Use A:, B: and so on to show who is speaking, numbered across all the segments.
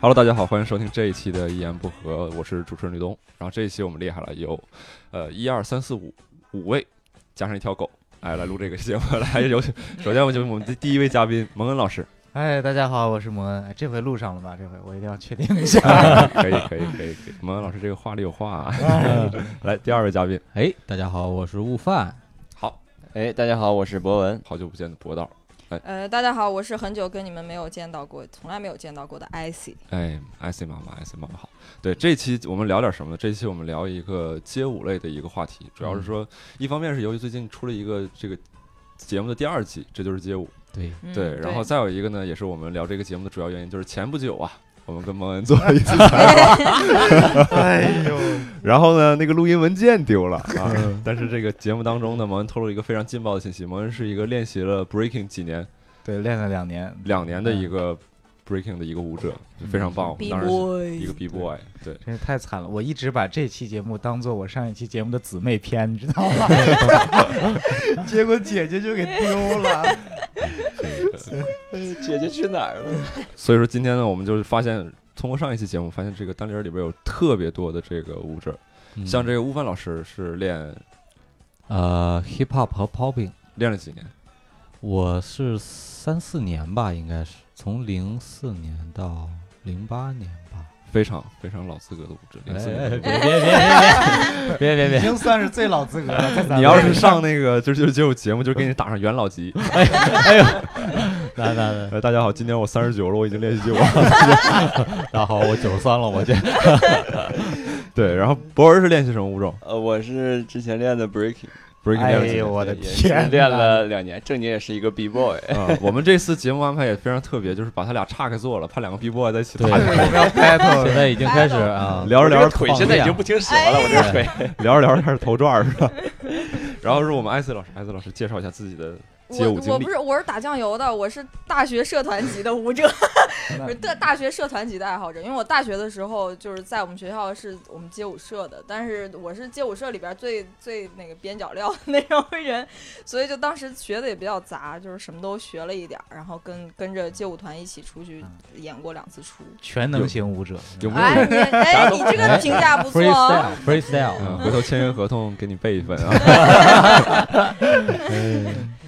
A: Hello，大家好，欢迎收听这一期的《一言不合》，我是主持人吕东。然后这一期我们厉害了，有呃一二三四五五位，加上一条狗，哎，来录这个节目。 来，有请，首先我们就我们的第一位嘉宾蒙恩老师，
B: 哎，大家好，我是蒙恩。哎这回录上了吧？这回我一定要确定一下。
A: 可以，可以，可以，可以。蒙恩老师这个话里有话、啊。 来，第二位嘉宾，
C: 哎，大家好，我是悟饭。
D: 哎，大家好，我是博文。
A: 好久不见的博导，
E: 呃，大家好，我是很久跟你们没有见到过，从来没有见到过的 IC。
A: 哎，艾希妈妈，艾希妈妈好。对，这期我们聊点什么呢？这期我们聊一个街舞类的一个话题，主要是说，一方面是由于最近出了一个这个节目的第二季，这就是街舞。
C: 对，
E: 嗯
A: 对，然后
E: 对
A: 再有一个呢，也是我们聊这个节目的主要原因，就是前不久啊， 我们跟蒙恩做了一 次采访，
B: 哎呦，
A: 然后呢，那个录音文件丢了 啊。
E: 嗯
A: 但是这个节目当中呢，蒙恩透露一个非常劲爆的信息，蒙恩是一个练习了 breaking 几年
B: 对，练了两年，
A: 两年的一
E: 嗯
A: 个 breaking 的一个舞者，就非常棒。我们
E: B
A: 当时
E: boy，
A: 一个 b boy，对，
B: 真是太惨了。我一直把这期节目当做我上一期节目的姊妹篇，你知道 吗？结果姐姐就给丢了。
C: 哎
D: 哎姐姐去哪儿了？
A: 所以说今天呢，我们就是发现，通过上一期节目，发现这个单立人里边有特别多的这个舞者，
C: 嗯
A: 像这个乌帆老师是练
C: 呃，hip hop 和 popping，
A: 练了几年，
C: 我是三四年吧，应该是从零四年到零八年吧。哎
A: 非常非常老资格的舞者，零四年的舞者。
E: 哎
C: 别别别别别别
B: 已
C: 别！
B: 经算是最老资格了。在咱们
A: 你要是上那个就是就是街舞节目，就给你打上元老级。
C: 来来来，
A: 呃，大家好，今年我三十九了，我已经练习街舞了。
C: 大家好，我九十三了，我这
A: 对，然后博文是练习什么舞种
D: 呃，我是之前练的 breaking，
A: ？breaking
B: 哎
A: 练了几
B: 呦，
A: 年
B: 我的
D: 也是
B: 天哪，
D: 练了两年，正经也是一个 b boy。
A: 啊，我们这次节目安排也非常特别，就是把他俩岔开做了，怕两个 B boy 在一起
C: 对
A: 打起来。
B: 我们要 battle
C: 现
B: 了。
C: 在已经开始啊，
A: 聊着聊
D: 我
A: 着
D: 这个腿现在已经不听使了，我这个腿。
A: 聊着聊着开始头转儿是吧？ 然后是我们艾斯老师，艾斯老师介绍一下自己的街舞
E: 我
A: 经
E: 我
A: 历
E: 不。是我是打酱油的，我是大学社团级 的舞者，
B: 那
E: 不是大大学社团级的爱好者。因为我大学的时候就是在我们学校是我们街舞社的，但是我是街舞社里边最最那个边角料的那种人，所以就当时学的也比较杂，就是什么都学了一点儿，然后跟跟着街舞团一起出去
A: 嗯
E: 演过两次出。
B: 全能型舞者，
A: 有没有
E: 哎，你哎，你这个评价不错哦。
C: freestyle freestyle，
A: 嗯，
C: 啊
A: 回头签约合同给你备一份啊。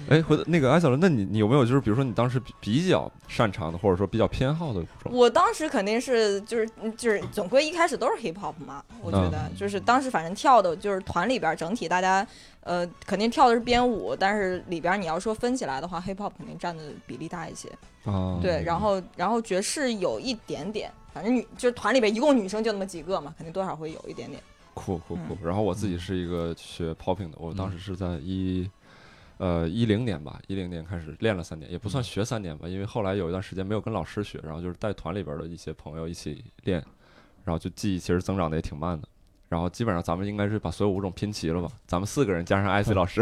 A: 哎，回头那个安小伦，那你你有没有就是比如说你当时比比较擅长的，或者说比较偏好的舞种？
E: 我当时肯定是就是嗯就是总归一开始都是 hip hop 嘛，我觉得、
A: 嗯
E: 就是当时反正跳的就是团里边儿整体大家呃肯定跳的是编舞，但是里边儿你要说分起来的话，hip hop 肯定占的比例大一些。
A: 啊，
E: 对，然后然后爵士有一点点，反正女就是团里边一共女生就那么几个嘛，肯定多少会有 一点点。
A: 酷酷酷。然后我自己是一个学 popping 的，我当时是在一。呃，一零年吧，一零年开始练了三年，也不算学三年吧，因为后来有一段时间没有跟老师学，然后就是带团里边的一些朋友一起练，然后就记忆其实增长的也挺慢的，然后基本上咱们应该是把所有舞种拼齐了吧，咱们四个人加上艾 c 老师，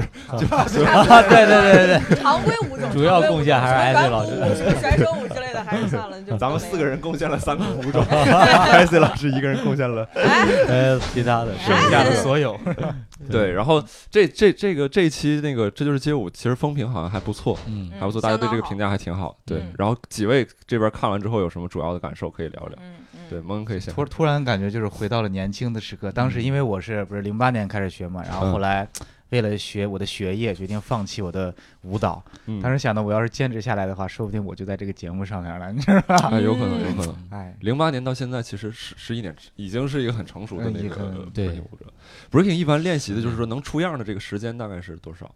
C: 对对对对，
E: 常规舞种，
C: 主要贡献还是艾
E: 艾
C: 瑞老师
E: 什么甩手舞之类的还是算了，就
A: 咱们
E: 没
A: 四个
E: 有。
A: 人 贡献了三个舞种艾 c 老师一个人贡献了
E: 哎，
C: 呃，其他的
E: 剩下的
C: 所有，
A: 对，然后这这这个这一期那个这就是街舞，其实风评好像还不错，
C: 嗯
A: 还不错，大家对这个评价还挺好。对
E: 嗯，
A: 然后几位这边看完之后有什么主要的感受可以聊聊？
E: 嗯嗯，
A: 对，蒙恩可以嗯先
B: 突突然感觉就是回到了年轻的时刻。当时因为我是不是零八年开始学嘛，然后
A: 嗯
B: 后来为了学我的学业，决定放弃我的舞蹈。
A: 嗯
B: 当时想的，我要是坚持下来的话，说不定我就在这个节目上面了，你知 道吧？
A: 哎，有可能，有可能。
B: 哎，
A: 零八年到现在，其实十十一年已经是一个很成熟的
B: 嗯
A: 那
B: 也可
A: 个
B: 能
C: 对
A: 专业舞者。breaking 一般练习的就是说能出样的这个时间大概是多少？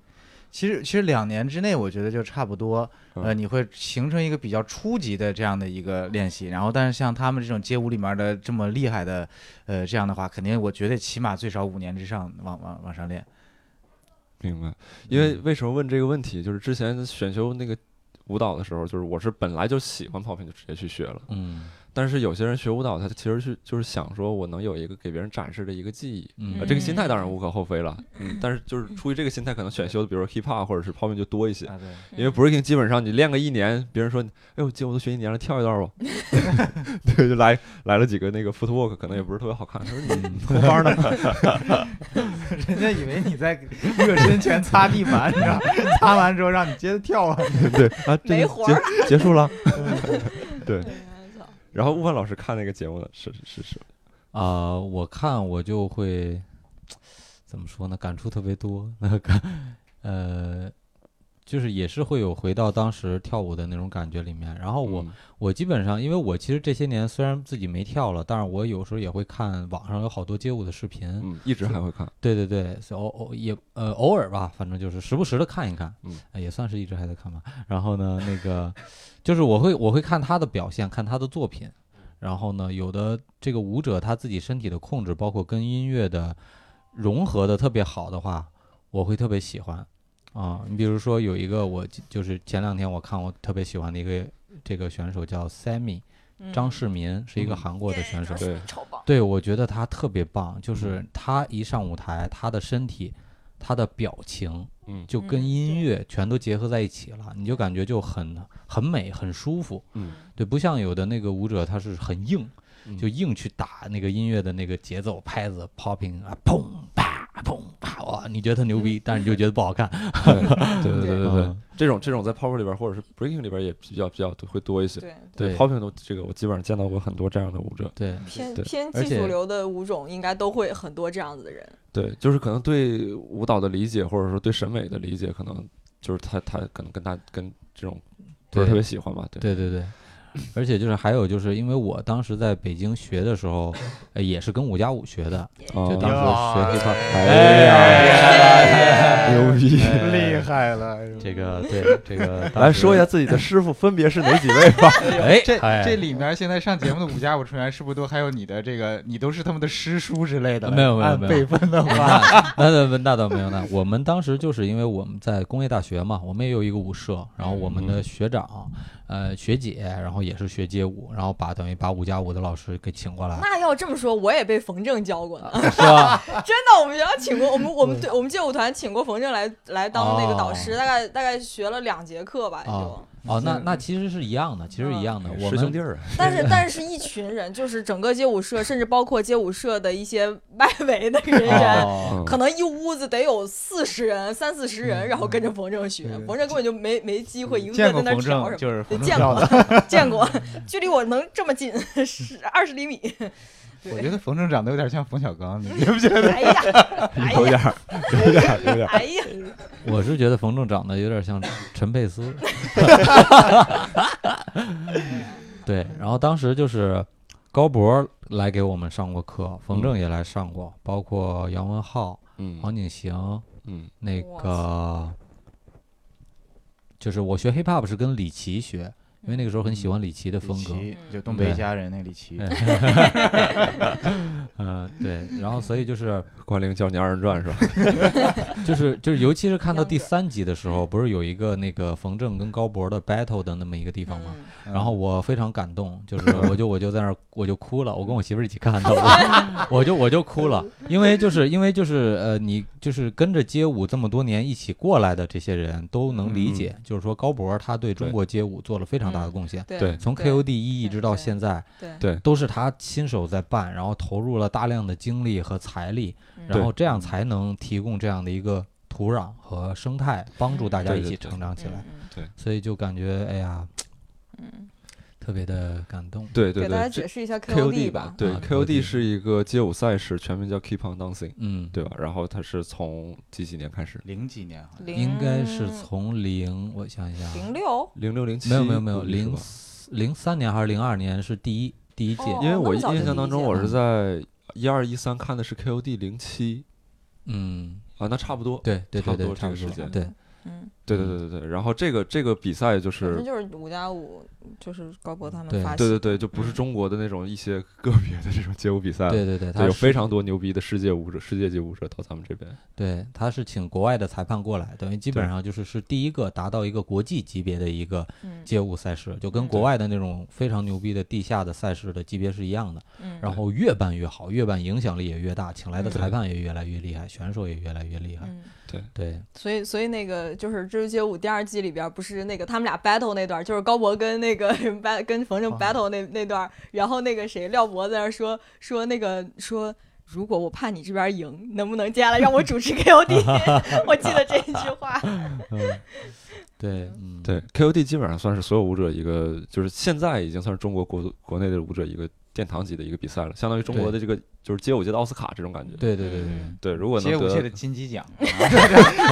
B: 其实其实两年之内，我觉得就差不多。呃，
A: 嗯
B: 你会形成一个比较初级的这样的一个练习，然后但是像他们这种街舞里面的这么厉害的，呃，这样的话，肯定我觉得起码最少五年之上往往往上练。
A: 明白。因为为什么问这个问题？就是之前选修那个舞蹈的时候，就是我是本来就喜欢 popping，就直接去学了。
C: 嗯
A: 但是有些人学舞蹈，他其实是就是想说，我能有一个给别人展示的一个技艺，
C: 嗯
A: 呃，
E: 嗯
A: 这个心态当然无可厚非了。嗯，但是就是出于这个心态，可能选修的，比如说 hip hop 或者是 popping 就多一些，
B: 啊，对，
E: 嗯
A: 因为 breaking 基本上你练个一年，别人说，哎呦，姐我都学一年了，跳一 段吧。对，就来来了几个那个 footwork，可能也不是特别好看。他说你红花呢？
B: 人家以为你在热身前擦地板，你 知道，擦完之后让你接着跳啊。
A: 对啊，这
E: 没
A: 就
E: 活儿嗯
A: 结结束了。对
E: 对。
A: 然后悟饭老师看那个节目呢，是是是，
C: 啊、我看我就会怎么说呢？感触特别多，那个呃，就是也是会有回到当时跳舞的那种感觉里面。然后我、
A: 嗯
C: 我基本上，因为我其实这些年虽然自己没跳了，但是我有时候也会看网上有好多街舞的视频。
A: 嗯，一直还会看，
C: 对对对，是偶偶也呃偶尔吧，反正就是时不时的看一看，
A: 嗯
C: 呃也算是一直还在看吧。然后呢，那个就是我会我会看他的表现，看他的作品。然后呢，有的这个舞者他自己身体的控制，包括跟音乐的融合的特别好的话，我会特别喜欢啊。你比如说有一个我记就是前两天我看我特别喜欢的一个这个选手叫 Sammy
E: 嗯
C: 张世民，是一个韩国的选手，
A: 对
E: 超棒。
C: 对，我觉得他特别棒，
E: 嗯
C: 就是他一上舞台，他的身体、他的表情，
A: 嗯
C: 就跟
E: 嗯
C: 音
E: 对
C: 乐全都结合在一起了，你就感觉就很很美、很舒服。
A: 嗯，
C: 对，不像有的那个舞者他是很硬，就硬去打那个音乐的那个节奏、拍子、popping 啊，砰啪砰啪，哇，你觉得他牛
A: 嗯
C: 逼，但是你就觉得不好看。
A: 对对对对对
C: 嗯，
A: 这种这种在 pop 里边或者是 breaking 里边也比较比较会多一些。
E: 对，
C: 对
A: popping 的这个我基本上见到过很多这样的舞者，
C: 对
E: 偏
A: 对
E: 偏
C: 而
E: 技术
C: 且
E: 流的舞种应该都会很多这样子的人。
A: 对，就是可能对舞蹈的理解或者说对审美的理解，可能就是他他可能跟他跟这种不
C: 对，
A: 是特别喜欢吧，对，
C: 对对对，而且就是还有就是因为我当时在北京学的 时候，呃也是跟五加五学的，
A: 哦
C: 就当时学 hiphop，
A: 哎呀，牛逼！
B: 哎
F: 厉害了，
C: 哎这个对这个
A: 来说一
C: 下，
A: 下自己 的师傅分别是哪几位 吧。
C: 哎，
F: 这
C: 哎
F: 这里面现在上节目的五家五成员是不是都还有你的这个，你都是他们的师叔之类的？
C: 没有没有
F: 按
C: 没有
F: 辈分的 话，
C: 那那那那倒没有，那我们当时就是因为我们在工业大学嘛，我们也有一个舞社，然后我们
A: 嗯
C: 的学长、呃学姐，然后也是学街舞，然后把等于把五加五的老师给请过来，
E: 那要这么说，我也被冯正教过呢。
C: 啊是吧？
E: 真的，我们学校请过我们我们对我们街舞团请过冯正来来当那个导师，大概大概学了两节课吧，
C: 哦
E: 就。
C: 哦，那那其实是一样的，其实一样的，我
A: 师兄
C: 们
A: 弟儿啊，
E: 但是但是一群人，就是整个街舞社，甚至包括街舞社的一些外围的人员。
A: 啊
C: 哦，
E: 可能一屋子得有四十人、三四十人，然后跟着冯正学，
F: 对
E: 冯正根本就没没机
B: 嗯
E: 会，一个
F: 见
E: 个
F: 过
E: 在那
F: 冯正
E: 跳什么，
F: 就是
E: 对
F: 冯正
E: 见
F: 跳的。
E: 过 见过，距离我能这么近，十二十厘米。
F: 我
E: 对
F: 觉，得冯正长得有点像冯小刚，你觉不觉得？
E: 哎呀，哎
A: 有
E: 呀，
A: 点儿，有点儿，有点儿。
E: 哎呀，
C: 我是觉得冯正长得有点像陈佩斯。对，然后当时就是高博来给我们上过课，冯正也来上过，包括杨文浩、
A: 嗯
C: 黄景行，
A: 嗯
C: 那
E: 哇
C: 个就是我学 hip hop 是跟李琦学，因为那个时候很喜欢李琦哎的风格。
B: 嗯
F: 李琦就东北一家人那李琦，
C: 嗯，对，然后所以就是
A: 关凌教你二人转 是吧？
C: 就是就是，尤其是看到第
E: 杨哥
C: 三集的时候，不是有一个那个冯正跟高博的 battle 的那么一个地方吗？
E: 嗯
C: 然
A: 嗯
C: 后我非常感动，就是 我就我就在那儿我就哭了，我跟我媳妇儿一起看的，我我就我就哭了，因为就是因为就是呃，你就是跟着街舞这么多年一起过来的这些人都能理解，就是说高博他对中
A: 嗯对
C: 国街舞做了非常大的贡献，
E: 对
A: 对
C: 从 KOD 一一直到现在
E: 对
C: 都是他亲手在办，然后投入了大量的精力和财力，
E: 嗯
C: 然后这样才能提供这样的一个土壤和生态，帮助大家
A: 对
C: 一
A: 对
C: 起
A: 对
C: 成长起来，
E: 嗯嗯
C: 所以就感觉哎呀，
E: 嗯
C: 特别的感动。
A: 对对
E: 给大家
A: 对
E: 解
A: 这
E: 释一下
A: ，KOD
E: 吧。
A: 对
C: 啊
A: ，KOD
C: KOD
A: 是一个街舞赛事，全名叫 Keep on Dancing，
C: 嗯，
A: 对吧？然后它是从几几年开始？
F: 零几年好像，
C: 应该是从零，我想一想啊，
E: 零六，
A: 零六零七？
C: 没有没有没有，
A: 是吧
C: 零零三年还是零二年是第一第一届，
E: 哦
A: 因为
E: 那
A: 我
E: 么早
A: 印
E: 就
A: 象当
E: 理
A: 中，
E: 解
A: 我是
C: 了
A: 在一二一三看的是 KOD 零七
C: 嗯，
A: 啊，那差不多。
C: 对对
A: 差
C: 对
A: 不
C: 对，
A: 多
C: 差
A: 这
C: 不
A: 个时
C: 多
A: 间，
C: 对，
E: 嗯，
A: 对对对对对。然后这个这个比赛就
E: 本
A: 是
E: 身就是五加五，就是高博他
C: 对
E: 们发起
A: 对
E: 的。
A: 对对，就不是中国的那种一些个别的这种街舞比赛了，
C: 对对对，
A: 对，
C: 他
A: 有
C: 是
A: 非常多牛逼的世界舞者、世界级舞者到咱们这边。
C: 对他是请国外的裁判过来，等于基本
A: 对
C: 上就是是第一个达到一个国际级别的一个
E: 嗯
C: 街舞赛事，就跟
E: 嗯
C: 国外的那种非常牛逼的地下的赛事的级别是一样的。
E: 嗯，
C: 然后越办越好，越办影响力也越大，请来的
E: 嗯
C: 裁判也越来越厉害，选手也越来越厉害。
E: 嗯，
C: 对，
E: 所以所以那个就是《知识街舞》第二季里边，不是那个他们俩 battle 那段，就是高博跟那个 bat 跟冯正
C: 哦
E: battle 那那段，然后那个谁廖博在那说说那个说。如果我怕你这边 赢，能不能接下来让我主持 KOD？我记得这一句话。
C: 对，嗯，
A: 对，KOD 基本上算是所有舞者一个，就是现在已经算是中国国国内的舞者一个殿堂级的一个比赛了，相当于中国的这个就是街舞界的奥斯卡这种感觉。
C: 对对对对，
A: 对，如果能
F: 街舞界的
A: 得
F: 金鸡奖，啊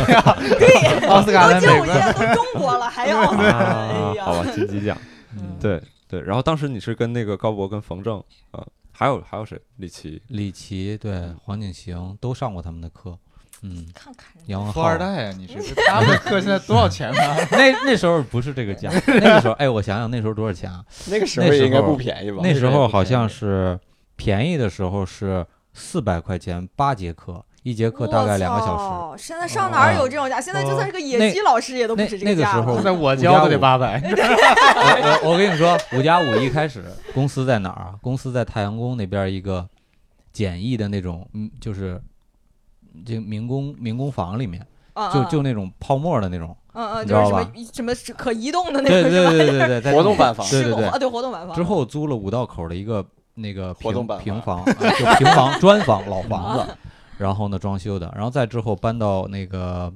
F: 奥斯卡
E: 都
F: 在
E: 街
F: 美
E: 舞
F: 国
E: 界，都中国了，还
C: 啊
E: 要哎
A: 啊 好
E: 呀，
A: 吧，金鸡奖。
C: 嗯
A: 对对，然后当时你是跟那个高博、跟冯正啊、还有还有谁？李琦。
C: 李琦对黄景行都上过他们的课，嗯，
E: 看看人家
C: 杨文
F: 富
C: 浩
F: 二代啊，你是这他们的课现在多少钱呢？
C: 那那时候不是这个价，那个时候哎，我想想那时候多少钱啊？
D: 那个时候
C: 那时
D: 也应该
C: 候
D: 不便宜吧？
C: 那时
D: 也
C: 候
D: 不
C: 好
D: 便
C: 像
D: 宜
C: 是便宜的时候是四百块钱八节课，一节课大概两个小时。哦
E: 时。现在上哪儿有这种价？现在就算是个野鸡老师也都不
C: 那
E: 止这
C: 那个
E: 价
C: 时候
E: 了。
F: 在我教都得
C: 五
F: 八百，
C: 我我我跟你说，五加五一开始公司在哪儿啊？公司在太阳宫那边一个简易的那种，嗯，就是这民工民工房里面，
E: 嗯
C: 就
E: 嗯
C: 就那种泡沫的那种。
E: 嗯嗯，
C: 你
E: 就是
C: 知
E: 什
C: 道
E: 么什么是可移动的那
C: 对
E: 个
C: 对
E: 是吧？
C: 对对对对，
D: 活动办法
C: 对对对
E: 啊，对活动玩法
C: 之后租了五道口的一个那个
D: 活动
C: 平
D: 板
C: 平房，啊 就平房砖房老房子， 然后呢装修的，然后再之后搬到那个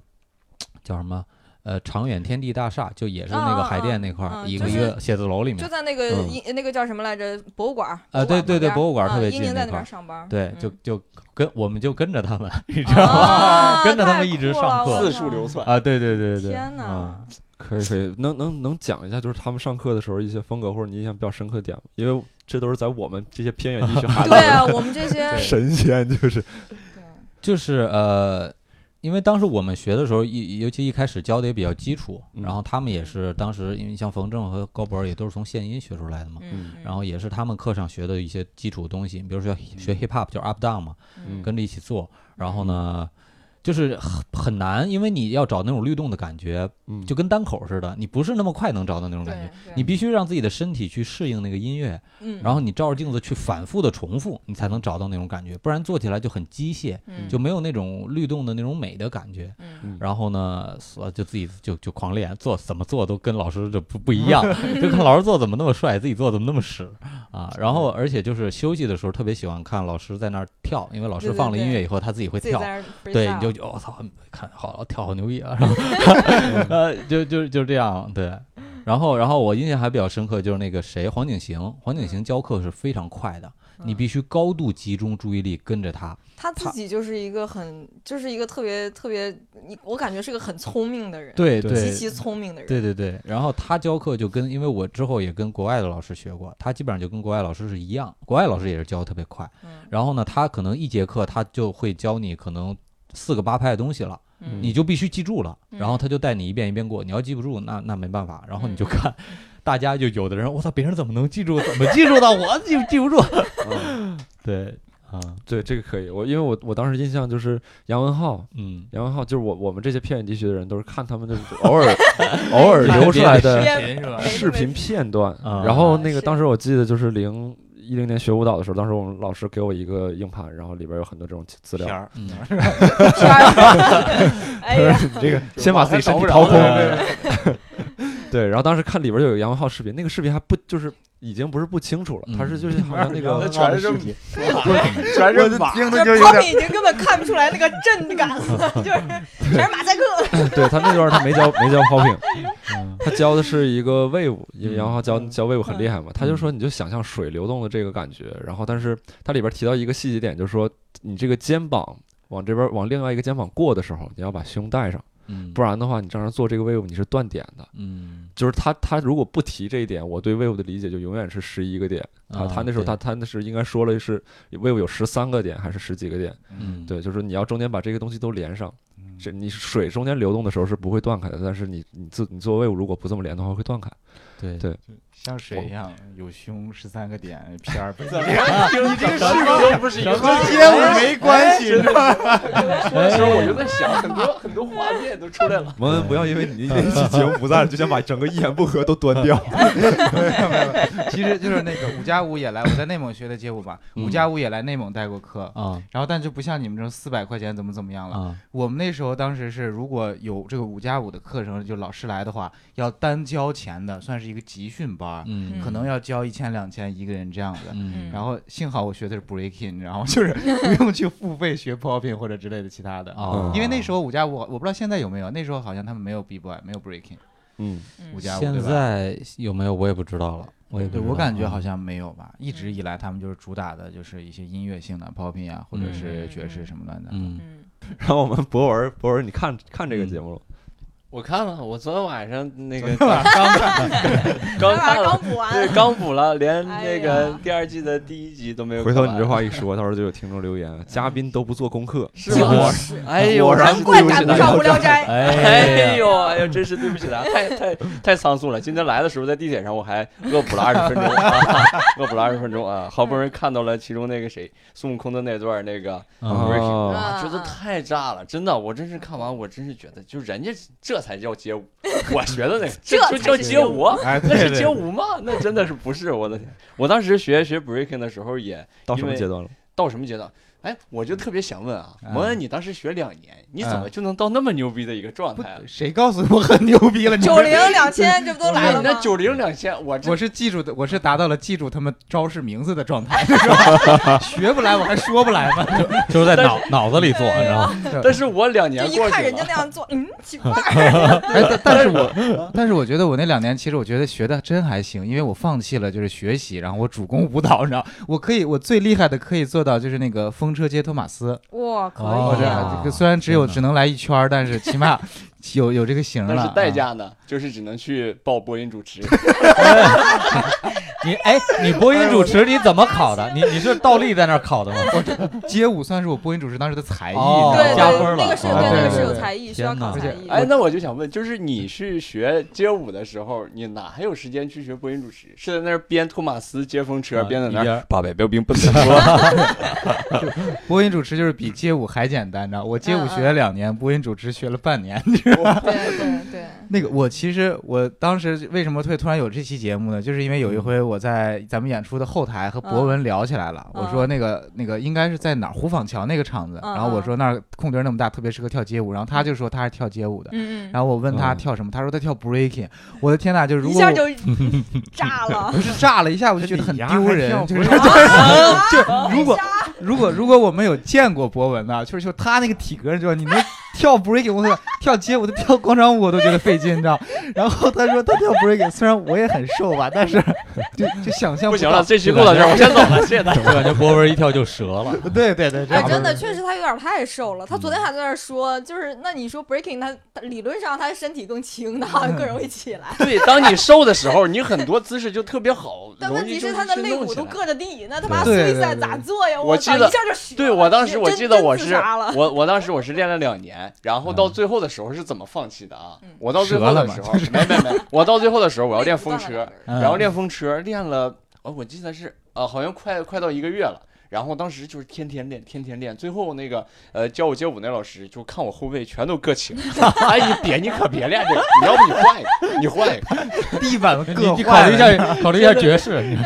C: 叫什么呃长远天地大厦，就也是那
E: 啊啊
C: 个
E: 啊
C: 海淀那块儿
E: 嗯
C: 一个
E: 就
C: 一
E: 是
C: 个写字楼里
E: 就
C: 面，
E: 在那个
A: 嗯
E: 一那个叫什么来着？博物馆
C: 啊对对对博物馆
E: 旁
C: 特别
E: 边嗯
C: 近
E: 英宁在那
C: 那块儿
E: 边上班，
C: 对，
E: 嗯
C: 就就跟我们就跟着他们，你知道吗？
E: 啊
C: 跟着他
E: 太
C: 们一直
E: 酷
C: 上
E: 了
C: 课
E: 我
D: 四
E: 操
D: 处流窜。
C: 啊，对对对对，
E: 天哪
C: 啊
A: 可以可以，能能能讲一下，就是他们上课的时候一些风格，或者你印象比较深刻的点吗？因为这都是在我们这些偏远 地区孩子
E: 对啊，我们这些
A: 的神仙，就是
C: 就是呃，因为当时我们学的时候，一尤其一开始教的也比较基础，
A: 嗯
C: 然后他们也是当时因为像冯正和高博儿也都是从现音学出来的嘛，
E: 嗯，嗯
C: 然后也是他们课上学的一些基础东西，比如说
A: 嗯
C: 学 hip hop 就是 up down 嘛，
E: 嗯
C: 跟着一起做，然后呢。
A: 嗯
C: 就是很很难，因为你要找那种律动的感觉，
A: 嗯，
C: 就跟单口似的，你不是那么快能找到那种感觉
E: 对。，对
C: 你必须让自己的身体去适应那个音乐，
E: 嗯
C: 然后你照着镜子去反复的重复，你才能找到那种感觉，不然做起来就很机械。
E: 嗯
C: 就没有那种律动的那种美的感觉。
E: 嗯
C: 然后呢，所就自己就就狂练，做怎么做都跟老师这不不一 样，就看老师做怎么那么帅，自己做怎么那么屎啊。然后而且就是休息的时候特别喜欢看老师在那儿跳，因为老师
E: 对对
C: 放了音
E: 对
C: 乐以后他自己会
E: 自己
C: 跳
E: 在。那儿 freestyle
C: 对，你就觉得我操，看好跳好牛逼 啊，然 后呃，就就就这样，对。然后，然后我印象还比较深刻，就是那个谁，黄景行，黄景行教课是非常快的，你
E: 嗯
C: 必须高度集中注意力跟着他，
E: 他自
C: 他
E: 己就是一个很，就是一个特别特别，你我感觉是个很聪明的人，，
C: 对
A: 对
E: 极其聪明的人，
C: 对对对，然后他教课就跟，因为我之后也跟国外的老师学过，他基本上就跟国外老师是一样，国外老师也是教得特别快。
E: 嗯，
C: 然后呢，他可能一节课他就会教你可能四个八拍的东西了，
E: 嗯
C: 你就必须记住了。然后
E: 嗯
C: 他就带你一遍一遍过，你要记不住，那那没办法。然后你就
A: 嗯
C: 看，大家就有的人，我操，别人怎么能记住？怎么记住的？我记记不住。嗯对， 啊，
A: 对这个可以。我因为我我当时印象就是杨文浩，
C: 嗯，
A: 杨文浩就是我我们这些偏远地区的人都是看他们的偶 尔偶尔流出来的
E: 别
F: 是吧
A: 视频片段。
C: 啊
A: 然后那个
E: 是
A: 当时我记得就是零一零年学舞蹈的时候，当时我们老师给我一个硬盘，然后里边有很多这种资
F: 片
A: 料。
D: 啊
F: 儿，
C: 嗯
E: 片儿哎 呀，
A: 你 这个先把自己身体
D: 找
A: 掏
D: 不着
A: 空，啊
D: 了
A: 对，然后当时看里边就有杨文浩视频，那个视频还不就是已经不是不清楚了，他是
D: 嗯
A: 就是好像那
D: 那
A: 个
D: 全是这么全
F: 我
D: 是
F: 就
D: 马，
F: 听
E: 就
F: 着就是有
E: 泡
F: 点
E: 面已经根本看不出来那个震感了，就是全是马赛 克，
A: 对他那段他没教没教 popping，
C: 嗯
A: 他教的是一个 wave，因为
C: 嗯
A: 杨文浩教教 wave 很厉害嘛，他就说你就想象水流动的这个感觉，然后但是他里边提到一个细节点，就是说你这个肩膀往这边往另外一个肩膀过的时候，你要把胸带上，
C: 嗯，
A: 不然的话你正常做这个 wave 你是断点的。
C: 嗯，
A: 就是他他如果不提这一点，我对 wave 的理解就永远是十一个点。他
C: 啊
A: 他那时候
C: 对
A: 他他那是应该说了是 wave 有十三个点还是十几个点？
C: 嗯
A: 对，就是你要中间把这个东西都连上，
F: 嗯
A: 这你水中间流动的时候是不会断开的，但是你你自你做 wave 如果不这么连的话会断开。
C: 对
A: 对
F: 像水一样，有胸十三个点，片儿不是
D: 你这个视频都不 是一个
F: 跟
C: 哎
F: 街舞没关系，哎是吧
D: 说的时候我就在想，很多很多画面都出来了。
A: 蒙恩不要因为你那期节目不在了，就想把整个一言不合都端掉。
F: 其实就是那个五加五也来，我在内蒙学的街舞嘛，
C: 嗯
F: 五加五也来内蒙带过课。
A: 嗯
C: 啊
F: 然后，但就不像你们这种四百块钱怎么怎么样了。
C: 啊，
F: 我们那时候当时是，如果有这个五加五的课程，就老师来的话，要单交钱的，算是一个集训班儿，
C: 嗯，
F: 可能要交一千两千一个人这样子。
C: 嗯
F: 然后幸好我学的是 breaking，然后 就是不用去付费学 popping 或者之类的其他的。
C: 啊，
B: 哦
F: 因为那时候五加五，我不知道现在有没有，那时候好像他们没有 b boy，没有 breaking，
A: 嗯，
E: 嗯
B: 五加五，
C: 现
B: 对吧
C: 在有没有我也不知道了，我也不
B: 对
C: 知
B: 我
C: 道
B: 感觉
C: 啊
B: 好像没嗯有吧，一直以来他们就是主打的就是一些音乐性的 popping 啊，或者是爵士什么乱的。
C: 嗯
E: 嗯，
A: 然后我们博文，博文，你看看这个
C: 嗯
A: 节目了吗？
D: 我看了，我昨天晚上那个
E: 他
D: 刚
E: 俩
D: 看了
E: 刚，补完
D: 对，，刚补了，连
E: 啊 哎
D: 那个
E: 呀
D: 第二季的第一集都没有
A: 回
D: 看完。
A: 头你这话一说，到时候就有听众留言，嘉宾都不做功课，
D: 是吗？哎呦，
A: 果
D: 我
A: 然
D: 真是
E: 怪
D: 对不
E: 赶
D: 起
E: 不
D: 大
E: 上
D: 家
E: 无 聊斋。
D: 哎
C: 哎呀，
D: 呦，哎呦，真是对不起大家，太太太仓促了。今天来的时候在地铁上，我还恶补了二十分钟，啊， 恶补了二十分钟啊！好不容易看到了其中那个谁，孙悟空的那段儿那个，
C: 嗯
A: 啊，
E: 啊
D: 啊，觉得太炸了，真的，我真是看完，我真是觉得，就人家这才叫 街舞，我学的那个
E: 这
D: 就
E: 才
D: 叫
E: 是
D: 街
E: 街
D: 舞，啊
B: 哎，
D: 那
B: 对
D: 是
B: 对
D: 街
B: 对，
D: 舞吗？那真的是不是？我的天！我当时学学 breaking 的时候也
A: 到什么
D: 因为
A: 阶段了？
D: 到什么阶段？哎，我就特别想问啊，
B: 嗯
D: 蒙恩，你当时学两年，你怎么
B: 嗯
D: 就能到那么牛逼的一个状
B: 不
D: 态了？
B: 谁告诉我很牛逼了？你
E: 九
B: 们
E: 零两千，这不都来
D: 对，
E: 了
D: 那
E: 吗？
D: 九零两千，我这
B: 我是记住的，我是达到了记住他们招式名字的状态，是吧 学不来我还说不来吗？
C: 就是在脑脑子里做，你知道吗？
D: 但是我两
E: 就
D: 年
E: 一
D: 过
E: 看
D: 去
E: 人家
D: 了，
E: 那样做，嗯，奇 怪。
B: 哎， 但但是我但是我觉得我那两年其实我觉得学的真还行，因为我放弃了就是学习，然后我主攻舞蹈，你知道，我可以我最厉害的可以做到就是那个风车街托马斯，
E: 哇，可
C: 哦
E: 以啊！
B: 这个虽然只有
C: 天哪
B: 只能来一圈儿，但是起码有有这个型儿
D: 但
B: 了
D: 是
B: 啊。
D: 代价呢，就是只能去报播音主持。
C: 你哎，你播音主持你怎么考的？你你是倒立在那儿考的吗？
B: 街舞算是我播音主持当时的才艺，
C: 哦
B: 你知
E: 对
B: 道吗
C: 加
E: 对，
C: 分了
E: 那个是有
B: 啊
E: 对那
B: 对
E: 个
B: 对
E: 是有
B: 对
E: 才艺，需
C: 天
E: 要考
C: 哪
E: 才
B: 而
E: 艺。
D: 哎，那我就想问，就是你是学街舞的时候，你哪还有时间去学播音主持？是在那儿边托马斯接风车，边在那
C: 一
D: 儿
C: 边
D: 八百标兵不能说。
B: 播音主持就是比街舞还简单，你知道？我街舞学了两年，播音主持学了半年。
E: 嗯对 对对，
B: 那个，我其实我当时为什么会突然有这期节目呢？就是因为有一回我在咱们演出的后台和博文聊起来了，
E: 嗯
B: 我说那个那个应该是在哪儿？胡坊桥那个场子。
E: 嗯
B: 然后我说那儿空地儿那么大，特别适合跳街舞。然后他就说他是跳街舞的。
E: 嗯嗯，
B: 然后我问他
C: 嗯
B: 跳什么，他说他跳 breaking。我的天呐，就是如
E: 一
B: 果
E: 下
B: 我
E: 就炸 了。
B: 不是炸了一下，我就觉得很丢人。就是
E: 啊
B: 就如果如果如果我们有见过博文呢，就是就他那个体格，你知道，你能跳 breaking，我都跳街舞、都跳广场舞我都觉得费劲，你知道。 然后他说他跳 breaking，虽然我也很瘦吧，但是就就想象
D: 不
B: 到
D: 行了，。这期录到这儿，我先走了，谢 谢大家。
C: 我感觉博文一跳就折了。
B: 对对对，这
E: 哎，
B: 样
E: 真的，确实他有点太瘦了。他昨天还在那儿说，就是那你说 breaking，他他理论上他身体更轻，他好像更容易起来。
D: 对，当你瘦的时候，你很多姿势就特别好，
E: 但
D: 容
E: 问
D: 易
E: 题
D: 就是
E: 他的
D: 去
E: 肋
D: 弄
E: 骨
D: 起
E: 都
D: 来
E: 硌着地，那他妈
B: 对对
E: Swiss
B: 对
E: 咋做呀？
D: 我
E: 操，
D: 记得
E: 一下就折了
D: 对我当时，我
E: 真
D: 记得我
E: 真
D: 是
E: 自杀了
D: 我我当时我是练了两年，然后到
B: 嗯
D: 最后的时候是怎么放弃的啊
E: 嗯？
D: 我到最后的时候，没没 没，我到最后的时候我要 练风车，
B: 嗯
D: 然后练风车练了，哦，我记得是呃，好像快快到一个月了。然后当时就是天天练，天天练，最后那个呃教我街舞那老师就看我后背全都硌青， 哎，你别你可别练这个，你要不你换一个，你换一个，
B: 地板
C: 你
B: 硌
C: 你考
B: 坏
C: 虑一
B: 了。
C: 下，考虑一下爵士，你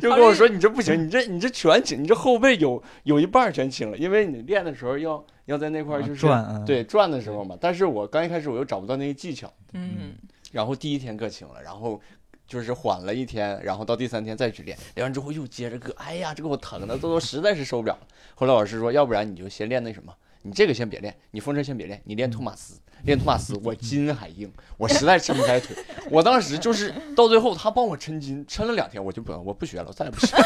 D: 就跟我说你这不行，你这你这全青，你这后背有有一半儿全青了，因为你练的时候要要在那块儿就是
B: 转啊，
D: 对转的时候嘛，但是我刚一开始我又找不到那个技巧，
E: 嗯，
D: 然后第一天硌青了，然后就是缓了一天，然后到第三天再去练，练完之后又接着硌，哎呀，这给我疼的，都都实在是受不了了。后来老师说，要不然你就先练那什么。你这个先别练，你风车先别练，你练托马斯，练托马斯，我筋还硬，我实在撑不开腿。我当时就是到最后，他帮我抻筋，抻了两天，我就不我不学了，我再也不学了，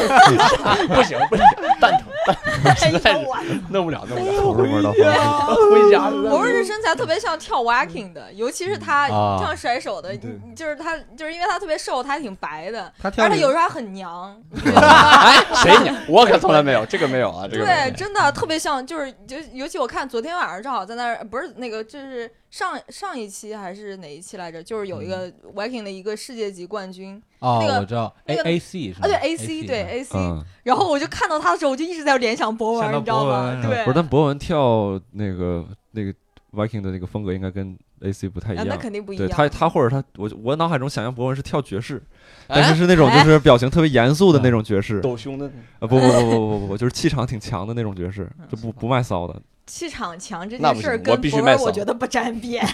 D: 不行不行，蛋疼蛋 疼，
E: 哎
D: 嗯实
E: 呦
D: 在是
E: 我
D: 弄不了弄不了，
A: 头入门到
E: 天
A: 话，
E: 啊
D: 回家了。
E: 博文这身材特别像跳 walking 的，尤其是
D: 嗯
E: 他
C: 啊
E: 像甩手的，
B: 对
E: 你就是他，就是因为他特别瘦，他还挺白的，
B: 他跳
E: 而且有
B: 舞
E: 时候还很娘。
D: 哎，谁你？我可从来没有这个没有啊，这个没有
E: 对，真的特别像，就是尤尤其我看昨天晚上正好在那儿，不是那个，就是上上一期还是哪一期来着？就是
D: 嗯
E: 有一个 walking 的一个世界级冠军，
C: 哦
E: 那个，
C: 我知道
E: 那
C: ，A
E: 个
C: A C 是
E: 啊，
C: 吧？
E: 对 AC，对
C: 嗯
E: AC，
A: 嗯，
E: 然后我就看到他的时候，我就一直在联想博文，
B: 想到
E: 你知道
B: 博
E: 吗
B: 文？嗯
E: 对，
A: 不是，但博文跳那个那个 Viking 的那个风格应该跟 AC 不太一
E: 啊，那
A: 样。
E: 肯定不一
A: 对
E: 样。
A: 他，他或者他，我我脑海中想象博文是跳爵士，但
D: 哎
A: 是是那种就是表情特别严肃的那种爵士，
D: 抖胸的，
A: 啊不不不不不不不，就是气场挺强的那种爵士，就不不卖骚的。
E: 气场强这
D: 那
E: 件
D: 不
E: 事儿
D: 行
E: 跟
D: 我必须
E: 博
D: 卖
E: 文，
D: 骚
E: 我觉得不沾 边。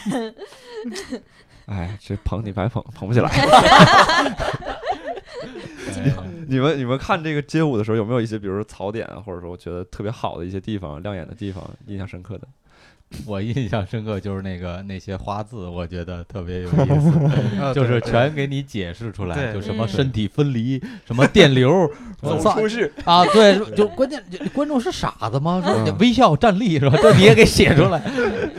A: 哎，这捧你白捧，捧不起来。
C: 哎
A: 你们你们看这个街舞的时候，有没有一些比如说槽点啊，或者说我觉得特别好的一些地方、亮眼的地方、印象深刻的？
C: 我印象深刻就是那个那些花字，我觉得特别有意思。
B: 呃
C: 就是
B: 对对
C: 全给你解释出来，
B: 对
C: 就什么
E: 嗯
C: 身体分离，什么电流，我操
D: 室，
C: 啊，对，就关键就观众是傻子吗？说
A: 嗯
C: 你微笑站立是吧？ 这你也给写出来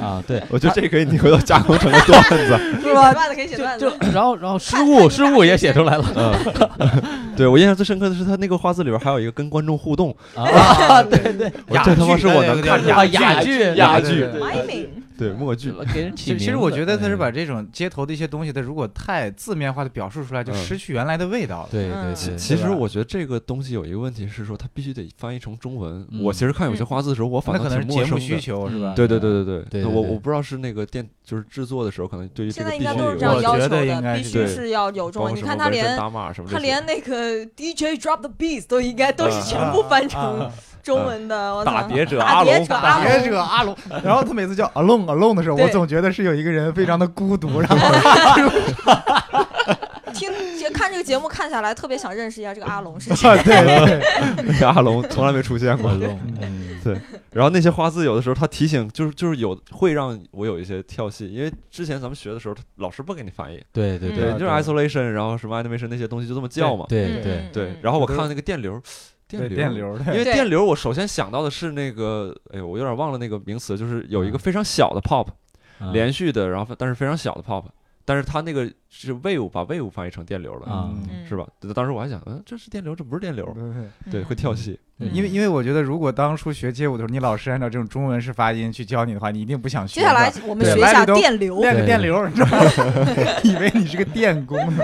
C: 啊？对，
A: 嗯
G: 我觉得这可以你回头加工成个段子。
E: 是吧？段子可以写段
C: 就
E: 子，
C: 就然后然后失误失误也写 出来了
A: 嗯， 对我印象最深刻的是他那个花字里边还有一个跟观众互动，
C: 啊！对对，
A: 我这他妈是我能看
C: 啊哑
D: 剧
C: 剧
D: 哑
B: 对对
D: 剧
B: 对，
E: m i m i n
A: 对默剧，
C: 给人起
B: 其
C: 名字。哎
B: 其实我觉得他是把
C: 对
B: 这种街头的一些东西，它如果太字面化的表述出来，就
A: 嗯
B: 失去原来的味道了。
C: 对
E: 嗯
C: 对
A: 其
C: 对，
A: 其实
B: 吧
A: 我觉得这个东西有一个问题是说，它必须得翻译成中文。
C: 嗯
A: 我其实看有些花字的时候，我反
B: 那
A: 倒
B: 可能
A: 挺
B: 是
A: 陌
B: 节
A: 生
B: 目需
A: 的。
B: 求是吧？
A: 对对对对
C: 对对
A: 那我
C: 对
A: 我不知道是那个电就是制作的时候，可能对于这
E: 现
A: 个
E: 在
A: 必
E: 应
A: 须
E: 该都
A: 有
E: 是这样
B: 我
E: 要
B: 觉
E: 求
B: 得应
E: 的，
B: 该
E: 必
B: 是
E: 须
A: 对
E: 是要有中
A: 包括
E: 文。你
A: 什
E: 看
A: 么
E: 他
A: 纹身
E: 连
A: 打码什么这
E: 他
A: 些
E: 连那个 DJ drop the beats 都应该都是
A: 嗯
E: 全部翻成
B: 啊
E: 中文的。我操
A: 打别者
E: 打
A: 阿
E: 啊别
A: 龙
E: 者
B: 打
E: 阿
B: 别
E: 龙
B: 者哎阿龙，然后他每次叫 alone alone 的时候，我
E: 对
B: 总觉得是有一个人非常的孤 独，然后
E: 听看这个节目看下来，特别想认识一下这个阿龙是谁。
B: 啊对对，
A: 那个阿龙从来没出现过。
C: 嗯
A: 然后那些花字有的时候他提醒，就是就是有会让我有一些跳戏，因为之前咱们学的时候，他老师不给你翻译，
C: 对对
E: 嗯
A: 对，
C: 对，
A: 就是 isolation，然后什么 animation 那些东西就这么叫嘛。
C: 对对
E: 嗯
A: 对
E: 嗯，
A: 然后我看到那个电流， 电
B: 对
A: 流，
B: 电流
A: 因为
E: 对
A: 电流，我首先想到的是那个，哎呦，我有点忘了那个名词，就是有
C: 嗯
A: 一个非常小的 pop，、
C: 啊
A: 连续的，然后但是非常小的 pop，但是它那个是 wave，把 wave 翻译成电流了，
C: 啊
B: 嗯
E: 嗯
A: 是吧？当时我还想，嗯，这是电流，这不是电流，
B: 对
A: 对，会跳戏，
C: 嗯
B: 对因为因为我觉得，如果当初学街舞的时候，你老师按照这种中文式发音去教你的话，你一定不想学
E: 接
B: 的。
E: 下来我们
B: 对
E: 学一
B: 来
E: 下
B: 了都
E: 电 流。
B: 练个电流，你知道吗？ 以为你是个电工呢。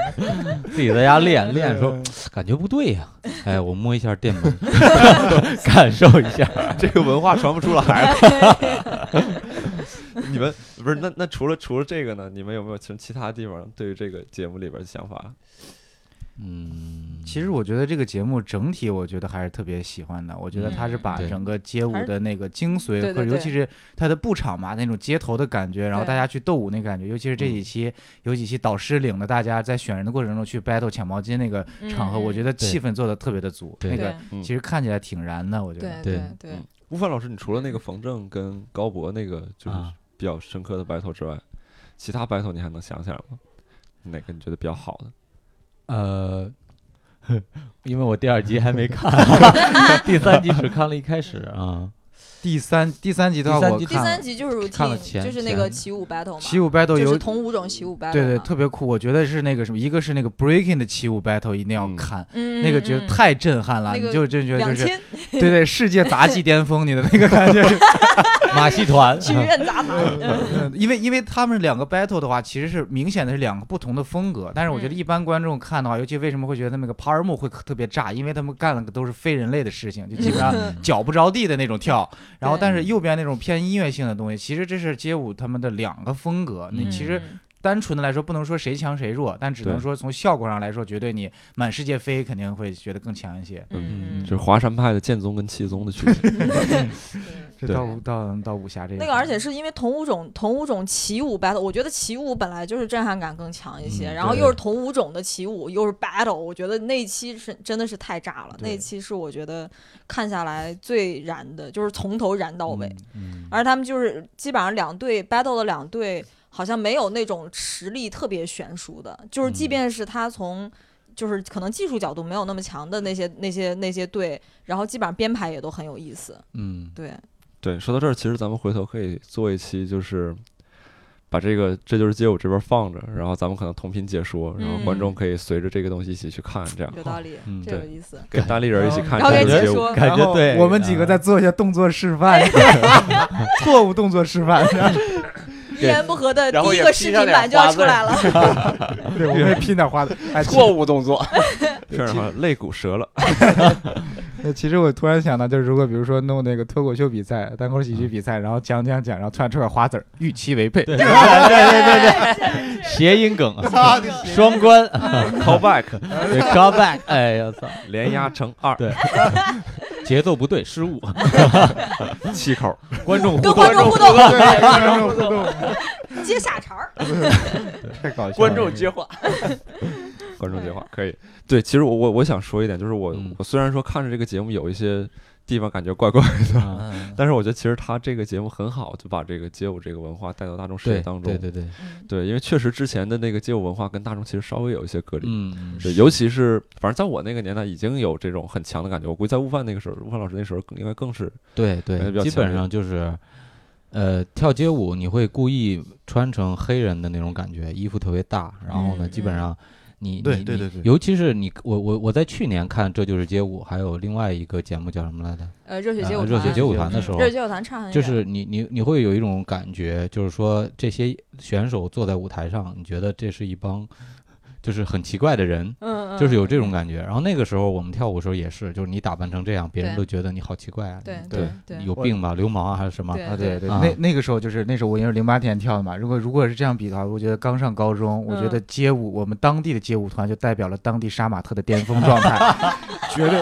C: 自己在家练 练，说嗯感觉不对 呀，哎，我摸一下电 门，感受一下。
A: 这个文化传不出来。你们不是那那除了除了这个呢？你们有没有从其他地方对于这个节目里边的想法？
C: 嗯，
B: 其实我觉得这个节目整体，我觉得还是特别喜欢的。我觉得它是把
C: 嗯对
B: 整个街舞
E: 还是
B: 的那个精髓，
E: 对对
B: 或者尤
E: 对
B: 其是它的布场嘛，那种街头的感觉，然后
E: 对
B: 大家去斗舞那感觉，尤其
C: 嗯
B: 是这几期有几期导师领着大家在选人的过程中去 battle 抢毛巾那个场合，
E: 嗯嗯
B: 我觉得
C: 对
B: 气氛做的特别的足，
C: 对
B: 那
E: 对
B: 个其实看起来挺燃的，我觉得。
E: 对
C: 对
E: 对，
A: 吴凡老师，你除了那个冯正跟高博那个就是
C: 啊
A: 比较深刻的 battle 之外，其他 battle 你还能想起来吗？哪个你觉得比较好的？
C: 呃， 因为我第二集还没 看，第三集只看了一开始 啊。
B: 第三第三集的话，
C: 第三
B: 我
C: 集
E: 第
B: 看
E: 三
B: 了
E: 集就是
C: 看了
E: routine，
C: 前
E: 就是那
C: 前
E: 个起舞 battle 嘛，
B: 起舞 battle
E: 就
B: 有
E: 是同五种起舞 battle 嘛。
B: 对对特别酷，我觉得是那个什么，一个是那个 breaking 的起舞 battle 一定要
A: 嗯
B: 看，
E: 嗯，
B: 那个觉得太震撼了，
E: 那
B: 你
E: 个
B: 就真觉得就
E: 两
B: 是
E: 千
B: 对对，世界杂技巅峰，你的那个感 觉是，
C: 马戏团，
E: 剧院杂 谈。
B: 嗯因为因为他们两个 battle 的话，其实是明显的是两个不同的风格，但是我觉得
E: 嗯
B: 一般观众看的话，尤其为什么会觉得他们那个帕尔木会特别炸，因为他们干了个都是非人类的事情，就基本上脚不着地的那种跳，然后
E: 嗯对
B: 但是右边那种偏音乐性的东西，其实这是街舞他们的两个风格，你
C: 嗯
B: 其实单纯的来说，不能说谁强谁弱，但只能
A: 对
B: 说从效果上来说，绝对你满世界飞肯定会觉得更强一些。
E: 嗯，嗯
A: 就是华山派的剑宗跟气宗的区 别。
E: 嗯
B: 这
A: 对
B: 到到到武侠这一
E: 那个，
B: 块
E: 而且是因为同舞种同舞种起舞 battle，我觉得起舞本来就是震撼感更强一些，
C: 嗯
E: 然后
C: 对
E: 又是同舞种的起舞，又是 battle，我觉得那一期是真的是太炸了，
B: 对
E: 那一期是我觉得看下来最燃的，就是从头燃到尾，
C: 嗯
E: 而他们就是基本上两队 battle 的两队，好像没有那种实力特别悬殊的，就是即
C: 嗯
E: 便是他从。就是可能技术角度没有那么强的那些那些那些队，然后基本上编排也都很有意思，
C: 嗯，
E: 对，
A: 对，说到这儿，其实咱们回头可以做一期，就是把这个这就是街舞这边放着，然后咱们可能同频解说，然后观众可以随着这个东西一起去看，这样
E: 嗯有道理，
C: 嗯
E: 这有意思。
A: 给单立人一起看
E: 然后
A: 这
E: 给
A: 就是
E: 解
A: 街舞。
E: 说，
C: 啊感
B: 然
C: 觉
B: 后
C: 对，嗯
B: 我们几个再做一下动作示 范， 错误动作示范，
E: 一言不合的呃第
D: 然后
E: 一
D: 也
E: 个
D: 披
E: 视频
D: 上点
E: 版就要
D: 花
E: 出
D: 字
E: 来 了。
B: 对，我们也拼点花的。哎，
D: 错误动作，
A: 这样的话肋骨折了，
B: 其其实我突然想到，就是如果比如说弄那个脱口秀比赛、单口喜剧比赛，然后讲讲讲，然后突然出点花字儿，与其违背。
C: 对 对对对对，谐音梗， 双 关，callback，对 callback，哎呀操，
A: 连压乘二，
C: 对节奏不对，失误，
A: 气口。
C: 观众互
E: 跟
C: 动
E: 观， 众互 动， 接下茬儿。
B: 太搞笑。
D: 观众接话，
A: 观众接话可以。对，其实我我我想说一点，就是我、
C: 嗯
A: 我虽然说看着这个节目有一些地方感觉怪怪的。
C: 啊
B: 嗯
A: 但是我觉得其实他这个节目很好，就把这个街舞这个文化带到大众视野
C: 对
A: 当中。
C: 对对对，
E: 嗯
A: 对因为确实之前的那个街舞文化跟大众其实稍微有一些隔离。
C: 嗯，
A: 对，尤其是反正在我那个年代已经有这种很强的感觉。我估计在悟饭那个时候，悟饭老师那时候更应该更是
C: 对
A: 还是
C: 对
A: 比，较
C: 基本
A: 强
C: 上就是，呃，跳街舞你会故意穿成黑人的那种感觉，衣服特别大，然后呢，
E: 嗯
C: 基本
E: 嗯
C: 上你
H: 对
C: 你
H: 对
C: 你
H: 对对
C: 尤其是你我我我在去年看《这就是街舞》，还有另外一个节目叫什么来着？
E: 呃，热血
C: 呃
E: 街舞团，
C: 热血街舞团的
E: 嗯
C: 时候
E: 热，血街舞团差很远，
C: 就是你你你会有一种感觉，就是说这些选手坐在舞台上，你觉得这是一帮就是很奇怪的人。
E: 嗯，嗯
C: 就是有这种感觉，然后那个时候我们跳舞的时候也是，就是你打扮成这样，别人
E: 对
C: 都觉得你好奇怪啊，
E: 对
C: 你
E: 对对
C: 有病吧，流氓啊还是什么？
E: 对
B: 啊，对对，
C: 啊
B: 那那个时候就是那时候我因为零八年跳的嘛，如果如果是这样比的话，我觉得刚上高中，
D: 嗯
B: 我觉得街舞我们当地的街舞团就代表了当地杀马特的巅峰状态，绝对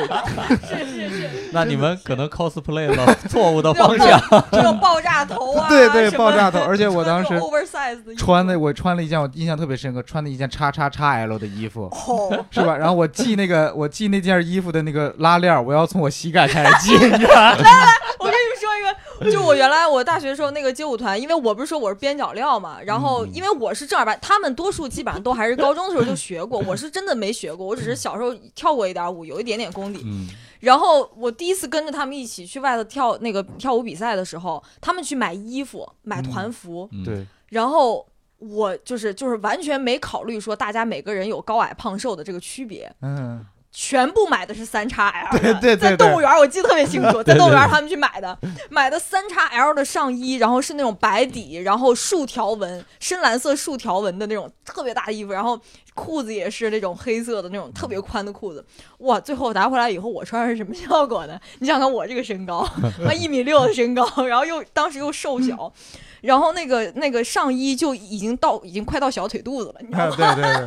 E: 是是 是，
C: 那你们可能 cosplay 了 错误的
E: 这
C: 方向。
E: 种爆 这种爆炸头 啊，
B: 对对
E: 什么
B: 爆炸头，而且我当
E: 穿这
B: 时
E: 种 oversize 的衣服
B: 穿的我穿了一件我印象特别深刻，穿的一件叉叉叉 L 的衣服。
E: 哦，
B: 是吧？然后我系那个，我系那件衣服的那个拉链儿，我要从我膝盖开始 系，你知道吗？
E: 我跟你们说一个，就我原来我大学时候那个街舞团，因为我不是说我是边角料嘛，然后
C: 嗯
E: 因为我是正儿八，他们多数基本上都还是高中的时候就学过，我是真的没学过，我只是小时候跳过一点舞，有一点点功底。
C: 嗯，
E: 然后我第一次跟着他们一起去外头跳那个跳舞比赛的时候，他们去买衣服、买团服，
C: 嗯
B: 对，
E: 然后我就是就是完全没考虑说大家每个人有高矮胖瘦的这个区别。
B: 嗯，
E: 全部买的是三叉 L，的
B: 对对对对
E: 在动物园我记得特别清楚，在
C: 对
E: 动物园他们去买的，买的三叉 L 的上衣，然后是那种白底，然后竖条纹，深蓝色竖条纹的那种特别大的衣服，然后裤子也是那种黑色的那种特
B: 嗯
E: 别宽的裤子，哇！最后拿回来以后，我穿上是什么效果呢？你想想我这个 身高，妈一米六的身高，然后又当时又瘦小，
B: 嗯
E: 然后那个那个上衣就已经到已经快到小腿肚子了，你知道吗
B: 啊，对对对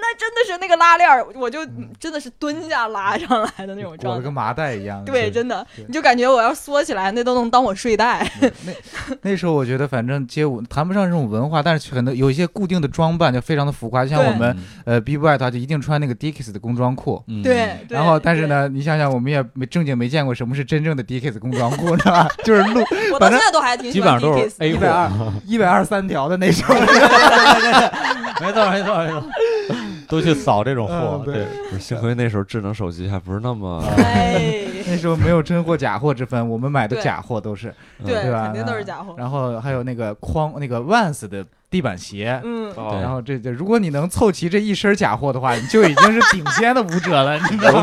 E: 那真的是那个拉链儿，我就真的是蹲下拉上来的那种
B: 对，嗯裹
E: 状
B: 得
E: 态
B: 跟。麻袋一样。
E: 对，
B: 是
E: 真的
B: 对，
E: 你就感觉我要缩起来，那都能当我睡袋。
B: 那时候我觉得，反正街舞谈不上这种文化，但是很多有一些固定的装扮就非常的浮夸，像
E: 对
B: 我们呃 B boy 他就一定穿那个 Dickies 的工装裤。
C: 嗯，
E: 对，对
B: 然后，但是，呢，你想想，我们也没正经没见过什么是真正的 Dickies 工装裤，是吧？ 就是露
E: 对我到
B: 反
E: 现
B: 正
E: 在都还挺
C: 基
E: 喜
C: 本
E: 欢
C: 上都
E: DK
C: 是 A
B: 一
C: 货
B: 百，二一百二三条的那种。
C: 没错没错 没错，都去扫这种货
B: 嗯，
C: 对
B: 对，
A: 不是幸亏那时候智能手机还不是那么，
E: 哎，
B: 那时候没有真货假货之分，我们买的
E: 对
B: 假货都是。
A: 嗯
E: 对，
B: 对吧
E: 肯定都是假货。
B: 然后还有那个框，那个 Vans 的地板鞋。
E: 嗯，
A: 哦
B: 然后这这，如果你能凑齐这一身假货的话，你就已经是顶尖的舞者 了，你知道吗？。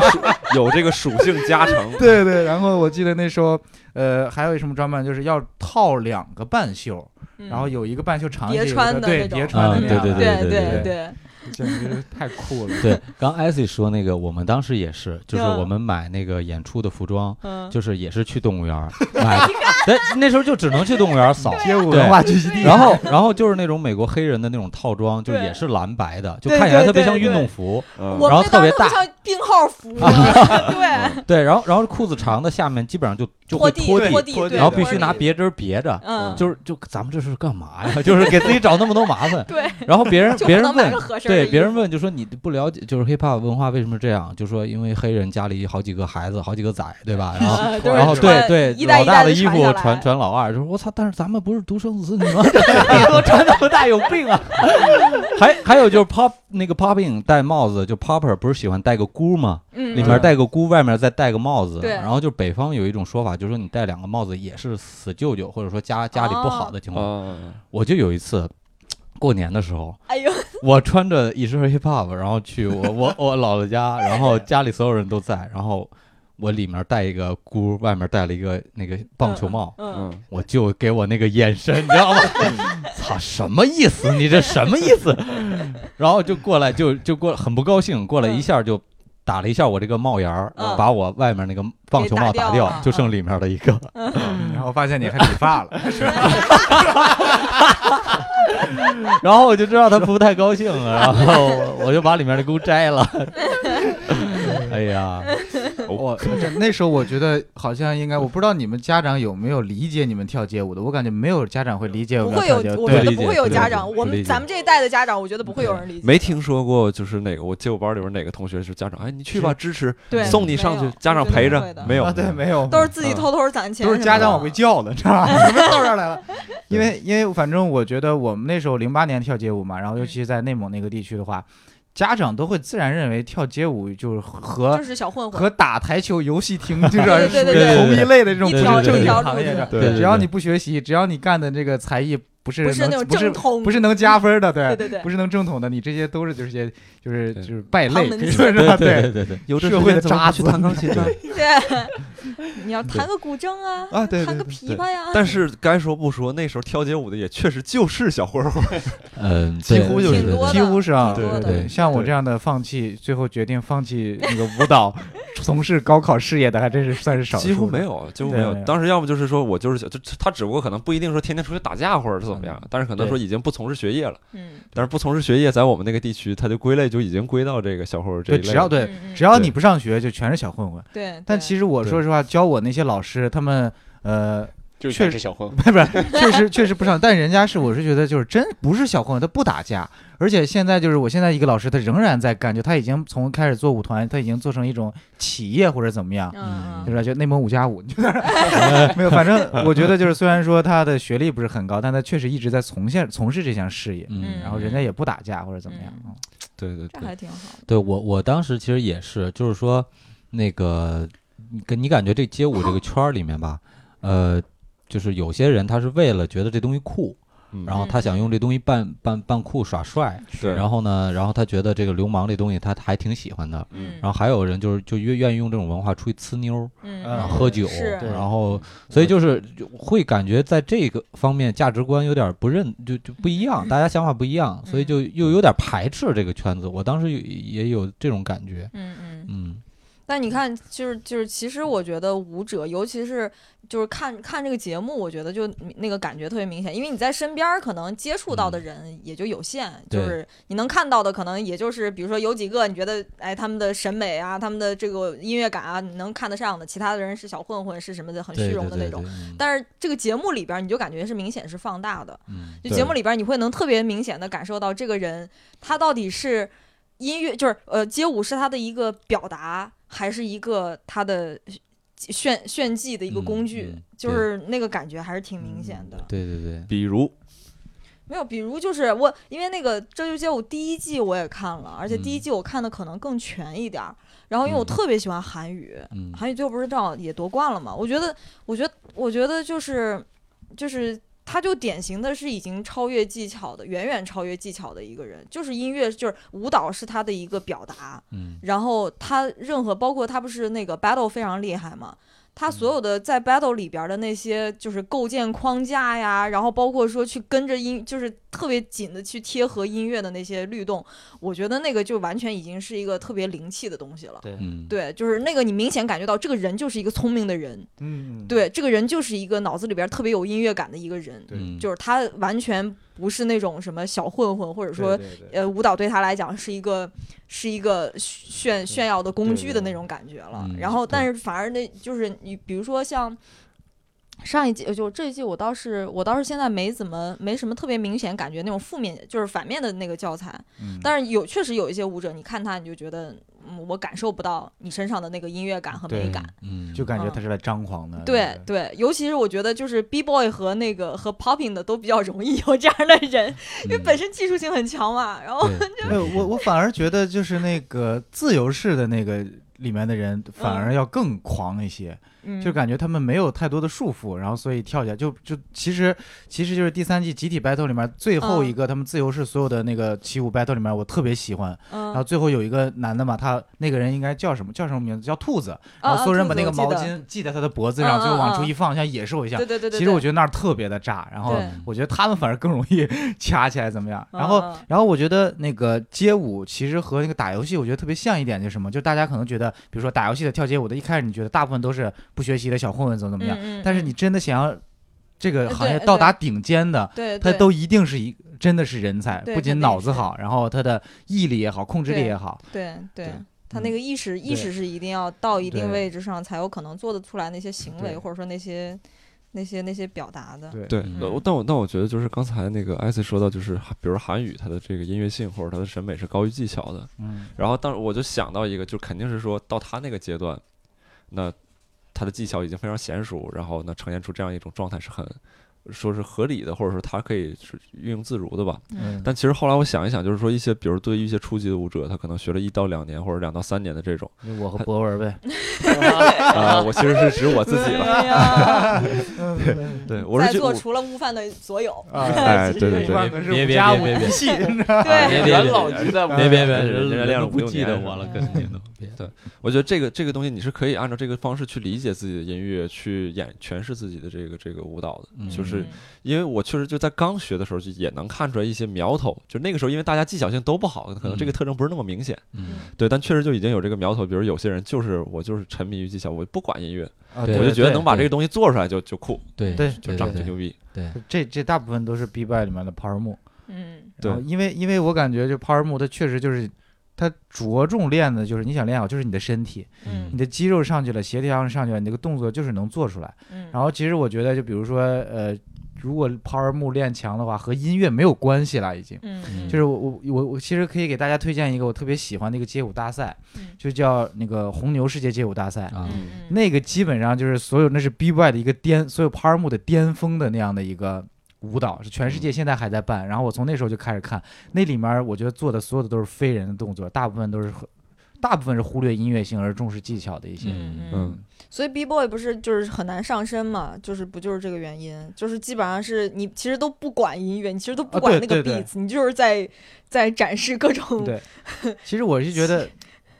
A: 有这个属性加成
B: 对对，然后我记得那时候，呃，还有什么装扮，就是要套两个半袖，
E: 嗯
B: 然后有一个半袖长一
E: 叠
B: 些，有一
E: 穿
B: 个
E: 的
B: 对
E: 那种
B: 叠穿的
C: 嗯
B: 那
C: 对
B: 样的，
E: 对
C: 对
B: 对
E: 对，
B: 简直是太酷了。
C: 对。刚 IC 说那个，我们当时也是，就是
E: 嗯
C: 我们买那个演出的服装，
E: 嗯，
C: 就是也是去动物 园儿买，但那时候就只能去动物园儿扫。
B: 街舞文化聚集地，
C: 然后，然后就是那种美国黑人的那种套装，就
E: 对
C: 也是蓝白的，就
E: 对
C: 看起来
E: 对
C: 特别
E: 对
C: 像运
E: 对
C: 动服。
A: 嗯
E: 我
C: 然后
E: 们
C: 特别
E: 当时都
C: 大
E: 像病号 服，
B: 嗯
E: 对，
C: 对，然后然后裤子长的下面基本上就就
E: 拖
C: 会
E: 地
C: 拖
E: 拖地，
C: 地，
H: 拖地
E: 对
C: 然后必须拿
E: 拖地
C: 别针儿别着。
E: 嗯，
C: 就是就咱们这是干嘛呀？ 就是给自己找那么多麻烦。
E: 对，
C: 然后别人
E: 就
C: 别
E: 不
C: 人
E: 能买
C: 问
E: 个，合身儿的
C: 对
E: 衣
C: 别人
E: 服
C: 问就说你不了解，就是 hiphop 文化为什么这样？就说因为黑人家里好几个孩子，好几个仔，对吧？然 后。
E: 呃都是
C: 然后对
E: 穿
C: 对，
E: 一代
C: 老
E: 一
C: 大
E: 代
C: 的
E: 地
C: 衣
E: 传
C: 服
E: 下
C: 传
E: 来
C: 传老二，就说我操！但是咱们不是独生子女 吗？你说传那么大有病啊！ 还还有就是 pop 那个 popping 戴帽子，就 popper 不是喜欢戴个箍吗？
E: 嗯
C: 里
E: 嗯
C: 面戴个箍，外面再戴个帽子。
E: 对
C: 然后就北方有一种说法，就说你戴两个帽子也是死舅舅，或者说家家里不好的
E: 哦
C: 情况。
A: 啊，
C: 我就有一次。过年的时候，
E: 哎呦，
C: 我穿着一身 hip hop，然后去 我我我姥姥家，然
E: 哎
C: 后家里所有人都在，然后我里面戴一个箍，外面戴了一个那个棒球帽，
E: 嗯，
A: 嗯，
C: 我就给我那个眼神，你知道吗？操，什么意思？你这什么意思？然后就过来，就就过，很不高兴，过来一下就打了一下我这个帽檐儿，
E: 嗯
C: 把我外面那个棒球帽打
E: 给打掉了
C: 就剩里面的一个。
B: 然后发现你还理发了，
C: 然后我就知道他不太高兴了，然后我就把里面的给我摘了。哎呀，
A: 我
B: 我这那时候我觉得好像应该，我不知道你们家长有没有理解你们跳街舞的，我感觉没有家长会理解我
E: 不
B: 们
E: 会
B: 跳
E: 有
B: 街，舞。
E: 我觉
C: 对
E: 得
C: 理解
E: 不会有
C: 对
E: 家
C: 对
E: 长，
C: 对
E: 我
C: 理
E: 们
C: 解
E: 咱们这一代的家长，我觉得不会有人理解。
A: 没听说过，就是哪个我街舞班里边哪个同学是家长，哎，你去吧，支持，
E: 对
A: 送你上
E: 没
A: 去
E: 有，
A: 家长
E: 我觉得
A: 陪
E: 不会
A: 着
E: 的，
A: 没有，
B: 啊，对，没有，
E: 都是自己
A: 嗯
E: 偷偷攒钱，
B: 都是家长往回。叫的，知道吧？你们到这儿来 了，因为因为反正我觉得我们那时候零八年跳街舞嘛，然后尤其是在内蒙那个地区的话，家长都会自然认为跳街舞就是和
E: 就是小混混，
B: 和打台球、游戏厅 就是
E: 对对对
B: 属于同
C: 对对
B: 一类的这种
E: 一
B: 不
E: 条
B: 是正
E: 一
B: 经
E: 条
B: 行
E: 路
B: 业
E: 子
B: 的。
C: 对
B: 只要你不学习，只要你干的这个才艺不是
E: 不是那
B: 能
E: 种
B: 不是
E: 正统，
B: 不是能加分 的，对
E: 对对对
B: 不是能正统的，你这些都是就是些就是
A: 对
B: 就是败类，
E: 旁门
B: 可以
E: 左
B: 说是吧？
C: 对对对，
A: 有这
B: 社
A: 时
B: 会
A: 间
B: 的
A: 怎么
B: 渣
A: 不去
B: 子
A: 弹钢琴呢？
E: 对，你要弹个古筝啊，
B: 啊对对
E: 弹个
B: 对
E: 琵
A: 对
E: 琶呀，
A: 但是该说不说，那时候跳街舞的也确实就是小混混儿，
C: 嗯，
A: 几
C: 对
A: 乎
C: 对
A: 就是
C: 对
E: 挺多
C: 对
E: 的
B: 几乎是啊，
E: 挺多的
C: 对对
B: 像我这样的放弃，最后决定放弃那个舞蹈，从事高考事业的，还真是算是少数
A: 几
B: 的。
A: 乎没有，几乎
B: 对
A: 没有
B: 没有。
A: 当时要么就是说我就是小就他只不过可能不一定说天天出去打架或者是怎么
B: 嗯
A: 样，但是可能说已经不从事学业了。
E: 嗯，
A: 但是不从事学业，在我们那个地区，他就归类就已经归到这个小混混这一
B: 对，
A: 类了。
B: 只要对，
E: 嗯，
B: 只要
A: 对
B: 你不上学，就全是小混混。
E: 对，
B: 但其实我
A: 对
B: 说实话，教我那些老师，他们呃，
D: 就
B: 确
D: 全
B: 实
D: 是小混混。
B: 不是不是，确实确实不上，但人家是我是觉得就是真不是小混混，他不打架，而且现在就是我现在一个老师，他仍然在干，就他已经从开始做舞团，他已经做成一种企业或者怎么样
E: 对，，嗯，
B: 就
E: 嗯
B: 是就内蒙五加五，就是 没有，反正我觉得就是虽然说他的学历不是很高，但他确实一直在从现从事这项事业，
C: 嗯，
B: 然后人家也不打架或者怎么样，啊
E: 嗯
A: 对对
E: 这
A: 对
E: 还，挺好的。
C: 对我我当时其实也是，就是说那个你跟你感觉这街舞这个圈儿里面吧，呃，就是有些人他是为了觉得这东西酷，
A: 嗯
C: 然后他想用这东西扮扮扮酷耍帅，
A: 对，
C: 然后呢，然后他觉得这个流氓这东西他还挺喜欢的。
E: 嗯，
C: 然后还有人就是就愿愿意用这种文化出去呲妞儿，
E: 嗯
B: 啊
E: 嗯
C: 喝酒，
E: 是
B: 对
C: 然后所以就是就会感觉在这个方面价值观有点不认，就就不一样，大家想法不一样，所以就
E: 嗯
C: 又有点排斥这个圈子。我当时也也有这种感觉，
E: 嗯嗯，
C: 嗯，
E: 但你看，就是就是，其实我觉得舞者，尤其是就是看看这个节目，我觉得就那个感觉特别明显，因为你在身边儿可能接触到的人也就有限，就
C: 嗯对
E: 是你能看到的可能也就是，比如说有几个你觉得哎他们的审美啊，他们的这个音乐感啊，你能看得上的，其他的人是小混混，是什么的，很虚
C: 对
E: 荣
C: 对
E: 的那
C: 对
E: 种
C: 对。，嗯
E: 但是这个节目里边儿，你就感觉是明显是放大的，
C: 嗯
E: 就
A: 对
E: 节目里边，你会能特别明显的感受到这个人，他到底是音乐，就是呃，街舞是他的一个表达，还是一个他的呃炫炫技的一个工具，
C: 嗯嗯
E: 就是那个感觉还是挺明显的。
C: 对对对，
A: 比如
E: 没有，比如就是我，因为那个《这就是街舞》第一季我也看了，而且第一季我看的可能更全一点儿。然后因为我
C: 嗯
E: 特别喜欢韩语，
C: 嗯，
E: 韩语最后不是正好也夺冠了嘛？我觉得，我觉得，我觉得就是，就是他就典型的是已经超越技巧的，远远超越技巧的一个人。就是音乐，就是舞蹈是他的一个表达，
C: 嗯
E: 然后他任何包括他不是那个 battle 非常厉害嘛？他所有的在 battle 里边的那些就是构建框架呀，然后包括说去跟着音，就是特别紧的去贴合音乐的那些律动，我觉得那个就完全已经是一个特别灵气的东西了。
C: 嗯，
E: 对，就是那个你明显感觉到这个人就是一个聪明的人，
B: 嗯，
E: 对，这个人就是一个脑子里边特别有音乐感的一个人，
C: 嗯，
E: 就是他完全不是那种什么小混混，或者
B: 对
E: 说
B: 对对
E: 呃舞蹈对他来讲是一个是一个炫炫耀的工
B: 对
E: 具
B: 对
E: 的
B: 对
E: 那种感觉了。
C: 嗯
E: 然后，但
C: 对
E: 是反而那就是你比如说像。上一季呃就这一季，我倒是我倒是现在没怎么没什么特别明显感觉那种负面就是反面的那个教材，
B: 嗯
E: 但是有确实有一些舞者，你看他你就觉得，嗯，我感受不到你身上的那个音乐感和美
B: 对
E: 感。
C: 嗯，
B: 就感觉他是来张皇的，
E: 对对，尤其是我觉得就是 B boy 和那个和 popping 的都比较容易有这样的人，因
C: 因
E: 为
B: 嗯
E: 本身技术性很强嘛。然后，
B: 没
C: 嗯
B: 有，我我反而觉得就是那个自由式的那个里面的人，反而要更狂一些，
E: 嗯，
B: 就感觉他们没有太多的束缚，然后所以跳起来就就其实其实就是第三季集体 battle 里面最
E: 嗯
B: 后一个他们自由式所有的那个起舞 battle 里面，我特别喜欢，然后
E: 嗯，
B: 最后有一个男的嘛，他那个人应该叫什么叫什么名字？叫兔子，然
E: 啊
B: 后所有人
E: 兔
B: 把
E: 子
B: 那个
E: 我记
B: 毛
E: 得
B: 巾系在他的脖子
E: 嗯
B: 上，最后往
E: 嗯
B: 出
E: 嗯
B: 一放，像野兽一样
E: 对。对对对，
B: 其实我
E: 觉
B: 觉得那儿特别的炸，然后
E: 对
B: 我觉得他们反而更容易 掐起来怎么样？
E: 嗯
B: 然后
E: 嗯，
B: 然后我觉得那个街舞其实和那个打游戏，我觉得特别像一点，就是什么？就大家可能觉得，比如说打游戏的、跳街舞的，一开始你觉得大部分都是不学习的小混混，怎么怎么样？
E: 嗯嗯
B: 但是你
E: 嗯
B: 真的想要这个
E: 呃
B: 行
E: 对
B: 业
E: 呃
B: 到
E: 对
B: 达顶尖的，
E: 对
B: 他
E: 对
B: 都一定是一真的是人才，
E: 对
B: 不仅
E: 肯定
B: 脑子
E: 是
B: 好，然后他的毅力也好，控制力
E: 对
B: 也好。
E: 对
B: 对
E: 对
B: 嗯
E: 他那个意识、意
C: 对
E: 识是一定要到一定
C: 对
E: 位置上才有可能做得出来那些行为，
C: 对
E: 或者说那些那些那些表达的。
F: 对
A: 对，
C: 嗯
A: 那我但我但我觉得就是刚才那个艾斯说到，就是比如韩语，它的这个音乐性或者它的审美是高于技巧的。
C: 嗯
A: 然后当时我就想到一个，就肯定是说到他那个阶段，那他的技巧已经非常娴熟，然后呢呈现出这样一种状态是很说是合理的，或者说他可以是运用自如的吧。
F: 嗯
A: 但其实后来我想一想，就是说一些比如对于一些初级的舞者，他可能学了一到两年或者两到三年的这种，
B: 就我和博文呗，
A: 啊、我其实是指我自己 了。
E: 对呀，
A: 对，我
E: 在
A: 是觉
E: 座
A: 我
E: 除了悟饭的 所有，
F: 啊，
A: 哎，对对
F: 一
A: 对，
F: 般可能是
C: 别别
F: 五加
C: 别别
F: 五
C: 别
F: 一系，
B: 啊
E: 对，
C: 别别
D: 元
C: 别
D: 老级的，
C: 别 别别，
A: 人家练了
C: 都不
A: 五六
C: 记得
A: 年
C: 我了，
E: 是
C: 嗯
E: 吧
C: 跟你都别。
A: 我觉得这个这个东西你是可以按照这个方式去理解自己的音乐，去演诠释自己的这个这个舞蹈的。
C: 嗯
A: 就是因为我确实就在刚学的时候就也能看出来一些苗头，就那个时候因为大家技巧性都不好，可能这个
C: 嗯
A: 特征不是那么明显，
C: 嗯
A: 对，但确实就已经有这个苗头。比如有些人就是我就是沉迷于技巧，我不管音乐，
F: 啊
C: 对
A: 我就觉得能把
C: 对
A: 这个东西做出来就就酷，
C: 对
B: 对
A: 就
C: 对
A: 长得
C: 对
A: 就牛
C: 对
A: 逼。
C: 对，
B: 这这大部分都是 B 拜里面的 Power Move。
E: 嗯
A: 对
B: 然后因为因为我感觉就 Power Move 它确实就是它着重练的就是你想练好就是你的身体，
E: 嗯
B: 你的肌肉上去了，协调上去了，你这个动作就是能做出来。
E: 嗯，
B: 然后其实我觉得就比如说呃，如果 Power Move 练强的话，和音乐没有关系了已经。
E: 嗯
B: 就是我我我我其实可以给大家推荐一个我特别喜欢的一个街舞大赛，
E: 嗯
B: 就叫那个红牛世界街舞大赛。
C: 啊，
E: 嗯
B: 那个基本上就是所有那是 B Y 的一个巅，所有 p a r m 的巅峰的那样的一个舞蹈，是全世界
E: 嗯
B: 现在还在办。然后我从那时候就开始看，那里面我觉得做的所有的都是非人的动作，大部分都是很大部分是忽略音乐性而重视技巧的一些。
E: 嗯嗯
A: 嗯，
E: 所以 B boy 不是就是很难上身嘛，就是不就是这个原因，就是基本上是你其实都不管音乐，你其实都不
B: 啊
E: 管
B: 对
E: 那个
B: 对对
E: beats，你就是在在展示各种
B: 嗯对，
E: 嗯
B: 其实我是觉得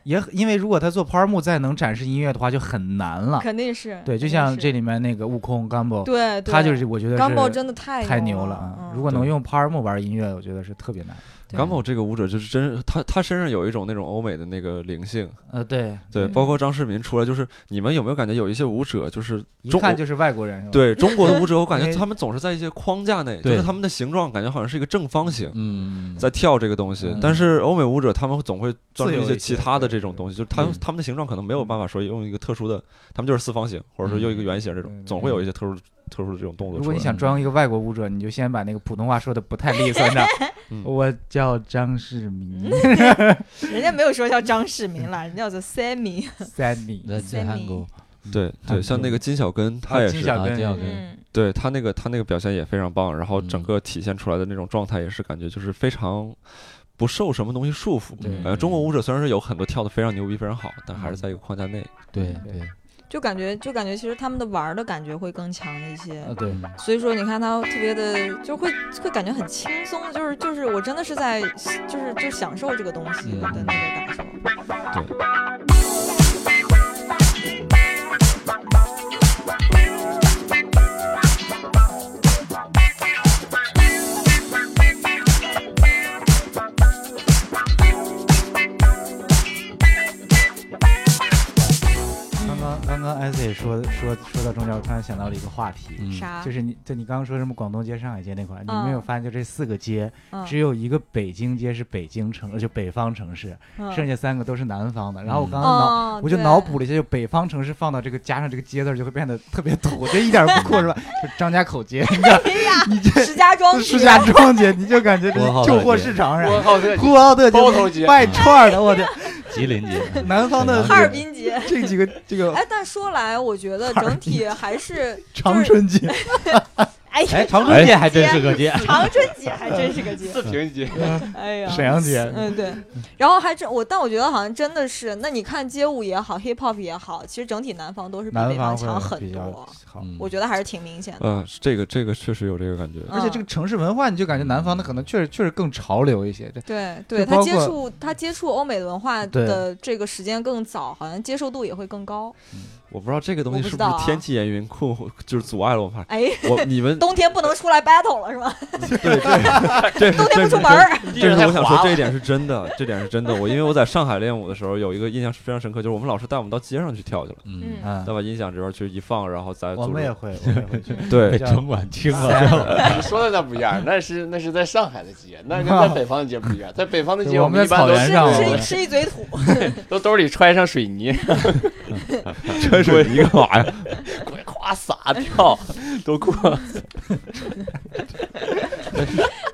B: 也很因为如果他做 p a r m 再能展示音乐的话就很难了。
E: 肯定是
B: 对，就像这里面那个悟空 Gumbo，
E: 对，对
B: 他就是我觉得
E: 钢爆
B: 是
E: 真的太
B: 太
E: 牛
B: 牛了
E: 啊
B: 啊！！如果能用 p a r m 玩音乐，我觉得是特别难。
A: g a m o 这个舞者就是真，他他身上有一种那种欧美的那个灵性，
B: 呃，对，
C: 嗯
A: 对，包括张世民出来，就是你们有没有感觉有一些舞者就是
B: 一
A: 中
B: 看就是外国人，是吧？
A: 对中国的舞者，我感 觉
B: 因为
A: 他们总是在一些框架内，就
C: 对
A: 是他们的形状感觉好像是一个正方形。
C: 嗯，
A: 在跳这个东西，但是欧美舞者他们总会钻
F: 自
A: 出
F: 由
A: 一些
F: 一
A: 其
F: 些
A: 他的
F: 对
A: 这种东西，就是他们
C: 嗯
A: 他们的形状可能没有办法说用一个特殊的，他们就是四方形或者说用一个圆形这
F: 嗯
A: 种，
F: 对
A: 总会有一些特殊特殊的这种动作出
B: 如果你
A: 来。
B: 想装一个外国舞者，你就先把那个普通话说的不太利索， 你知道
A: 嗯
B: 我叫张世民
E: 嗯 人家没有说叫张世民啦，人家叫做 Sammy。
B: ，Sunny，
C: 在在韩国，
A: 对对，像那个金小根，他
B: 啊
A: 也
B: 金
A: 是，
B: 小
C: 啊
B: 根
C: 这样
B: 对
C: 跟
E: 嗯
A: 对他那个他那个表现也非常棒，然后整
C: 嗯
A: 个体现出来的那种状态也是感觉就是非常不受什么东西束缚。
C: 对
A: 呃，中国舞者虽然是有很多跳的非常牛逼、非常好，但还是在一个框架内。
C: 对对，
E: 就感觉就感觉其实他们的玩儿的感觉会更强一些，
B: 啊对，
E: 所以说你看他特别的，就会会感觉很轻松，就是就是我真的是在就是就享受这个东西的那个感受。
B: 刚
E: 嗯
B: 刚刚刚艾斯也说说说到中间，我突然想到了一个话题，
C: 嗯
E: 啥？
B: 就是你就你刚刚说什么广东街、上海街那块儿，你有没有
E: 啊嗯
B: 发现就这四个街，
E: 嗯
B: 只有一个北京街是北京城，呃就北方城市，
E: 嗯
B: 剩下三个都是南方的。然后
A: 嗯
B: 我刚刚脑
E: 哦，
B: 我就
E: 对
B: 脑补了一下，就北方城市放到这个加上这个街字儿，就会变得特别土，这一点儿不酷是吧？就张家口街，你知道 你这
E: 石家庄
B: 石
E: 节
B: 家庄街，你就感觉这
C: 呼和浩特
B: 旧货
C: 街
B: 市场上
D: 我，靠，这
B: 呼和浩特街
D: 包头街
B: 卖串儿的， 我的
C: 吉林姐，
B: 南方的
C: 很
E: 哈
C: 难
E: 尔滨节。
B: 这几个这个
E: 哎，但说来，我觉得整体还是
B: 长春 街，
E: 哎呀，
C: 哎，长春街还真是个街，
E: 长春节还真是个 节。
D: 四平街，
E: 哎呀，
B: 沈阳街
E: 嗯，对， 然后还真我，但我觉得好像真的是，那你看街舞也好，hip hop 也好，其实整体南方都是比
B: 南
E: 北
B: 方会
E: 强
B: 比
E: 很
B: 较嗯
E: 多，
B: 好。
C: 嗯
E: 我觉得还是挺明显的。
A: 呃，这个这个确实有这个感觉。
B: 而且这个城市文化，你就感觉南方的可能确实确实更潮流一些。这
E: 对对，
B: 就
E: 他
B: 包
E: 接
B: 括
E: 触他接触欧美文化的这个时间更早，好像接受度也会更高。
A: 我不知道这个东西
E: 我不
A: 是
E: 知
A: 不
E: 道啊
A: 是天气原因困惑，就是阻碍了我发展。
E: 哎，
A: 我你们
E: 冬天不能出来 battle 了是吧？
A: 对这这
E: 冬天
A: 这
E: 不
A: 是
E: 出门儿，
A: 这是我想说，这一点是真的，这点是真的。我因为我在上海练舞的时候，有一个印象非常深刻，就是我们老师带我们到街上去跳去了，
C: 嗯，
E: 嗯
B: 嗯
A: 再，把音响这边去一放，然后再
F: 我
A: 组
F: 们也
A: 织
F: 会，我们也会去。
A: 对
C: 被 城管哎听了，
D: 你说的那不一样，那是那是在上海的街，那跟在北方的街不一样。在北方的街，
B: 对我们
D: 们一
B: 在
D: 般都
B: 草原上
E: 吃
B: 我
E: 一
B: 们
E: 吃一嘴土，
D: 都兜里揣上水泥，
A: 这是一个嘛 呀？
D: 鬼夸撒掉，多酷！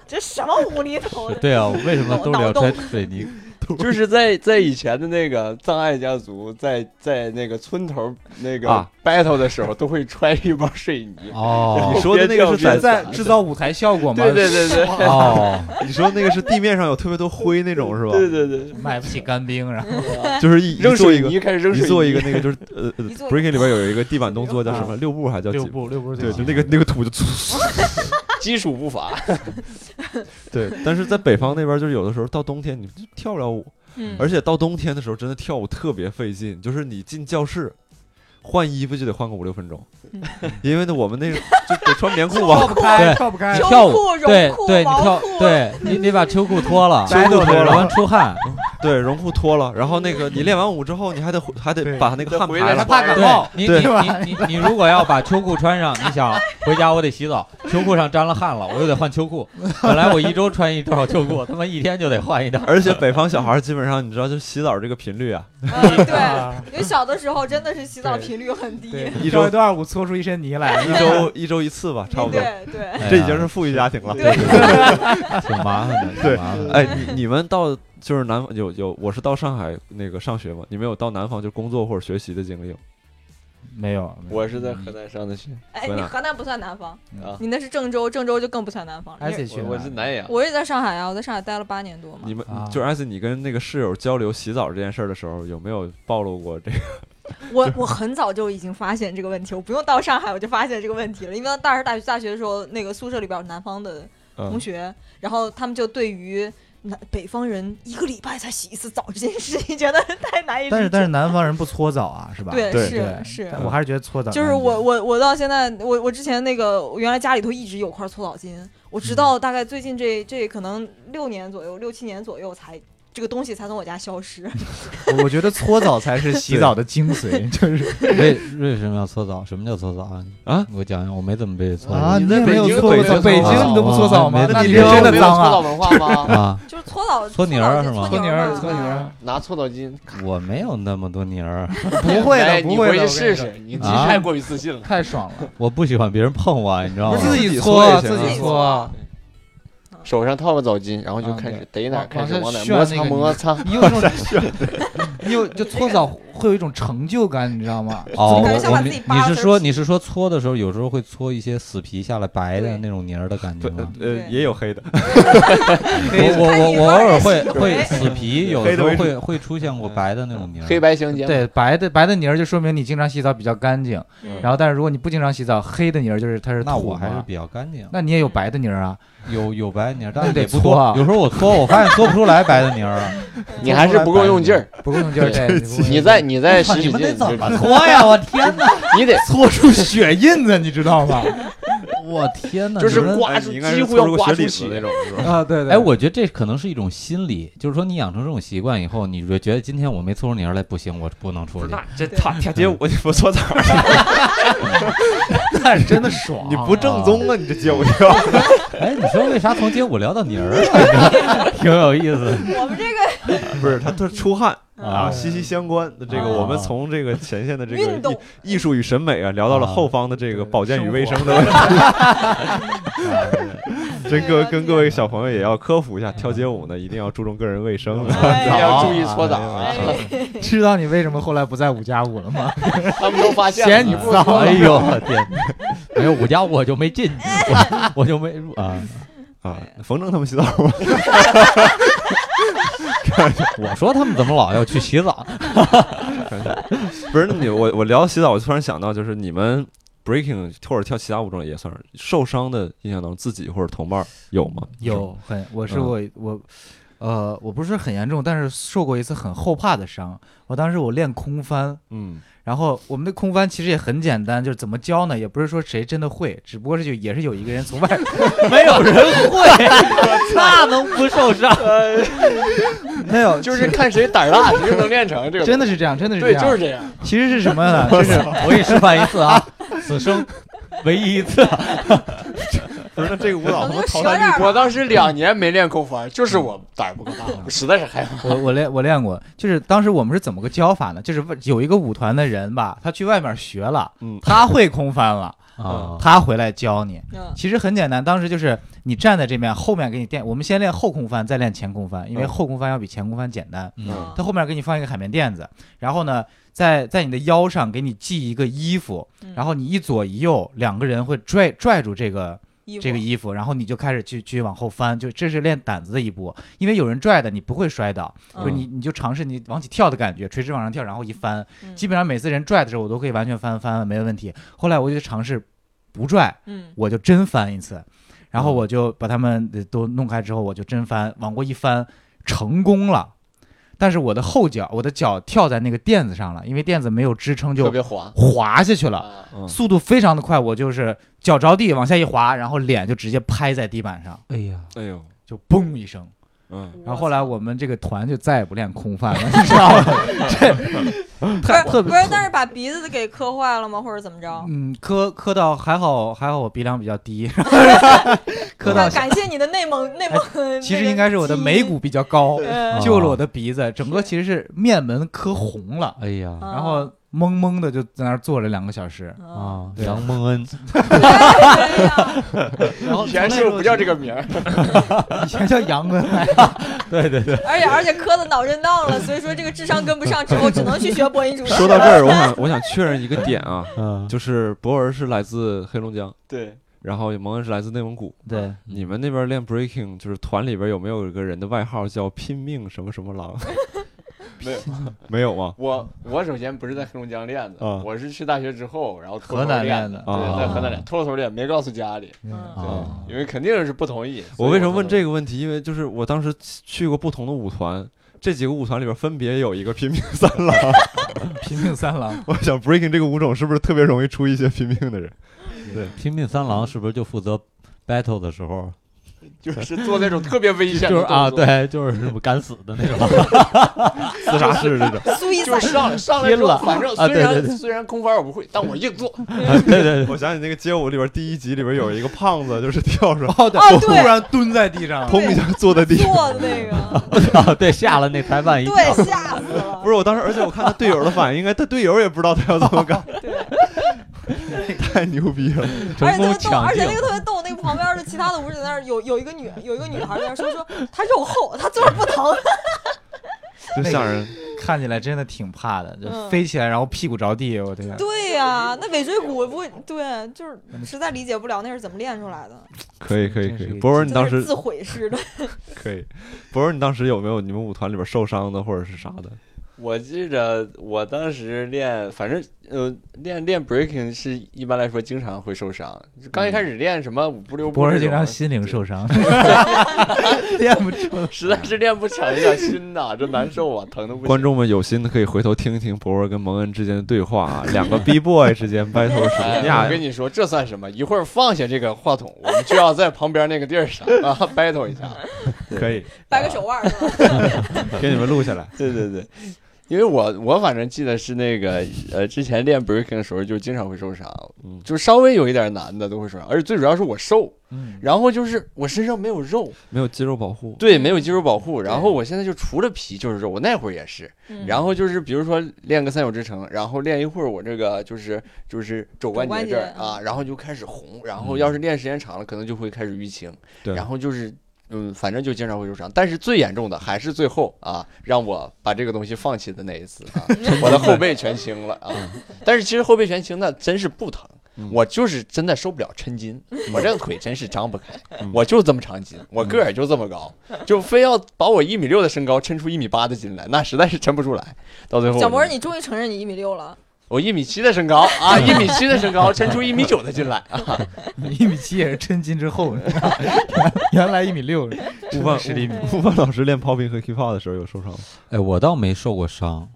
E: 这什么无厘头的？
C: 对啊，我为什么兜里要
E: 脑洞
C: 揣水泥？
D: 就是在在以前的那个藏爱家族，在在那个村头那个
A: 啊
D: battle 的时候，都会揣一包水 泥。
C: 哦
A: 你说的那个是
D: 别
A: 在
D: 跳
B: 在制造舞台效果嘛，
D: 对对对对
C: 哦，
A: 你说那个是地面上有特别多灰那种是吧？
D: 对对对，
B: 买不起干冰，然后
A: 就是一
D: 扔
A: 一做
D: 水
A: 一个
D: 泥开始扔
A: 一
D: 水泥，
A: 做一个那个就是呃呃
E: 一做一个
A: breaking 里边有一个地板动作叫什么六步还叫
B: 六
A: 几？
B: 步六步
A: 对，就那个那个土就
D: 基础步 伐，
A: 对，但是在北方那边就是有的时候到冬天你就跳不了舞，
E: 嗯，
A: 而且到冬天的时候真的跳舞特别费劲，就是你进教室。换衣服就得换个五六分钟
E: 嗯，
A: 因为呢，我们那个就得穿棉裤
B: 跳
A: 啊，
B: 不开
C: 对
B: 跳不开
E: 秋，
C: 跳舞
E: 裤，绒
C: 对
E: 裤、
C: 对，你
E: 毛
C: 跳
E: 裤，，
C: 对你你把秋裤脱了，
A: 秋裤脱了
C: 然后出 汗，
A: 对，绒裤脱了，然后那个你练完舞之后，你还得回还得
B: 对
A: 把那个
D: 再
A: 汗
D: 回
A: 排
D: 来
A: 了
B: 他，怕感冒，
C: 你
A: 对
C: 你你你你如果要把秋裤穿上，你想回家我得洗澡，秋裤上沾了汗了，我又得换秋裤。本来我一周穿一套秋裤，他妈一天就得换一套。
A: 而且北方小孩儿基本上你知道，就洗澡这个频率啊，
E: 嗯， 对，
B: 啊
E: 因为小的时候真的是洗澡
B: 对
E: 频率很低，
B: 对
E: 对，
A: 一
B: 跳
A: 周
B: 一段舞搓出一身泥来，
A: 一周一周一次吧，差不多。
E: 对对，
A: 这已经是富裕家庭了。
E: 对
C: 挺麻烦 的，
A: 对
C: 挺麻烦 的。
A: 哎，你你们到就是南方有有，我是到上海那个上学嘛，你们有到南方就工作或者学习的经历吗？
B: 没有，没有
D: 我是在河南上的学
E: 哎，
A: 河
E: 你
A: 南
E: 河南不算南方，
D: 啊，
E: 你那是郑州，郑州就更不算南方了。
B: 还
E: 因为
B: 得去
D: 我
B: 哪
D: 我是南阳，
E: 我也在上海啊，我在上海待了八年多嘛
A: 你。们
B: 啊
A: 就是艾斯，你跟那个室友交流洗澡这件事儿的时候，有没有暴露过这个？
E: 我我很早就已经发现这个问题，我不用到上海我就发现这个问题了，因为当时大学大学的时候，那个宿舍里边有南方的同
A: 嗯，
E: 学，然后他们就对于南北方人一个礼拜才洗一次澡这件事情，觉得 太难以
B: 但是
E: 理解
B: 但是南方人不搓澡啊，是吧？
E: 对
A: 对
E: 是是
B: 但。我还是觉得搓澡
E: 就是我我我到现在我我之前那个我原来家里头一直有块搓澡巾，我
B: 嗯
E: 直到大概最近这这可能六年左右六七年左右才这个东西才从我家消失。
B: 我我觉得搓澡才是洗澡的精髓，就是
C: 为为什么要搓澡？什么叫搓澡啊？
A: 啊，
C: 我讲讲，我没怎么被搓
B: 啊，
C: 过
B: 你那没有
A: 北京
B: 搓过
A: 北
B: 澡，
A: 京
B: 北京你都不搓澡吗
C: 没？
B: 那
A: 那
B: 你
A: 你
B: 这
A: 这
B: 真的
D: 没有
B: 脏
D: 搓澡
B: 啊！
D: 文化 吗？
C: 啊。
E: 就是搓澡
C: 搓泥儿是吗
E: 搓
B: 搓泥儿
E: 嘛
B: 搓泥儿，
D: 拿搓澡 巾，
C: 我没有那么多泥儿，
B: 不会
D: 哎
B: 的，
D: 你
B: 不会
D: 回
B: 的，
D: 去
B: 我跟
D: 试
B: 你
D: 试
B: 说，
D: 你
C: 啊
D: 太过于自信了。
B: 太爽了，
C: 我不喜欢别人碰我，啊你知道
A: 不
C: 吗
A: 是？自己
B: 搓
A: 搓也行啊
B: 自己搓，
D: 啊手上套个澡巾，然后就
B: 啊
D: 开始
B: 对
D: 逮哪儿
B: 往
D: 开始
B: 往
D: 往哪
B: 上
D: 儿摩
B: 旋
D: 擦
B: 那个
D: 摩擦，
B: 你有一种，你有就搓澡会有一种成就感，你知道吗？
C: 哦，
E: 感觉
C: 我
E: 像
C: 我
E: 把自
C: 明
E: 己扒
C: 你
E: 了
C: 是
E: 层
C: 说
E: 皮
C: 你是说搓的时候，有时候会搓一些死皮下来白的
E: 对
C: 那种泥儿的感 觉
A: 对
C: 吗？
A: 呃
E: 对
A: 也有黑的，
C: 我我 我我偶尔会会
E: 黑
C: 死皮，有
A: 黑的
C: 的时候
A: 为主
C: 会会出现过白的那种泥儿。
D: 黑白相间。，
B: 对，白的白的泥儿就说明你经常洗澡比较干净，
E: 嗯
B: 然后但是如果你不经常洗澡，黑的泥儿就是它是
C: 那
B: 土
C: 我还是
B: 嘛
C: 比较干 净，
B: 那你也有白的泥儿啊？
C: 有有白的泥儿，但
B: 那
C: 是
B: 得
C: 也不
B: 搓
C: 多
B: 啊。
C: 有时候我搓，我发现搓不出来白的泥儿。
D: 你还是不够用劲儿。
B: 不够用劲儿，对，不够用
D: 你
B: 劲儿
D: 再你再
C: 操
D: 使使
C: 你们
D: 劲，
C: 得
D: 你就
C: 怎么搓呀？我 天哪！
D: 你得
B: 搓出血印子，你知道 吗？
C: 我天哪！
D: 就是
C: 你们
D: 刮
A: 哎
D: 出
A: 你应该
D: 几
A: 是
D: 乎
A: 搓
D: 要
A: 出个
D: 刮
A: 雪
D: 出
A: 里子
D: 血
A: 那种，是 吧？
B: 啊，对对，
C: 哎，我觉得这可能是一种心理，就是说你养成这种习惯以后，你觉得今天我没搓出泥儿来，不行，我不能出去。
A: 这跳跳街舞你不搓澡，
B: 那是真的 爽，
A: 你不正宗啊！你这街舞跳，
C: 哎，你说为啥从街舞聊到泥儿 了？挺有意思的。
E: 我们这个
A: 不是他他出汗啊，
E: 啊
A: 息息相关。那这个
C: 啊
A: 我们从这个前线的这
E: 运
A: 个
E: 动，
A: 艺艺术与审美啊，聊到了
C: 啊
A: 后方的这个
B: 对
A: 保健与
B: 生
A: 卫
B: 活
A: 生的问题。 真
E: 对
A: 各
E: 了
A: 跟
E: 解
A: 各位小朋友也要科普一下，跳街舞呢一定要注重个人卫生。啊
E: 哎
D: 你要注意
B: 啊
D: 搓澡
A: 哎
D: 啊！
A: 呦
B: 知道你为什么后来不在五加五了吗？
D: 他们都发现了
B: 嫌
D: 你
B: 你
D: 不
B: 脏
D: 搓
C: 哎 呦我天哪！没有五加五我就没进去，我我就没入啊。
A: 啊，冯正他们洗澡吗？
C: 我说他们怎么老要去洗 澡？
A: 不是，那你我我聊洗澡，我突然想到，就是你们 breaking 或者跳其他舞种也算 是受伤的印象当中，自己或者同伴儿有吗？
B: 有很，我是
A: 嗯
B: 我我呃，我不是很严重，但是受过一次很后怕的伤。我当时我练空翻，
A: 嗯，
B: 然后我们的空翻其实也很简单，就是怎么教呢？也不是说谁真的会，只不过是就也是有一个人从外，
C: 没有人会， 那能不受伤？
B: 没有，
D: 就是看谁胆儿大，谁就能练成这个。
B: 真的是这样，真的是这
D: 对，
B: 样。
D: 就是这样。
B: 其实是什么呢？就是
C: 我给你示范一次啊， 此生唯一一次。
I: 不是那这个舞
E: 我
I: 蹈
E: 们
I: 他妈
E: 就折
I: 淘
E: 这
I: 汰率
E: 儿
D: 我
E: 吧。
D: 当时两年没练空翻，就是我胆儿不够大，我实在是害怕。
B: 我我练我练过，就是当时我们是怎么个教法呢？就是问有一个舞团的人吧，他去外面学了，
A: 嗯
B: 他会空翻了，
C: 啊，
B: 他回来教你。
E: 嗯，
B: 其实很简单，当时就是你站在这面，后面给你垫，我们先练后空翻，再练前空翻，因为
A: 嗯
B: 后空翻要比前空翻简单。
C: 嗯
B: 他后面给你放一个海绵垫子，然后呢，在在你的腰上给你系一个衣服，
E: 嗯
B: 然后你一左一右两个人会拽拽住这个
E: 衣服
B: 这个衣服，然后你就开始去去往后翻，就这是练胆子的一步，因为有人拽的你不会摔倒，
E: 嗯
B: 就你你就尝试你往起跳的感觉，垂直往上跳，然后一翻，
E: 嗯
B: 基本上每次人拽的时候我都可以完全翻翻没问题。后来我就尝试不拽，
E: 嗯
B: 我就真翻一次，然后我就把他们呃都弄开之后，我就真翻，往过一翻，成功了。但是我的后脚，我的脚跳在那个垫子上了，因为垫子没有支撑
D: 特
B: 就
D: 别滑
B: 滑下去 了，
D: 啊！
A: 嗯
B: 速度非常的快，我就是脚着地往下一滑，然后脸就直接拍在地板上，
C: 哎呀，
A: 哎呦，
B: 就嘣一声。
A: 嗯，
B: 然后后来我们这个团就再也不练空翻了， 你知道吗？这
E: 不是
B: 太 特别
E: 不是，但是把鼻子给磕坏了吗？或者怎么着？
B: 嗯，磕磕到还好还好，我鼻梁比较 低，磕到哎
E: 那感谢你的内蒙内蒙，
B: 其
E: 那
B: 实
E: 个
B: 应该是我的
E: 基
B: 眉
E: 因
B: 骨比较高，
E: 呃
B: 救了我的鼻子，整个其实是面门磕红了，
C: 哎呀
E: 啊
B: 然后懵懵的就在那儿坐了两个小时，
E: 啊，
C: 啊，
B: 对
C: 杨蒙恩，
E: 哎呀
B: 然后
D: 以前是不是不叫这个名儿？
B: 以前叫杨恩来，
C: 对对对，
E: 而且而且磕的脑震荡了，所以说这个智商跟不上，之后只能去学播音主持。
A: 说到这儿，我想 我想确认一个点 啊，
C: 嗯，
A: 就是博文是来自黑龙江，
D: 对，
A: 然后蒙恩是来自内蒙古。
B: 对，
A: 你们那边练 breaking，就是团里边有没有一个人的外号叫拼命什么什么 狼？
D: 没有。
A: 没有吗？
D: 我我首先不是在黑龙江练的，
A: 啊
D: 我是去大学之后，然后偷偷
B: 河南
D: 练
B: 练的哦
A: 啊
D: 对，在河南练，偷偷练，没告诉家里，
E: 嗯
C: 啊
D: 对，因为肯定是不同意。
A: 我为什么问这
D: 个？
A: 个问题？因为就是我当时去过不同的舞团，这几个舞团里边分别有一个拼命三郎。
B: 拼命三郎，
I: 我想 breaking 这个舞种是不是特别容易出一些拼命的人？
C: 拼命三郎是不是就负责 battle 的时候，
D: 就是做那种特别危险的
C: 就是啊，
D: 动作，
C: 对，就是什么敢死的那种，
I: 自杀式这种，
E: 苏一
D: 就是
E: 散，
D: 上来上来之
C: 拼了
D: 后，反正
C: 啊
D: 虽
C: 对对
D: 然
C: 对
D: 虽然空翻我不会，但我硬做。
C: 对对对，
I: 我想起那个街舞里边第一集里边有一个胖子，就是跳出来，
B: 哦对，
E: 啊
B: 突
E: 对
B: 然蹲在地 上，
I: 砰一下坐在地 上。
E: 做的那 个，
C: 啊对，吓了那裁判一跳，
E: 对，吓死了。
I: 不是我当时，而且我看他队友的反应，应该他队友也不知道他要怎么干， 太牛逼了！
E: 而
C: 成
E: 且特别逗，
C: 功抢
E: 而且
C: 镜
E: 那，个特别逗，那个旁边的其他的舞者在那儿有有一个女有一个女孩在那儿说说她肉厚，她坐着不 疼。
A: 就吓人。
B: 看起来真的挺怕的，就
E: 嗯
B: 飞起来然后屁股着地，我天，
E: 对呀、那尾椎骨不会，对，就是实在理解不了那是怎么练出来的，
A: 可以可以
B: 真
A: 可以
B: 是一，个
A: 博文，
C: 嗯
E: 真
A: 你
E: 的
A: 当
E: 是
A: 时
E: 自毁似的。
A: 可以，博文，你当时有没有你们舞团里边受伤的或者是啥的？
D: 我记着我当时练，反正呃练练 breaking 是一般来说经常会受伤。就刚一开始练什么五不溜步
B: 博
D: 这
B: 士
D: 种，
B: 经常心灵受伤，练不住，
D: 实在是练不成，有点心呐，这难受啊，疼的不行。
A: 观众们有心的可以回头听一听博文跟蒙恩之间的对话啊，两个 B boy 之间 battle 什 么
D: 哎，
A: 呀
D: 我？跟你说，这算什么？一会儿放下这个话筒，我们就要在旁边那个地儿上啊 battle 一下。
A: 可以
E: 掰个手腕 儿是吧？
A: 给你们录下来。
D: 对对对，因为我我反正记得是那个呃，之前练 breaking 的时候就经常会受伤，
A: 嗯
D: 就稍微有一点难的都会受伤，而且最主要是我瘦，
B: 嗯，
D: 然后就是我身上没有肉，
A: 没有肌肉保护，
D: 对，没有肌肉保护，然后我现在就除了皮就是肉，我那会儿也是，
E: 嗯
D: 然后就是比如说练个三角支撑，然后练一会儿我这个就是就是肘关
E: 关
D: 节这儿
E: 节
D: 啊，然后就开始红，然后要是练时间长了，可能就会开始淤青，
A: 嗯对
D: 然后就是。嗯，反正就经常会受伤，但是最严重的还是最后啊，让我把这个东西放弃的那一次啊， 我的后背全青了啊。但是其实后背全青那真是不疼，
A: 嗯
D: 我就是真的受不了抻筋，我这个腿真是张不开，
A: 嗯
D: 我就这么长筋，我个儿也就这么高，就非要把我一米六的身高抻出一米八的筋来，那实在是抻不出来。到最后我就，
E: 小博，你终于承认你一米六了，
D: 我一米七的身高啊，一米七的身高，抻出一米九的进来啊，
B: 你一米七也是抻筋之后，原原来一米六，
I: 悟饭
B: 十厘米。
E: 嗯
I: 悟饭老师练 popping 和 hip hop 的时候有受伤吗？
C: 哎，我倒没受过伤，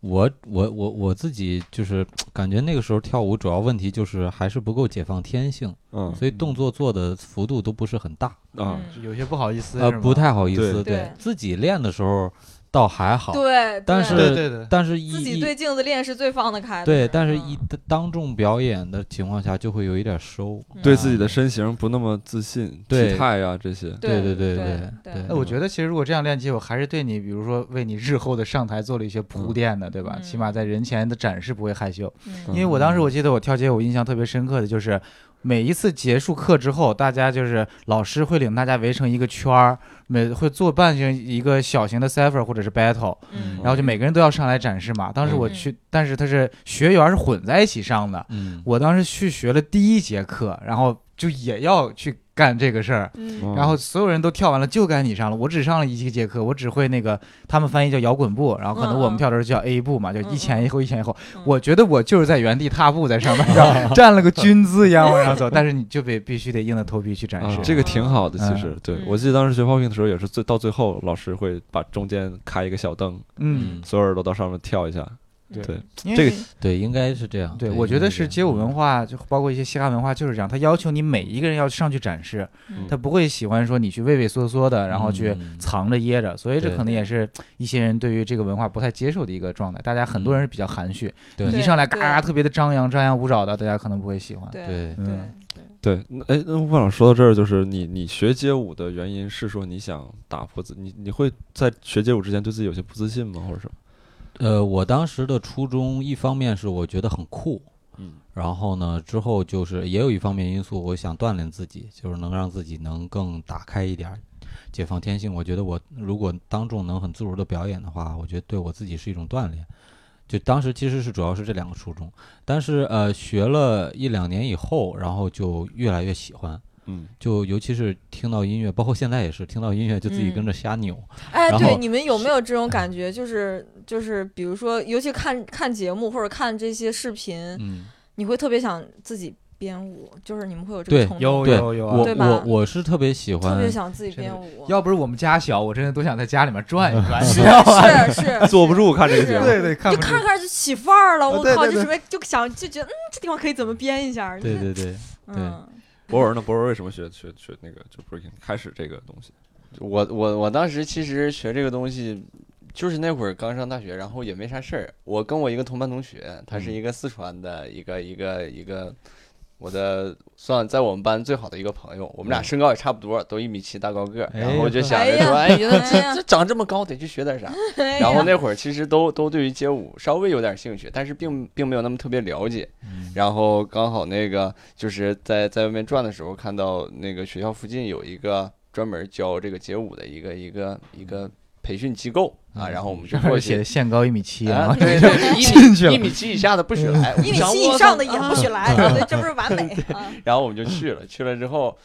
C: 我我我我自己就是感觉那个时候跳舞主要问题就是还是不够解放天性，
I: 嗯
C: 所以动作做的幅度都不是很大，
I: 啊，
E: 嗯
B: 有些不好意思，
C: 呃，不太好意
I: 对
C: 思。
E: 对
C: 自己练的时候倒还好，
E: 对，
C: 但
E: 对
C: 是
B: 对对对，
C: 但是一
E: 自己
C: 一
E: 对镜子练是最放得开的。
C: 对，但是
E: 嗯
C: 一当众表演的情况下就会有一点收。
E: 嗯
A: 对自己的身形不那么自信，
C: 对
A: 体态呀这些，
E: 对
C: 对
E: 对
C: 对对
E: 对
B: 哎，我觉得其实如果这样练肌，我还是对你，比如说为你日后的上台做了一些铺垫的，对吧？
E: 嗯
B: 起码在人前的展示不会害羞。因
E: 嗯
B: 为我当时我记得我跳街舞印象特别深刻的就是，每一次结束课之后，大家就是老师会领大家围成一个圈儿，每会做半成一个小型的 cipher 或者是 battle，
E: 嗯
B: 然后就每个人都要上来展示嘛。当时我去，但是他是学员是混在一起上的，
C: 嗯，
B: 我当时去学了第一节课，然后就也要去干这个事儿。
E: 嗯
B: 然后所有人都跳完了，就该你上了。我只上了一节课，我只会那个他们翻译叫摇滚步，然后可能我们跳的时候叫 A 步嘛，就一前一后，一前一后。
E: 嗯
B: 我觉得我就是在原地踏步在上面，然后 站了个军姿一样往上走，但是你就得必须得硬着头皮去展
A: 啊
B: 示。
A: 这个挺好的。其实
B: 嗯，
A: 对
E: 嗯
A: 我记得当时学 popping 的时候，也是最到最后，老师会把中间开一个小灯，
B: 嗯，
A: 所有人都到上面跳一下。
B: 对
A: 对，
B: 因为
A: 这个
C: 对，应该是这样。
B: 对我觉得是街舞文
C: 化。
B: 化，就包括一些嘻哈文化就是这样，他要求你每一个人要上去展示，
E: 嗯
B: 他不会喜欢说你去畏畏缩缩的，然后去
C: 嗯
B: 藏着掖着，所以这
C: 对
B: 可能也是一些人对于这个文化不太接受的一个状态。大家很多人是比较含蓄，
C: 对
B: 你一上来嘎
E: 对
B: 嘎特别的张扬张牙舞爪的，大家可能不会喜欢。
E: 对
C: 对
E: 对
B: 嗯
A: 对，那哎，那万老师说到这儿，就是你你学街舞的原因是说你想打破自你，你会在学街舞之前对自己有些不自信吗？或者什么？
C: 呃，我当时的初衷，一方面是我觉得很酷，
A: 嗯，
C: 然后呢，之后就是也有一方面因素，我想锻炼自己，就是能让自己能更打开一点儿，解放天性。我觉得我如果当众能很自如的表演的话，我觉得对我自己是一种锻炼。就当时其实是主要是这两个初衷，但是呃，学了一两年以后，然后就越来越喜欢，
A: 嗯，
C: 就尤其是听到音乐，包括现在也是听到音乐就自己
E: 嗯
C: 跟着瞎扭，
E: 哎，
C: 然
E: 对，
C: 后
E: 你们有没有这种感觉？就是就是，比如说，尤其看看节目或者看这些视频，
C: 嗯
E: 你会特别想自己编舞，就是你们会有这
C: 对
E: 个冲动，
C: 对
B: 有啊
C: 我
E: 对吧
C: 我我是特别喜欢，
E: 特别想自己
B: 真的
E: 编舞。
B: 要不是我们家小，我真的都想在家里面转一转，
E: 是
B: 你知道吗？
E: 是是，
A: 坐不住看这个节目。
B: 对对，看
E: 就
B: 不
E: 看着看着就起范儿了，我
B: 啊对
E: 靠，
B: 对
E: 就
B: 对
E: 准备就想就觉得，嗯，这地方可以怎么编一下？
C: 对
E: 就是，
C: 对对，
E: 嗯，
A: 博文呢？博文为什么学学学那个就 breaking 开始这个东西？
D: 我我我当时其实学这个东西，就是那会儿刚上大学，然后也没啥事儿。我跟我一个同班同学，他是
C: 嗯
D: 一个四川的一个一个一个，我的算在我们班最好的一个朋友，我们俩身高也差不多，都一米七大高个儿。
C: 嗯哎
D: 然后我就
C: 呀
D: 想着
E: 哎呀
D: 说，哎呀，
E: 哎呀
D: 这这长这么高得去学点啥？
E: 哎呀
D: 然后那会儿其实都都对于街舞稍微有点兴趣，但是并并没有那么特别了解。
B: 嗯
D: 然后刚好那个就是在在外面转的时候，看到那个学校附近有一个专门教这个街舞的一个一个一个培训机构啊，
B: 嗯
D: 然后我们就过
B: 而且
D: 去。
B: 限高一米七
D: 啊
B: 啊，，
D: 对对，
B: 进去
D: 一
B: 了嗯
D: 米一米七以下的不许来，
E: 一米七以上的也不许 来， 对，这不是完美啊？
D: 然后我们就去了，去了之后，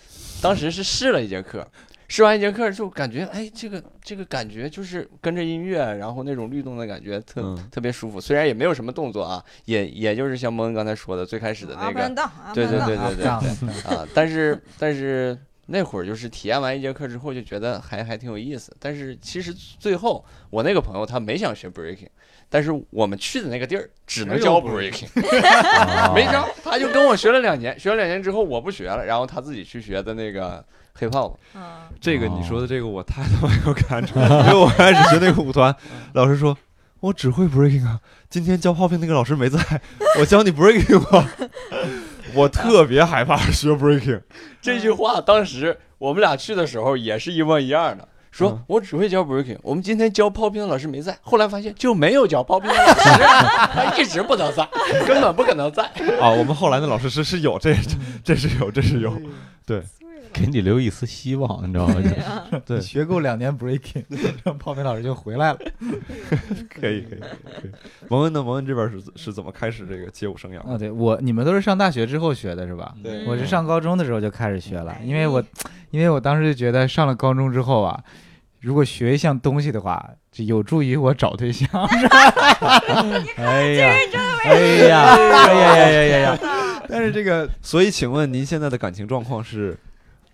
D: 当时是试了一节课，试完一节课就感觉，哎，这个这个感觉就是跟着音乐，然后那种律动的感觉特、
A: 嗯
D: 特别舒服。虽然也没有什么动作啊，也也就是像蒙恩刚才说的最开始的
E: 阿
D: 那
E: 啊不
D: 个
E: 然当，阿不
D: 对
E: 然
D: 对
E: 当
D: 对对对
B: 啊
D: 啊，但是但是那会儿就是体验完一节课之后，就觉得还还挺有意思。但是其实最后我那个朋友他没想学 breaking，但是我们去的那个地儿只能教 breaking，没
E: 哦
C: 啊
D: 教，他就跟我学了两年，学了两年之后我不学了，然后他自己去学的那个 hip hop。
E: 嗯，
A: 这个你
C: 哦
A: 说的这个我太他妈有感触了，因为我开始学那个舞团，老师说我只会 breaking 啊，今天教 popping 那个老师没在， 我教你 breaking 吧。 我特别害怕学 breaking，
D: 这句话当时我们俩去的时候也是一模一样的。说
A: 嗯
D: 我只会教 breaking，我们今天教 popping 的老师没在，后来发现就没有教 popping 的老师，啊 他一直不能在，根本不可能 在。
A: 啊，我们后来那老师是是有这这这是有这是有，
C: 给你留一丝希望，你知道吗？ 就
A: 对
B: 学够两年 breaking，让泡面老师就回来了。
A: 可以可以可以可以。蒙恩呢？蒙恩这边是是怎么开始这个街舞生涯？
B: 啊，对我你们都是上大学之后学的是吧？
C: 对
B: 我是上高中的时候就开始学了，
E: 哎
B: 因为我，因为我当时就觉得上了高中之后啊，如果学一 项东西的话，就有助于我找对象。
C: 哎呀，哎呀，哎呀呀呀呀呀！
A: 但是这个，所以请问您现在的感情状况是？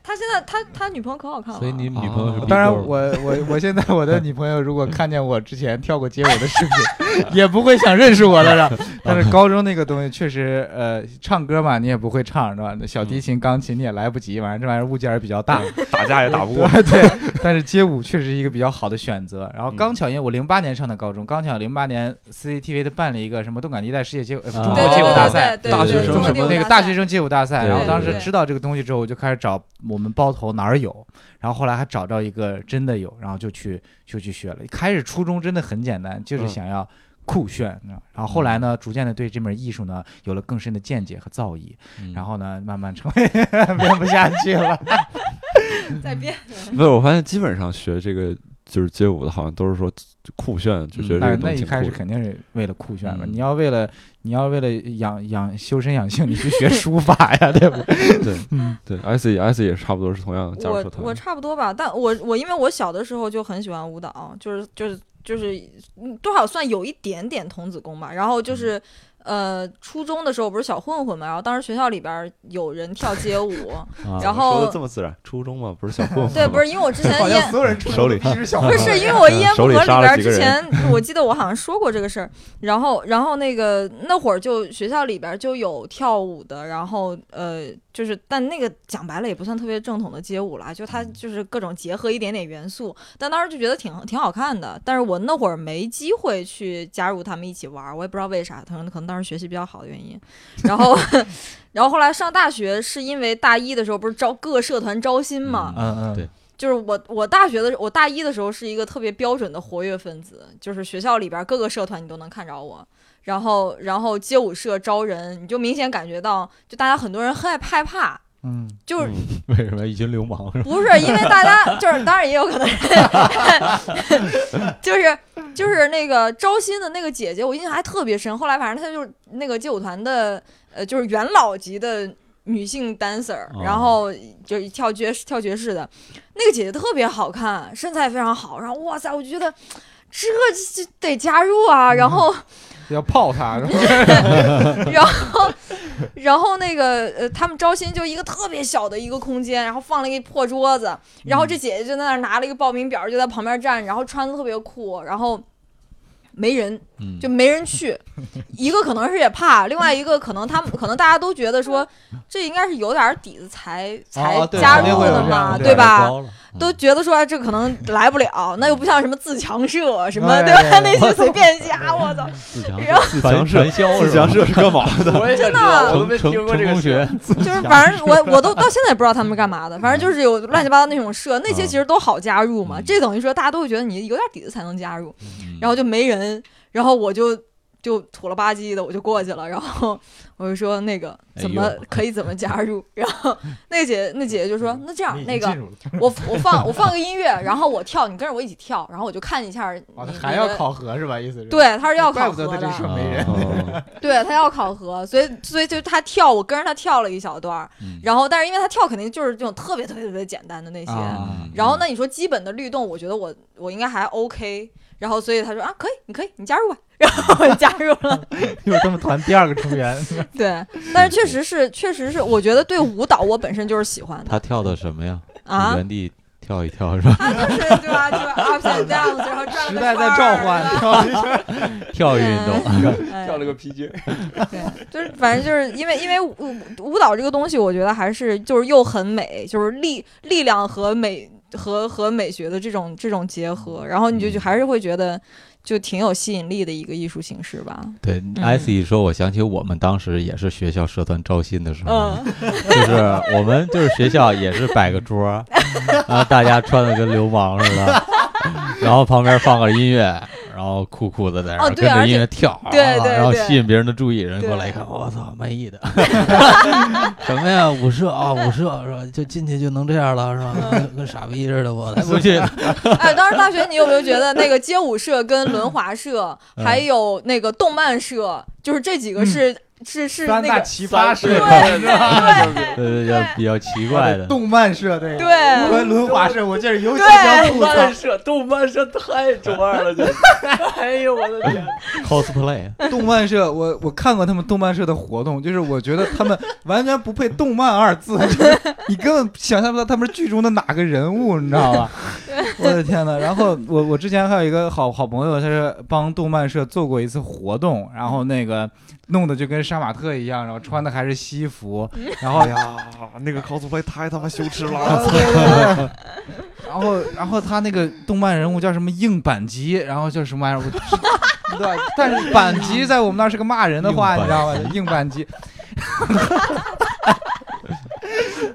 E: 他现在他他女朋友可好看了，啊
C: 嗯所以你女朋友是
A: 哦
C: B
B: 当然
C: girl
B: 我，我我现在我的女朋友如果看见我之前跳过街舞的视频，也不会想认识我了是吧。但是高中那个东西确实，呃，唱歌嘛你也不会唱是吧？那小提琴、钢琴你也来不及，完了这玩意儿物件儿比较大，
A: 打架也打不过。
B: 对对。 但是街舞确实是一个比较好的选择。然后
A: 嗯
B: 刚巧因为我零八年上的高中，刚巧零八年 CCTV 它办了一个什么动感地带世界街舞、呃、中
E: 对
B: 国
E: 对对
B: 街舞大赛，
E: 啊对对对
A: 大学
E: 对
A: 生
E: 中国
A: 什
E: 地
A: 么
E: 舞
B: 那个大学生街舞大赛，
C: 对
B: 然后当时
E: 对对
B: 知道这个东西之后，我就开始找我们包头哪儿有，然后后来还找到一个真的有，然后就去就去学了。开始初中真的很简单，就是
A: 嗯
B: 想要酷炫，你知道然后后来呢，逐渐的对这门艺术呢有了更深的见解和造诣，
C: 嗯
B: 然后呢，慢慢成为 编不下去了。
E: 在变，
A: 不是，我发现基本上学这个就是街舞的，好像都是说酷炫，就觉得
B: 但
A: 这个
B: 是
A: 东
B: 嗯那
A: 西
B: 一
A: 挺
B: 开
A: 酷
B: 始
A: 的。
B: 肯定是为了酷炫嘛，
C: 嗯
B: 你要为了你要为了养养修身养性，你去学书法呀， 对不对？
A: 对
B: 嗯，
A: 对，S E S 也差不多是同样，假如
E: 我
A: 说同
E: 我
A: 样，
E: 差不多吧，但我我因为我小的时候就很喜欢舞蹈，就是就是就是嗯多少算有一点点童子功吧。然后就是、呃，初中的时候不是小混混嘛，然后当时学校里边儿有人跳街舞，
C: 啊
A: 说
E: 然后
A: 的这么自然，初中嘛，不是小混混吗？
E: 对，不是因为我之前也。
B: 所有人
A: 手里
B: 必须 小
E: 不 是，因为我一言不
A: 嗯手
E: 合
A: 里
E: 里
A: 杀
E: 边
A: 了
E: 儿
A: 几个
E: 之
A: 人
E: 前，我记得我好像说过这个事儿。然后，然后那个那会儿就学校里边儿就有跳舞的，然后呃，就是但那个讲白了也不算特别正统的街舞啦，就它
A: 嗯
E: 就是各种结合一点点元素。但当时就觉得挺挺好看的，但是我那会儿没机会去加入他们一起玩儿，我也不知道为啥，可能可能当时学习比较好的原因。然后， 然后后来上大学是因为大一的时候不是招各社团招新嘛，
B: 嗯嗯，
C: 对
E: 就是我我大学的时候我大一的时候是一个特别标准的活跃分子，就是学校里边各个社团你都能看着我。然后，然后街舞社招人，你就明显感觉到，就大家很多人害害怕，
B: 嗯。
E: 就是
C: 为什么一群流氓是 吧？
E: 不是因为大家就是，当然也有可能 是，就是就是那个招新的那个姐姐，我印象还特别深。后来反正她就是那个街舞团的呃，就是元老级的女性 dancer，、
C: 哦
E: 然后就是跳爵士跳爵士的那个姐姐特别好看，身材非常好，然后哇塞，我就觉得。这这得加入啊！然后，
B: 要泡他，
E: 然后，然后那个呃，他们招新就一个特别小的一个空间，然后放了一个破桌子，然后这
B: 嗯
E: 姐姐就在那儿拿了一个报名表，就在旁边站，然后穿的特别酷，然后没人，
C: 嗯
E: 就没 人去。一个可能是也怕，另外一个可能他们可能大家都觉得说，这应该是有点底子才才
B: 哦对
E: 加
B: 肯定
E: 入
B: 会有
E: 的
B: 这样
E: 嘛，
B: 的
E: 对吧？
C: 高了嗯
E: 都觉得说哎这可能来不了，那又不像什么自强社什么
B: 哎
E: 对吧？
B: 哎
E: 那些随便加，我操！
C: 自强
E: 然后
A: 自强社
C: 传销
A: 自强
C: 是
A: 社
C: 吧
A: 是干嘛的？
D: 我也想知
E: 真
D: 道，
E: 的
D: 我都没
C: 成
D: 听过这
C: 成
D: 个
C: 功
D: 事
C: 学
D: 儿。，
E: 就是反正我我都到现在也不知道他们是干嘛的，反正就是
B: 嗯
E: 有乱七八糟那种社，那些其实都好加入嘛。
C: 嗯
E: 这等于说大家都会觉得你有点底子才能加入，
C: 嗯
E: 然后就没人，然后我就就土了吧唧的我就过去了，然后我就说那个
C: 哎呦
E: 怎么可以怎么加入，然后那个姐那姐姐就说
B: 嗯
E: 那这样那个我我放我放个音乐，然后我跳，你跟着我一起跳，然后我就看一下你
B: 哦，他还要
E: 你的
B: 考核是吧？意思是？，
E: 对，他是要
B: 怪
E: 考
B: 不
E: 核
B: 得他
E: 的
B: 这，社没人。
A: 哦
E: 对他要考核，所以所以就他跳，我跟着他跳了一小段儿，
C: 嗯
E: 然后但是因为他跳肯定就是这种特别特别特别简单的那些，
C: 嗯
B: 啊
E: 然后那你说基本的律动，我觉得我我应该还 OK，然后所以他说啊可以，你可以，你加入吧， 然后我就加入了。
B: 又他们团第二个成 员，
E: 对，但是确实是确实是，我觉得对舞蹈我本身就是喜欢的
C: 他跳的什么呀？
E: 啊，
C: 原地跳一跳是吧？
E: 他就是对吧，就是 upside down，然后转了
B: 时
E: 个
B: 代在
E: 圈儿
B: 召唤
E: 对吧。
C: 跳 跃运动，啊
E: 哎
D: 跳了个皮筋儿，
E: 对， 就是反正就是因为因为舞舞蹈这个东西，我觉得还是就是又很美，就是力力量和美和和美学的这种这种结合，然后你就
D: 嗯
E: 就还是会觉得就挺有吸引力的一个艺术形式吧。
C: 对，
E: 嗯
C: 艾斯一说，我想起我们当时也是学校社团招新的时候，
E: 嗯，
C: 就是我们就是学校也是摆个 桌儿，然后大家穿的跟流氓似的，然后旁边放个音乐，然后酷酷的在那
E: 哦
C: 儿
E: 对
C: 跟着
E: 而
C: 音
E: 且
C: 乐跳，
E: 对
C: 啊
E: 对
C: 然后
E: 对
C: 吸引别人的注意，人
E: 对
C: 过来一看，我操，卖 艺的，什么呀，舞社啊，舞社是吧？就进去就能这样了是吧？ 跟跟傻逼似的，我才不 去呢。
E: 哎，当时大学你有没有觉得那个
D: 嗯
E: 街舞社跟轮滑社，还有那个动漫社，就是这几个是是是
B: 三
E: 那
B: 大
E: 个
B: 奇葩
E: 对
B: 社，
E: 对对
C: 呃，要比较奇怪的。
B: 动漫社对
E: 对对
B: 伦伦华社，我这是尤其
E: 对
B: 想吐槽。
D: 社，动漫社太中二了，这， 哎呦我的天！
C: cosplay，
B: 动漫社，我我看过他们动漫社的活动，就是我觉得他们完全不配“动漫”二字，就是你根本想象不到他们是剧中的哪个人物，你知道吧？ 我的天呐，然后我我之前还有一个好好朋友，他是帮动漫社做过一次活动，然后
C: 嗯
B: 那个弄得就跟杀马特一样，然后穿的还是西服，
C: 嗯
B: 然后
J: 哎呀，那个 cosplay 太他妈羞耻
B: 啊
J: 了！
B: 对对对 然后，然后他那个动漫人物叫什么硬板机，然后叫什么玩意儿，我知对，但是板机在我们那儿是个骂人的话，
C: 硬
B: 你
C: 板
B: 知道吗？硬板 机，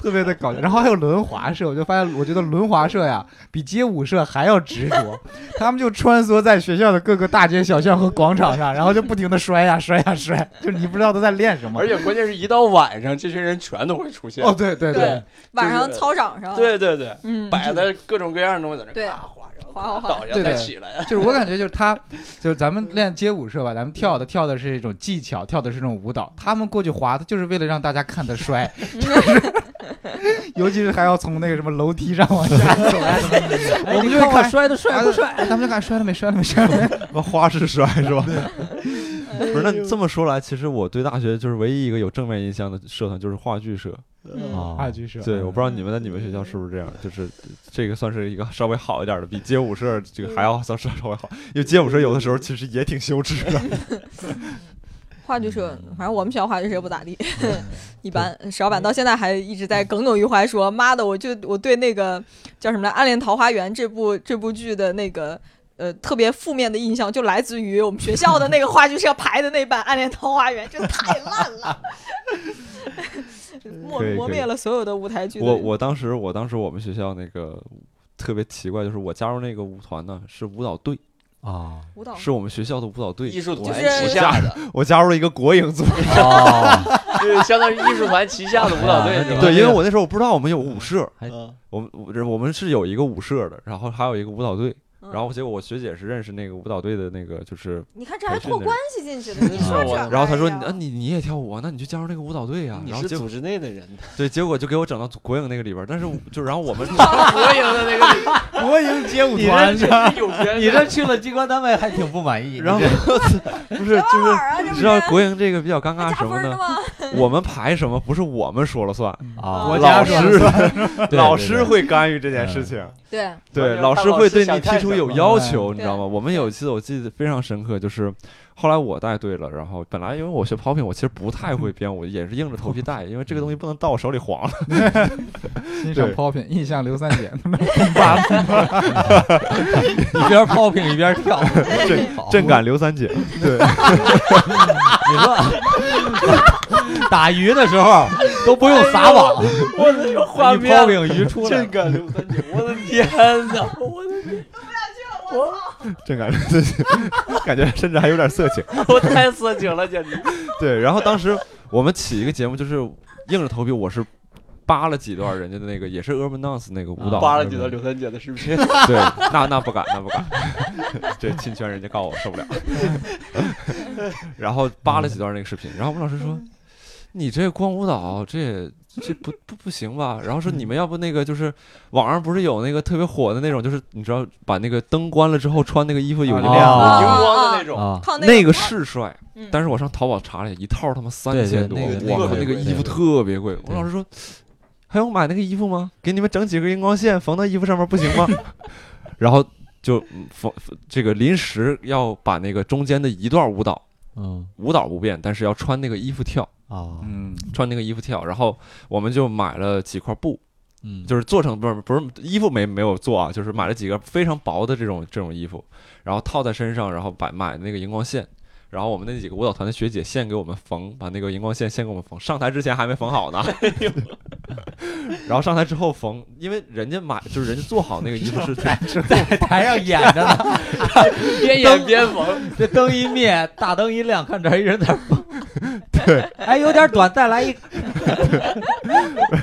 B: 特别的搞笑。然后还有轮滑社，我就发现，我觉得轮滑社呀，比街舞社还要执着，他们就穿梭在学校的各个大街小巷和广场上，然后就不停的摔呀摔呀摔，就是你不知道都在练什么
D: 而。且关键是一到晚上，这群人全都会出现。
B: 哦，对对对
D: 对，
E: 晚上
D: 就是
E: 操场上，
D: 对对对，
E: 嗯，
D: 摆的各种各样的东西在那儿，
E: 对
D: 啊划着
E: 划划划
D: 倒下
B: 对对
D: 再起来，啊
B: 就是我感觉就是他，就是咱们练街舞社吧，咱们跳的跳的是一种技巧，跳的是一种舞蹈。他们过去滑，就是为了让大家看他摔， 就是尤其是还要从那个什么楼梯上往下走呀什么的，
C: 哎
B: 我们就会看
C: 摔的帅不帅？
B: 哎他们就看摔了没，摔了没，摔了没。
J: 什么花式摔是吧？
A: 不是，那你这么说来，其实我对大学就是唯一一个有正面印象的社团就是话剧社。
E: 嗯，
C: 哦
B: 话剧社，
A: 对，我不知道你们在你们学校是不是这样，就是这个算是一个稍微好一点的，比街舞社这个还要算是稍微好，因为街舞社有的时候其实也挺羞耻的。
E: 话剧社，
A: 嗯
E: 反正我们学校话剧社不咋地， 一般。石板到现在还一直在耿耿于怀说，妈的，我就我对那个叫什么来，《暗恋桃花源》这部这部剧的那个。呃，特别负面的印象就来自于我们学校的那个话剧社排的那版《暗恋桃花源》，真的太烂了， 磨
A: 可以
E: 磨
A: 可以
E: 灭了所有的舞台剧的。
A: 我我当时我当时我们学校那个特别奇怪，就是我加入那个舞团呢是舞蹈队，
C: 哦
E: 舞蹈
A: 是我们学校的舞蹈队
D: 艺，术团
E: 就是
D: 旗下的，
A: 我加入了一个国营组。
C: 哦，
D: 就是相当于艺术团旗下的舞蹈队
C: 哎呀
D: 是吧？
A: 对，因为
C: 那个
A: 我那时候我不知道我们有舞社，
D: 嗯
C: 还
A: 我们我这我们是有一个舞社的，然后还有一个舞蹈队，
E: 嗯
A: 然后结果我学姐是认识那个舞蹈队的那个就是
E: 你看这还
A: 培训
E: 托
A: 的
E: 关系进去的，你说这玩意儿，
A: 然后他说：“啊，你你也跳舞啊？那你就加入那个舞蹈队啊。”
D: 你
A: 然后
D: 是
A: 结果
D: 组织内的 人，
A: 对，结果就给我整到国影那个里边儿。但是我就然后 我们
D: 国营的那个
B: 国营街舞
D: 你
B: 团，
D: 这有人，
C: 你这去了机关单位还挺不满意。
A: 然后 不是
E: 这
A: 就
E: 玩意
A: 是
E: 儿啊，这
A: 你
E: 不
A: 知道
E: 是
A: 国营这个比较尴
E: 还
A: 尬
E: 加
A: 什么
E: 分的
A: 呢？
E: 吗？
A: 我们排什么不是我们说了算，
C: 啊，
A: 老
E: 国家说了
A: 师
C: 对对
A: 老
C: 对
A: 师会干预这件事情。
E: 对，
A: 对，
D: 对
A: 老
D: 看
A: 师
D: 老
A: 会
D: 师
A: 对
D: 想
A: 你提
D: 看
A: 出
D: 什
A: 有
D: 么
A: 要
B: 对
A: 求，你知道吗？我们有一次我记得非常深刻，就是后来我带队了，然后本来因为我学 popping，我其实不太会编舞，也是硬着头皮带，因为这个东西不能到我手里黄了。
B: 欣赏
A: 对
B: popping，印象刘三姐，
C: 一边 popping 一边 跳，
A: 震
C: 好
A: 震感刘三姐，对
C: 你说打鱼的时候都不用撒网，
B: 哎
D: 我的这个画
C: 一
D: 面，
C: popping 鱼出 来
D: 这，个刘三姐，我的天哪，我的
A: 震感 刘三姐，感觉甚至还有点色情。
D: 我太色情了，简直。
A: 对，然后当时我们起一个节目，就是硬着头皮，我是扒了几段人家的那个，也是 urban dance 那个舞蹈，
D: 扒了几段刘三姐的视频，
A: 对，那那不敢，那不敢， 这侵权人家告我受不 了。然后扒了几段那个视频，然后我们老师说：“
D: 嗯
A: 你这光舞蹈，这这不不不行吧？”然后
D: 嗯
A: 说：“你们要不那个就是网上不是有那个特别火的那种，就是你知道把那个灯关了之后穿那个衣服有一个
C: 啊
A: 亮
C: 啊
A: 的，
D: 荧光的那种，
C: 啊，
E: 靠
A: 那
E: 个
A: 个是帅，
E: 嗯
A: 但是我上淘宝查了一套，他妈三
C: 对对
A: 千多，
C: 那
D: 个
A: 我
D: 那
A: 靠，
D: 个
A: 那个
D: 贵
A: 衣服特别贵。我
C: 对
A: 老师说，还用买那个衣服吗？给你们整几个荧光线缝到衣服上面不 行吗？然后就嗯缝这个临时要把那个中间的一段舞蹈，
C: 嗯
A: 舞蹈不变，但是要穿那个衣服跳，
C: 啊，
B: 嗯，
A: 穿那个衣服跳。然后我们就买了几块布，
C: 嗯，
A: 就是做成不是不是衣服没没有做啊，就是买了几个非常薄的这种这种衣服，然后套在身上，然后把买那个荧光线，然后我们那几个舞蹈团的学姐现给我们缝，把那个荧光线现给我们缝，上台之前还没缝好呢，然后上台之后缝，因为人家买就是人家做好那个衣服是
C: 台上演着呢，
D: 边演边缝，
C: 这灯一灭，大灯一亮，看这儿一人在那儿蹦，对，哎，有点短，再来一个，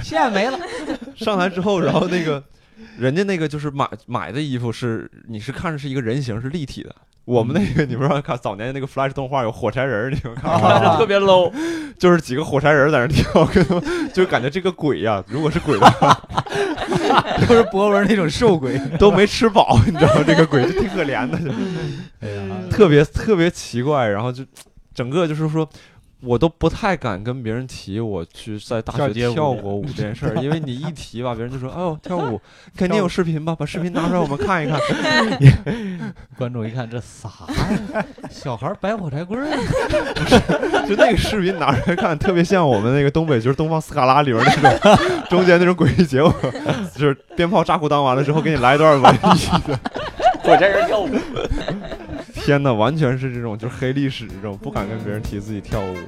C: 线没了，
A: 上台之后，然后那个人家那个就是买买的衣服是你是看着是一个人形是立体的，我们那个你不知道看早年那个 Flash 动画有火柴人儿，你们看过吗？
D: 但是特别 low，
A: 就是几个火柴人在那跳，跟他们就感觉这个鬼呀、如果是鬼的话，
F: 都是博文那种瘦鬼，
A: 都没吃饱， 你知道吗这个鬼就挺可怜的，就是
C: 哎呀，
A: 特别特别奇怪。然后就整个就是说，我都不太敢跟别人提我去在大
I: 跳街
A: 学
I: 舞
A: 跳过舞这件事儿，因为你一提吧，别人就说：“哦，跳舞肯定有视频吧？把视频拿出来我们看一看。
C: 观众一看这啥呀？小孩儿摆火柴棍儿，”啊
A: 就那个视频拿出来看，特别像我们那个东北，就是东方斯卡拉里边那种中间那种诡异节目，就是鞭炮炸裤裆完了之后，给你来一段文艺 的。
D: 火柴人跳舞。
A: 天哪，完全是这种就是黑历史这种，不敢跟别人提自己跳舞。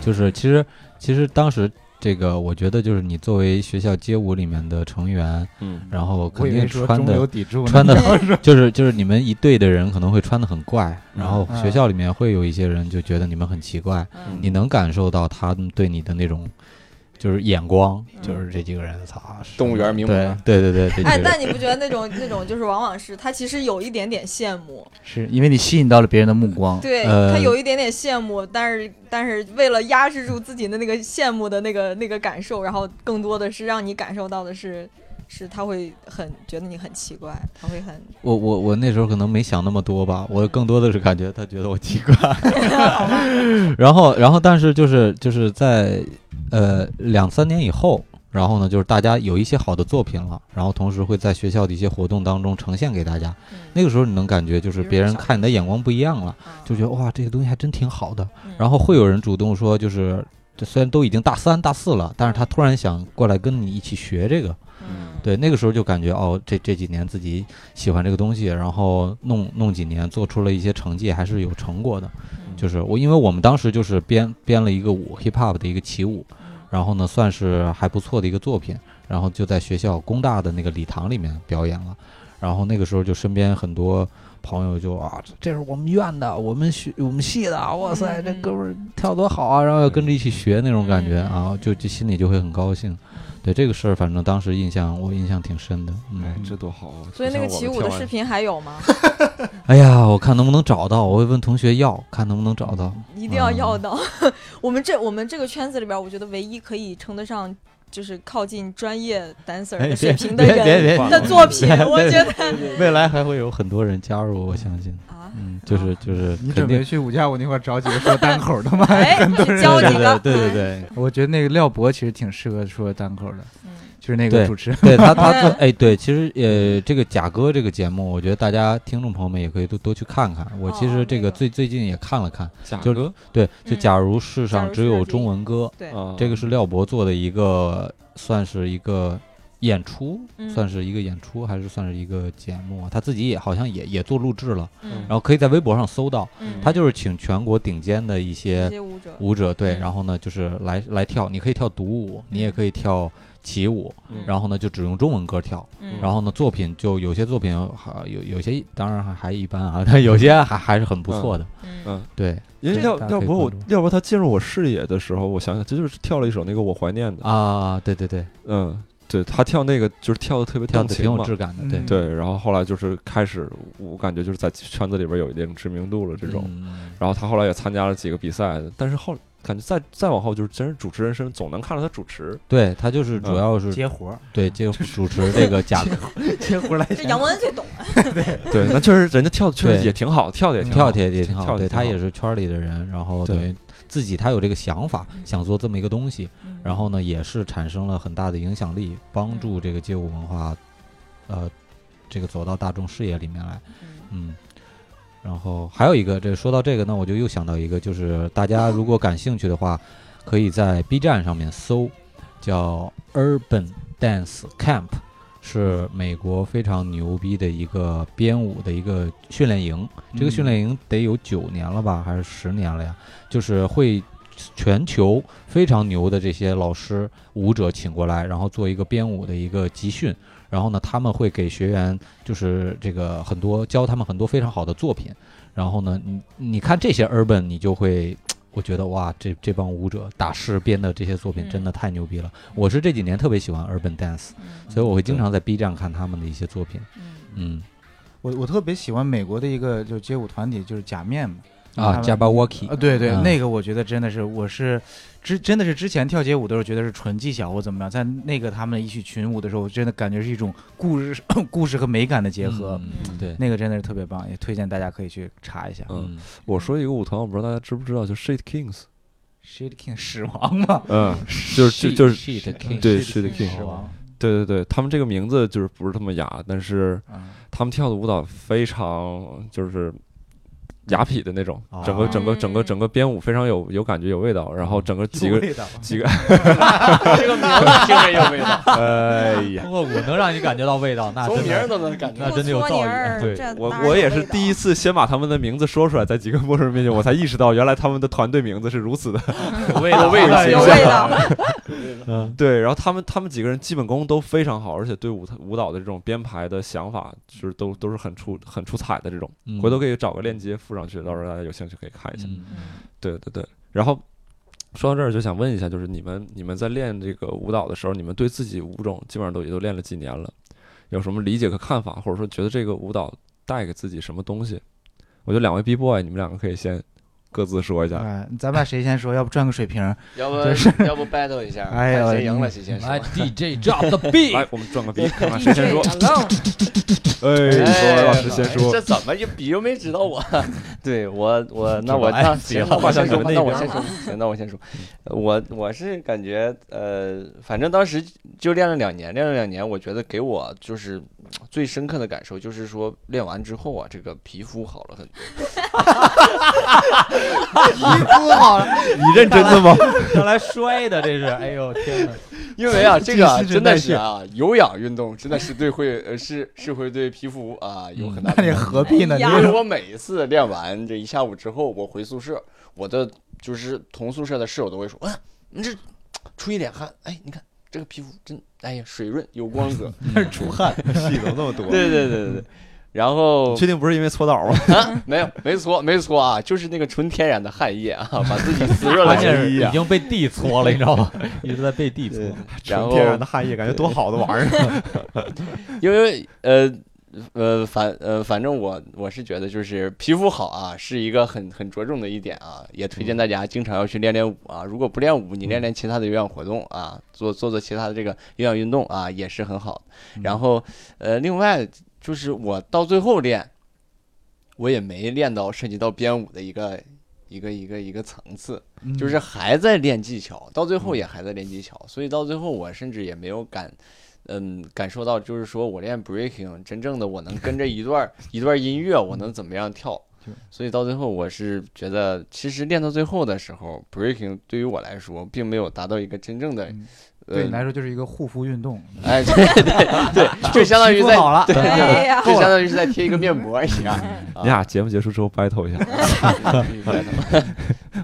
C: 就是其实其实当时这个，我觉得就是你作为学校街舞里面的成员，
A: 嗯，
C: 然后
B: 我
C: 肯
B: 以为
C: 定
B: 说
C: 穿
B: 中
C: 的
B: 流砥柱呢。
C: 穿的就是就是你们一队的人可能会穿的很怪，然后
B: 嗯
C: 学校里面会有一些人就觉得你们很奇怪，
E: 嗯
C: 你能感受到他们对你的那种就是眼光，
E: 嗯
C: 就是这几个人，操，是
D: 动物园名模
C: 对对对对，这几个
E: 哎，
C: 人
E: 但你不觉得那种那种就是往往是他其实有一点点羡慕，
B: 是因为你吸引到了别人的目光，
E: 对、
C: 呃
E: 他有一点点羡慕，但是但是为了压制住自己的那个羡慕的那个那个感受，然后更多的是让你感受到的是是他会很觉得你很奇怪，他会很
C: 我我我那时候可能没想那么多吧，我更多的是感觉他觉得我奇怪， 然后然后但是就是就是在呃两三年以后，然后呢就是大家有一些好的作品了，然后同时会在学校的一些活动当中呈现给大家，
E: 嗯
C: 那个时候你能感觉就是别人看你的眼光不一样了，
E: 啊
C: 就觉得哇这个东西还真挺好的，
E: 嗯
C: 然后会有人主动说就是。这虽然都已经大三大四了，但是他突然想过来跟你一起学这个，
E: 嗯
C: 对，那个时候就感觉哦，这这几年自己喜欢这个东西，然后弄弄几年，做出了一些成绩，还是有成果的。
E: 嗯
C: 就是我，因为我们当时就是编编了一个舞，hip hop 的一个起舞，
E: 嗯
C: 然后呢，算是还不错的一个作品，然后就在学校工大的那个礼堂里面表演了。然后那个时候就身边很多朋友就啊，这这是我们院的，我们学我们系的，哇塞，这
E: 嗯嗯
C: 哥们儿跳多好啊！然后要跟着一起学那种感觉
E: 嗯嗯
C: 啊，就就心里就会很高兴。对这个事儿，反正当时印象我印象挺深的。
A: 哎
C: 嗯，，
A: 这多好啊！
E: 所以那个起舞的视
A: 频。
E: 频还有吗？
C: 哎呀，我看能不能找到，我会问同学要，看能不能找到。
E: 一定要要到。 我们这我们这个圈子里边儿，我觉得唯一可以称得上就是靠近专业 dancer 的水平的人
C: 哎别
E: 的作 品，我觉得
C: 未来还会有很多人加入，我相信。
E: 啊，
C: 嗯，就是就是，
B: 你
C: 肯
B: 准备
C: 定
B: 去五加五那块儿找几个说单口的吗？
E: 哎，教
C: 对
E: 几个，
C: 对对对
B: 我觉得那个廖博其实挺适合说单口的，
E: 嗯
B: 就是那
C: 对
B: 个主 持人。
C: 对，对他他做哎对，其实呃这个贾哥这个节目，我觉得大家听众朋友们也可以多多去看看。我其
E: 哦
C: 实
E: 那
C: 这个
E: 个
C: 最最近也看了看，
A: 贾
C: 就
A: 哥
C: 对，就
E: 嗯
C: 假如世
E: 假
C: 上
E: 如
C: 只
E: 世上
C: 有
E: 只
C: 中
E: 有
C: 文歌，
E: 对
A: 啊，
C: 这个是廖博做的一个，算是一个演出，
E: 嗯
C: 算是一个演出，还是算是一个节目啊？他自己也好像也也做录制了，
E: 嗯，
C: 然后可以在微博上搜到。
E: 嗯
C: 他就是请全国顶尖的一
E: 这
C: 些
E: 些舞者，
C: 舞者，对，
E: 嗯
C: 然后呢就是来来跳，你可以跳独舞，你也可以跳起舞，
A: 嗯
C: 然后呢就只用中文歌跳，
E: 嗯
C: 然后呢作品就有些作品还有有些当然还还一般啊， 但有些还还是很不错的，
E: 嗯
A: 嗯
C: 对
A: 因为
E: 这
A: 廖
C: 大家
A: 廖
C: 可以
A: 博我
C: 关注
A: 廖博他进入我视野的时候，我想想，这就是跳了一首那个我怀念的，
C: 啊，对对对，
A: 嗯，对他跳那个就是跳的特别
C: 跳
A: 动
C: 的挺
A: 情
C: 有
A: 嘛，
C: 质感的，对
B: 嗯，
A: 对，然后后来就是开始，我感觉就是在圈子里边有一定知名度了这种，
C: 嗯
A: 然后他后来也参加了几个比赛，但是后感觉再再往后就是真是主持人身，总能看到他主持，
C: 对他就是主
A: 嗯
C: 要是
B: 接活儿，
C: 对就主持这个假
B: 接活儿来
E: 这杨文最懂，
A: 对，那确实人家跳的确
C: 对
A: 实也挺好，跳的也挺
C: 跳
A: 好，
C: 的也挺
A: 跳
C: 好，
A: 得挺
C: 对他
A: 好
C: 也是圈儿里的人，然后
A: 对
C: 对自己他有这个想法，想做这么一个东西，嗯
E: 嗯
C: 然后呢也是产生了很大的影响力，帮助这个街舞文化，呃，这个走到大众视野里面来，嗯。然后还有一个，这说到这个呢，我就又想到一个，就是大家如果感兴趣的话，可以在 B 站上面搜，叫 Urban Dance Camp，是美国非常牛逼的一个编舞的一个训练营。这个训练营得有九年了吧，还是十年了呀？就是会全球非常牛的这些老师、舞者请过来，然后做一个编舞的一个集训。然后呢，他们会给学员就是这个很多教他们很多非常好的作品。然后呢，你你看这些 urban，你就会我觉得哇，这这帮舞者大师编的这些作品真的
E: 嗯
C: 太牛逼了。我是这几年特别喜欢 urban dance，所以我会经常在 B 站看他们的一些作品。
E: 嗯
C: 嗯，
B: 我我特别喜欢美国的一个就是街舞团体，就是假面嘛。他
C: 啊
B: 们
C: ，Jabberwocky，
B: 嗯啊，对对，
C: 嗯
B: 那个我觉得真的是，我是之真的是之前跳街舞的时候觉得是纯技巧或怎么样，在那个他们一起群舞的时候，我真的感觉是一种故事 故事和美感的结合，
C: 嗯嗯对，
B: 那个真的是特别棒，也推荐大家可以去查一下。
A: 嗯，我说一个舞团，我不知道大家知不知道，就 Shit Kings，
B: Shade King 死亡嘛，
A: 嗯，就是就就是
C: Shit King，
A: 对 Shit
B: Shade King 死
A: Kings，
B: 亡，
A: 对对对，他们这个名字就是不是那么雅，但是
B: 嗯
A: 他们跳的舞蹈非常就是雅痞的那种，整
B: 啊
A: 个整个整个整个编舞非常有有感觉有味道，然后整个几个
B: 味道。啊
A: 几个
D: 这个名字听着有味道，
I: 哎呀，
C: 通过舞能让你感觉到味道，那
D: 从
C: 真
D: 名儿
C: 的
D: 都能感觉
C: 那
D: 到。
C: 真的有
E: 不搓
C: 造
E: 泥
C: 诣
E: 儿
C: 对
E: 这
A: 啊我
E: 当然
A: 我
E: 有
A: 也
E: 味
A: 是
E: 道
A: 第 一次先把他们的名字说出来，在几个陌生人面前，我才意识到原来他们的团队名字是如此的
C: 有味道，
D: 味道啊
E: 有味道，
C: 嗯，
A: 对。然后他们他们几个人基本功都非常好，而且对舞舞蹈的这种编排的想法，就是都都是很出很出彩的这种。
C: 嗯
A: 回头可以找个链接附上去，到时候大家有兴趣可以看一下。
C: 嗯
A: 对对对，然后。说到这儿，就想问一下，就是你们你们在练这个舞蹈的时候，你们对自己舞种基本上都也都练了几年了，有什么理解和看法，或者说觉得这个舞蹈带给自己什么东西？我觉得两位 B boy，你们两个可以先各自说一下。
B: 哎，咱把谁先说？要不转个水 瓶儿？
D: 要不要不 battle 一下，
B: 哎呦
D: 看谁赢了谁先说。
C: ，DJ drop the beat，
A: 来，我们转个 B，看看啊谁先 说。
E: Alone
A: 哎，
D: 哎
A: 说老师先说
D: 这。怎么也比又没指到我？ 对我我那
C: 指
D: 我
C: 导哎
D: 那
C: 行
D: 行，那我
A: 画向
D: 先说
A: 你
D: 吧，
A: 们那
D: 那我
A: 边
D: 先说吧，行，那我先说。我我是感觉呃，反正当时就练了两年，练了两年，我觉得给我就是最深刻的感受就是说，练完之后啊，这个皮肤好了很多。
F: 不好了，
I: 你认真的吗？
C: 刚来摔的这是，哎呦天哪，
D: 因 为啊，这个啊
F: 新陈
D: 真的
F: 代
D: 是
F: 谢
D: 啊，有氧运动真的是对会呃是是会对皮肤啊有很大的
A: 嗯
F: 那你何必呢？
E: 哎
F: 你
E: 呀
D: 因 为我每一次练完这一下午之后，我回宿舍，我的就是同宿舍的室友都会说：“啊，你这出一脸汗，哎，你看这个皮肤真，哎呀，水润有光 泽。
F: 那是出 汗，
I: 戏怎么这么”多？
D: 对对对对对。然后
I: 你确定不是因为搓 澡吗？
D: 啊，没有，没错，没错啊，就是那个纯天然的汗液啊，把自己滋 润了啊
C: 关
D: 起
C: 键
D: 来。
C: 是已经被地搓了，你知道吗？一直在被地搓
I: 对。
D: 然
I: 纯
D: 后
I: 天然的汗哎液，感觉多好的玩意儿。
D: 因为呃呃反呃反正我我是觉得就是皮肤好啊，是一个很很着重的一点啊，也推荐大家经常要去练练舞啊。如果不练舞，你练练其他的有氧活动啊，做做做其他的这个有氧运动啊，也是很好。
B: 嗯
D: 然后呃，另外就是我到最后练，我也没练到涉及到编舞的一个。一个一个一个层次，就是
B: 嗯
D: 呃还在练技巧，到最后也还在练技巧，所以到最后我甚至也没有敢嗯，感受到就是说我练 breaking，真正的我能跟着一段儿一段儿音乐，我能怎么 样跳。所以到最后，我是觉得，其实练到最后的时候，breaking 对于我来说，并没有达到一个真正的
B: 嗯，对你
D: 呃，
B: 来说就是一个护肤运动，
D: 哎， 对对对，就相当于
B: 皮肤
D: 在，
B: 好了，
D: 对
E: 哎
C: 嗯
E: 呀
D: 就相当于是在贴一个面膜一样。啊
A: 你俩节目结束之后 battle 一下，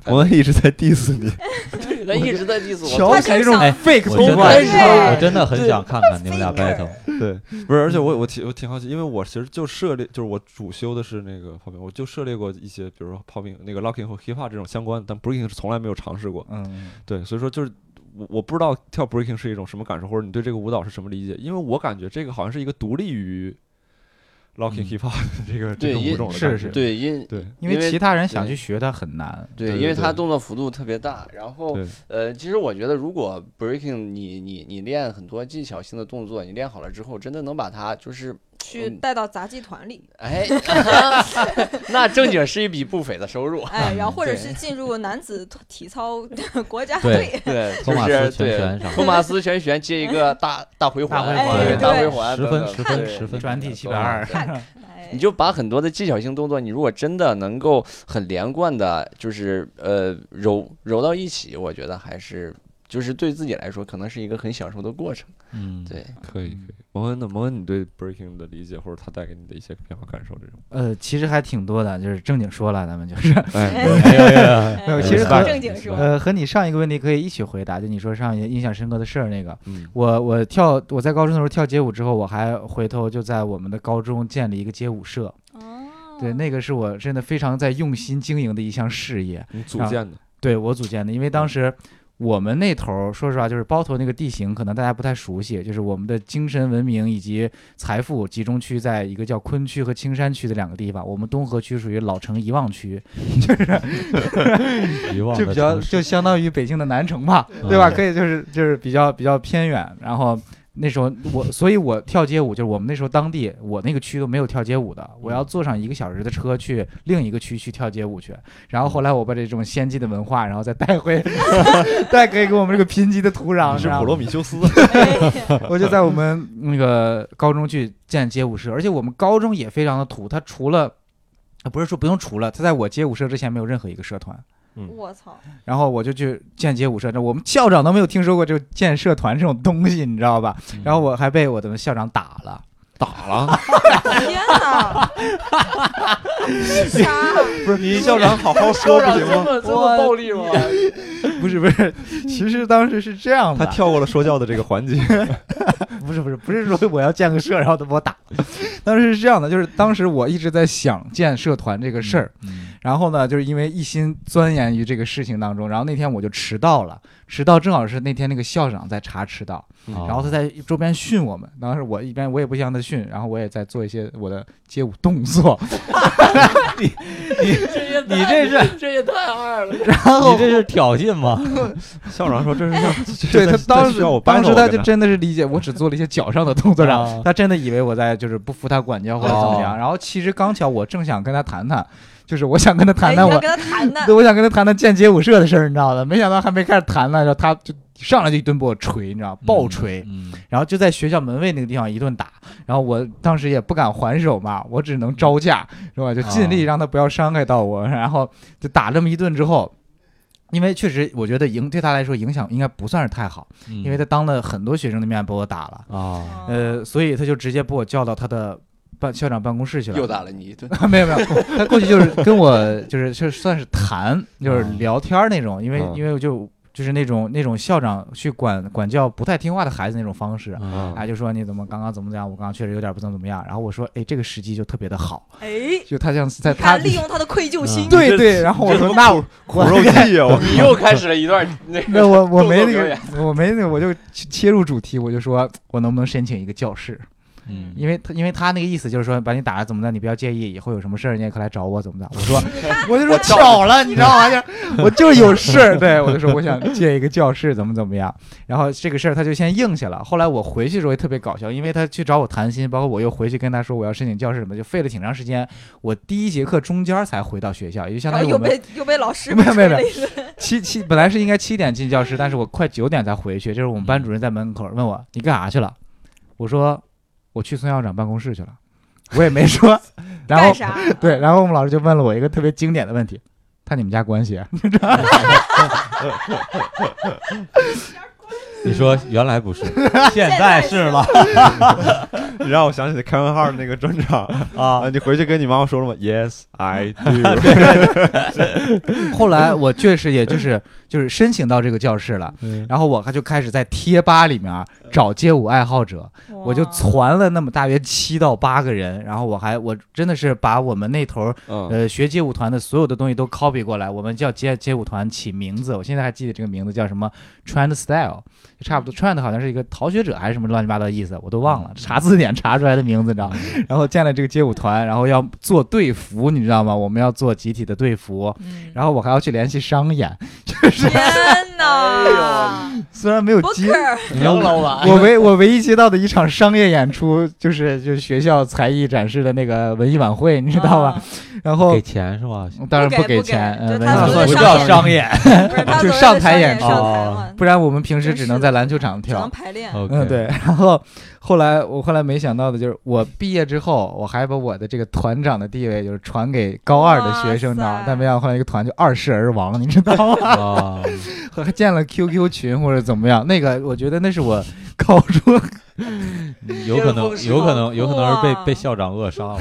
I: 我们一直在 diss 你，
D: 那一直在 diss 我，
F: 瞧起来这种
E: 他
F: fake
C: 我真
F: 头
C: 的，
B: 啊
F: 发
E: 哎，呀
C: 我真的很想看看你们俩 battle。
I: 对，
A: 不是？而且我我挺我挺好奇，因为我其实就涉猎，就是我主修的是那个泡饼，我就涉猎过一些，比如说泡饼那个 locking 和 hip hop 这种相关，但 breaking 是从来没有尝试过。
B: 嗯，
A: 对，所以说就是我我不知道跳 breaking 是一种什么感受，或者你对这个舞蹈是什么理解？因为我感觉这个好像是一个独立于 locking
C: 嗯
A: hip hop 的这个这
D: 对
A: 个
D: 因
A: 舞种的
B: 是
A: 感
B: 是嗯
A: 觉。
D: 对，因
A: 对
B: 因为
D: 因为
B: 其他人想
D: 对
B: 去学它很难，
D: 对，
A: 对
D: 因为
A: 对
D: 它动作幅度特别大，然后
A: 对
D: 呃，其实我觉得如果 breaking 你你你练很多技巧性的动作，你练好了之后，真的能把它就是
E: 去带到杂技团里，
D: 哎， 那正经是一笔不菲的收入。
E: 哎，
C: 嗯
E: 然后或者
D: 对
E: 是进入男子体操国家
C: 对
E: 队，
D: 对，
C: 托
D: 就
C: 马
D: 是啊
C: 斯拳
D: 对
C: 拳啥的
D: 托马斯拳拳接一个大大回环，
B: 大
E: 回环
D: 大
E: 对
D: 回环
C: 十
D: 等
C: 分
D: 等，
C: 十分
D: 对
C: 十分
B: 转体七百二，
E: 看， 哎
D: 你就把很多的技巧性动作，你如果真的能够很连贯的，就是呃揉揉到一起，我觉得还是就是对自己来说，可能是一个很享受的过程。
C: 嗯，
D: 对，
A: 可以可以。蒙恩呢？蒙恩，你对 breaking 的理解，或者它带给你的一些变化感受， 这种？
B: 呃，其实还挺多的，就是正经说了，咱们就是，
A: 哎，
C: 哎呦呦，
E: 哎
B: 没有
A: 其实
E: 不
A: 很
E: 正经说，
B: 呃，和你上一个问题可以一起回答，就你说上一个印象深刻的事儿那个，
A: 嗯，
B: 我我跳我在高中的时候跳街舞之后，我还回头就在我们的高中建立一个街舞社，
E: 哦
B: 对，那个是我真的非常在用心经营的一项事业，
A: 你组
B: 然后
A: 建的，
B: 对我组建的，因为当时我们那头儿说实话就是包头那个地形，可能大家不太熟悉，就是我们的精神文明以及财富集中区在一个叫昆区和青山区的两个地方。我们东河区属于老城遗忘区，
C: 遗忘
B: 就
C: 的
B: 比较
C: 城市
B: 就相当于北京的南城吧，对
A: 嗯
B: 吧？可以就是就是比较比较偏远，然后。那时候我，所以我跳街舞就是我们那时候当地我那个区都没有跳街舞的，我要
A: 嗯
B: 坐上一个小时的车去另一个区去跳街舞去。然后后来我把这种先进的文化，然后再带回， 带给给我们这个贫瘠的土壤。
A: 你是
B: 然后
A: 普罗米修 斯，
B: 我就在我们那个高中去建街舞社，而且我们高中也非常的土，它除了。呃不是说不用除了，他在我街舞社之前没有任何一个社团，
E: 我操，
B: 然后我就去建街舞社，那我们校长都没有听说过这个建社团这种东西，你知道吧？然后我还被我的校长打了，
A: 打了，
E: 天 哪！啥？
I: 不是你 校长好好说不行吗？
D: 么这么暴 力吗？
B: 不是不是，其实当时是这样
A: 他
B: 的，
A: 跳过了说教的这个环 节，
B: 不是不是不是说我要建个社，然后他把我打了，当时是这样的，就是当时我一直在想建社团这个事儿，
C: 嗯
B: 然后呢，就是因为一心钻研于这个事情当中，然后那天我就迟到了，迟到正好是那天那个校长在查迟到，
C: 哦
B: 然后他在周边训我们，当时我一边我也不向他训，然后我也在做一些我的街舞动作，
D: 你这是 这也太二了！
B: 然后
C: 你这是挑衅吗？
A: 校长说这是让，
B: 对
A: 这
B: 他
A: 是在
B: 当
A: 需
B: 时
A: 要我掰
B: 当
A: 了
B: 时
A: 我
B: 他
A: 跟
B: 就真的是理解我只做了一些脚上的动作，然后
C: 啊
B: 他真的以为我在就是不服他管教或者怎么样，
C: 哦
B: 然后其实刚巧我正想跟他谈谈，就是我想跟他
E: 哎
B: 谈
E: 你
B: 谈
E: 要
B: 我
E: 跟他谈谈
B: 对，，我想跟他谈谈建街舞社的事儿，你知道的，没想到还没开始谈呢，然后他就上来就一顿给我锤，你知道吗，暴锤，
C: 嗯，嗯
B: 然后就在学校门卫那个地方一顿打，然后我当时也不敢还手嘛，我只能招架，是吧？就尽
A: 哦
B: 力让他不要伤害到我，然后就打这么一顿之后。因为确实，我觉得影对他来说影响应该不算是太好，
C: 嗯
B: 因为他当了很多学生的面把我打了，
C: 啊，
D: 哦
E: 嗯
B: 呃，所以他就直接把我叫到他的办校长办公室去了，
D: 又打了你一 顿，
B: 没有没有，他过去就是跟我就是就算是谈，就是
D: 哦
B: 聊天儿那种，因为
A: 嗯
B: 因为我就就是那种那种校长去管管教不太听话的孩子那种方
D: 嗯
B: 式。
A: 啊
B: 哎，就说你怎么刚刚怎么怎么样，我刚刚确实有点不怎么怎么样。然后我说，哎，这个时机就特别的好，
E: 哎，
B: 就他像是在他嗯
E: 他利用他的愧疚心，
B: 对对。然后我说，那我
A: 苦 肉计啊，我
D: 你又开始了一段那个
B: 那我我没那
D: 动作表
B: 个
D: 演
B: 我没那个，我就切入主题，我就说我能不能申请一个教室？
C: 嗯，
B: 因为他因为他那个意思就是说把你打了怎么的，你不要介意，以后有什么事儿你也可来找我怎么的。我 说我就说巧了，你知道吗？就是我就是有事儿，对我就说我 想借一个教室怎么怎么样。然后这个事儿他就先应下了。后来我回去的时候也特别搞笑，因为他去找我谈心，包括我又回去跟他说我要申请教室什么，就费了挺长时间。我第一节课中间才回到学校，也就相
E: 然
B: 当
E: 后
B: 于
E: 又
B: 我们
E: 被又被老师
B: 没有没有
E: 捶了一顿
B: 七七本来是应该七点进教室，但是我快九点才回去。这是我们班主任在门口问我：“你干啥去了？”我说：“我去孙校长办公室去了。”我也没 说。然后
E: 干啥？
B: 对，然后我们老师就问了我一个特别经典的问题：“看你们家关系啊
C: 你说原 来不是，现
E: 在
C: 在是了
A: 你让我想起凯文哈尔那个专场
C: 啊
A: 啊，你回去跟你妈妈说了吗？Yes, I do 。？”
B: 后来我确实也就是就是申请到这个教室了， 然后我还就开始在贴吧里面找街舞爱好者， 我就
E: 哇
B: 攒了那么大约七到八个人，然后我还我真的是把我们那头儿
A: 嗯，
B: 呃，学街舞团的所有的东西都 copy 过来，我们叫街街舞团起名字，我现在还记得这个名字叫什么 Trend Style，就差不多 Trend 好像是一个逃学者还是什么乱七八糟的意思，我都忘了，查字典查出来的名字，你知道吗？ 然后建了这个街舞团，然后要做队服，你知道吗？我们要做集体的队服，
E: 嗯
B: 然后我还要去联系商演，就是
E: 天
D: 哎
E: 哪！
B: 虽然没有接。
E: Booker，
D: 杨 老板，
B: 我唯我唯一接到的一场商业演出，就是就是学校才艺展示的那个文艺晚会，你知道吧？
E: 啊？
B: 然后
C: 给钱是吧？
B: 当然
E: 不给
B: 给
E: 不给
B: 钱，
E: 就
B: 嗯，文
E: 他
B: 艺晚
E: 所谓
B: 会
E: 的不叫商
C: 演，
E: 不是他
B: 啊就
E: 所谓的
B: 上
E: 上
B: 台演
E: 演
B: 出
E: 上台嘛
B: 不然我们平时
E: 真
B: 只
E: 是
B: 能
E: 的
B: 在篮球场
E: 只
B: 跳。
E: 能排练。
B: 嗯，
C: OK，
B: 对。然后后来我后来没想到的就是，我毕业之后，我还把我的这个团长的地位就是传给高二的学生
E: 哇
B: 呢
E: 塞。
B: 但没想到后来一个团就二世而亡，你知 道吗？
C: 啊，
B: 还建了 QQ 群或者怎么样？那个我觉得那是我高中，
C: 有可能，有可能，有可能是
E: 哇
C: 被被校长扼杀了。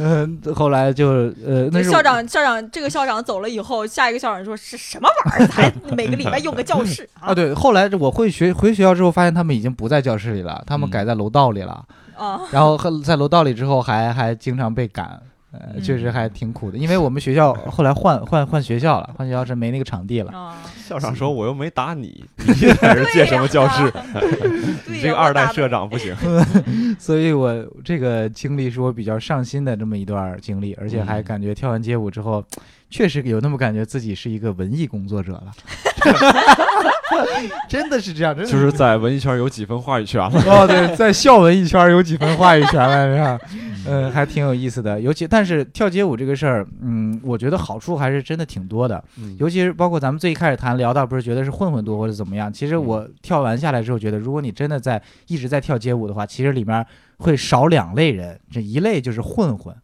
B: 嗯、后来就呃，那
E: 这
B: 是我
E: 校长，校长，这个校长走了以后，下一个校长说是什么玩意儿？还每个礼拜用个教室
B: 啊，对。后来我会学回学校之后，发现他们已经不在教室里了，他们
C: 嗯
B: 改在楼道里了。
E: 啊！
B: 然后和在楼道里之后还还经常被赶，
F: 嗯
B: 呃确实还挺苦的。因为我们学校后来换换换学校了，换学校是没那个场地了。
E: 啊，
I: 校长说我又没打你，你在这借什么教室？
E: 对
I: 你
E: 呀
I: 这个二代社，长不行。
B: 所以我这个经历是我比较上心的这么一段儿经历，而且还感觉跳完街舞之后，确实有那么感觉自己是一个文艺工作者了， 真的是这样，真的
A: 就是在文艺圈有几分话语权了。
B: 哦，对，在校文艺圈儿有几分话语权来着，嗯，还挺有意思的。尤其，但是跳街舞这个事儿，嗯，我觉得好处还是真的挺多的。
A: 嗯
B: 尤其是包括咱们最开始谈聊到，不是觉得是混混多或者怎么样？其实我跳完下来之后，觉得如果你真的在一直在跳街舞的话，其实里面会少两类人，这一类就是混混，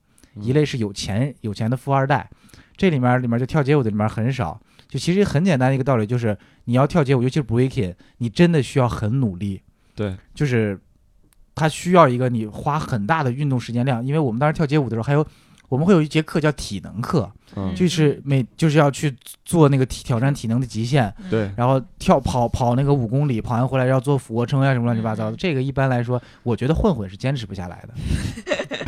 B: 一类是有钱有钱的富二代。这里面里面就跳街舞的里面很少，就其实很简单的一个道理，就是你要跳街舞，尤其是 breaking，你真的需要很努力。
A: 对，
B: 就是它需要一个你花很大的运动时间量，因为我们当时跳街舞的时候，还有我们会有一节课叫体能课，
A: 嗯
B: 就是每就是要去做那个体挑战体能的极限，
D: 嗯
A: 对，
B: 然后跳跑跑那个五公里，跑完回来要做俯卧撑啊什么乱七八糟的。
E: 嗯
B: 这个一般来说，我觉得混混是坚持不下来的。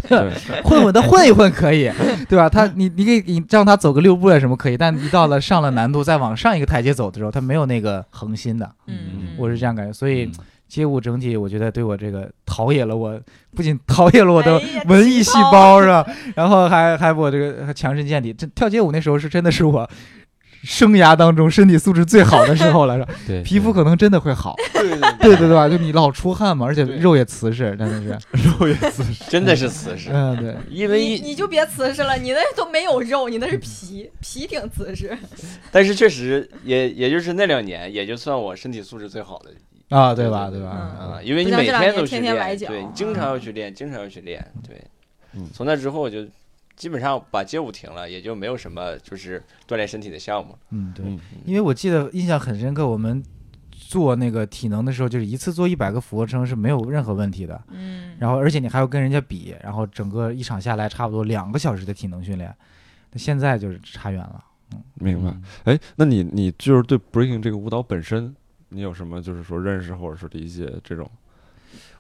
A: 对，
B: 混混的混一混可以，对吧？他你你给你让他走个六步啊什么可以，但一到了上了难度再往上一个台阶走的时候，他没有那个恒心的，
E: 嗯，嗯
B: 我是这样感觉。所以街舞整体，我觉得对我这个陶冶了我，不仅陶冶了我的
E: 哎呀
B: 文艺细
E: 细胞
B: 胞是吧？然后还还我这个还强身健体。这跳街舞那时候是真的是我生涯当中身体素质最好的时候 了，是吧？
C: 对，
B: 皮肤可能真的会好，
D: 对对
B: 对对对吧？就你老出汗嘛，而且
D: 对
B: 肉也瓷实，真的 是，
D: 真的是瓷实，
B: 嗯，对。
D: 因为
E: 你你就别瓷实了，你那都没有肉，你那
B: 嗯
E: 是皮，皮挺瓷实。
D: 但是确实也也就是那两年，也就算我身体素质最好的
B: 啊，对吧？
D: 对
B: 对
E: 嗯
B: 吧？
D: 啊，因为你
E: 不像
D: 每
E: 这两
D: 都
E: 年
D: 去
E: 天天崴
D: 练，
E: 脚啊
D: 对，你经常要去练，经常要去练，对
A: 嗯。
D: 从那之后我就基本上把街舞停了，也就没有什么就是锻炼身体的项目了。
B: 嗯，对
A: 嗯，
B: 因为我记得印象很深刻，我们做那个体能的时候，就是一次做一百个俯卧撑是没有任何问题的。
E: 嗯，
B: 然后，而且你还要跟人家比，然后整个一场下来差不多两个小时的体能训练，那现在就是差远了。
A: 明白。哎，那你你就是对 breaking 这个舞蹈本身，你有什么就是说认识或者是理解这种？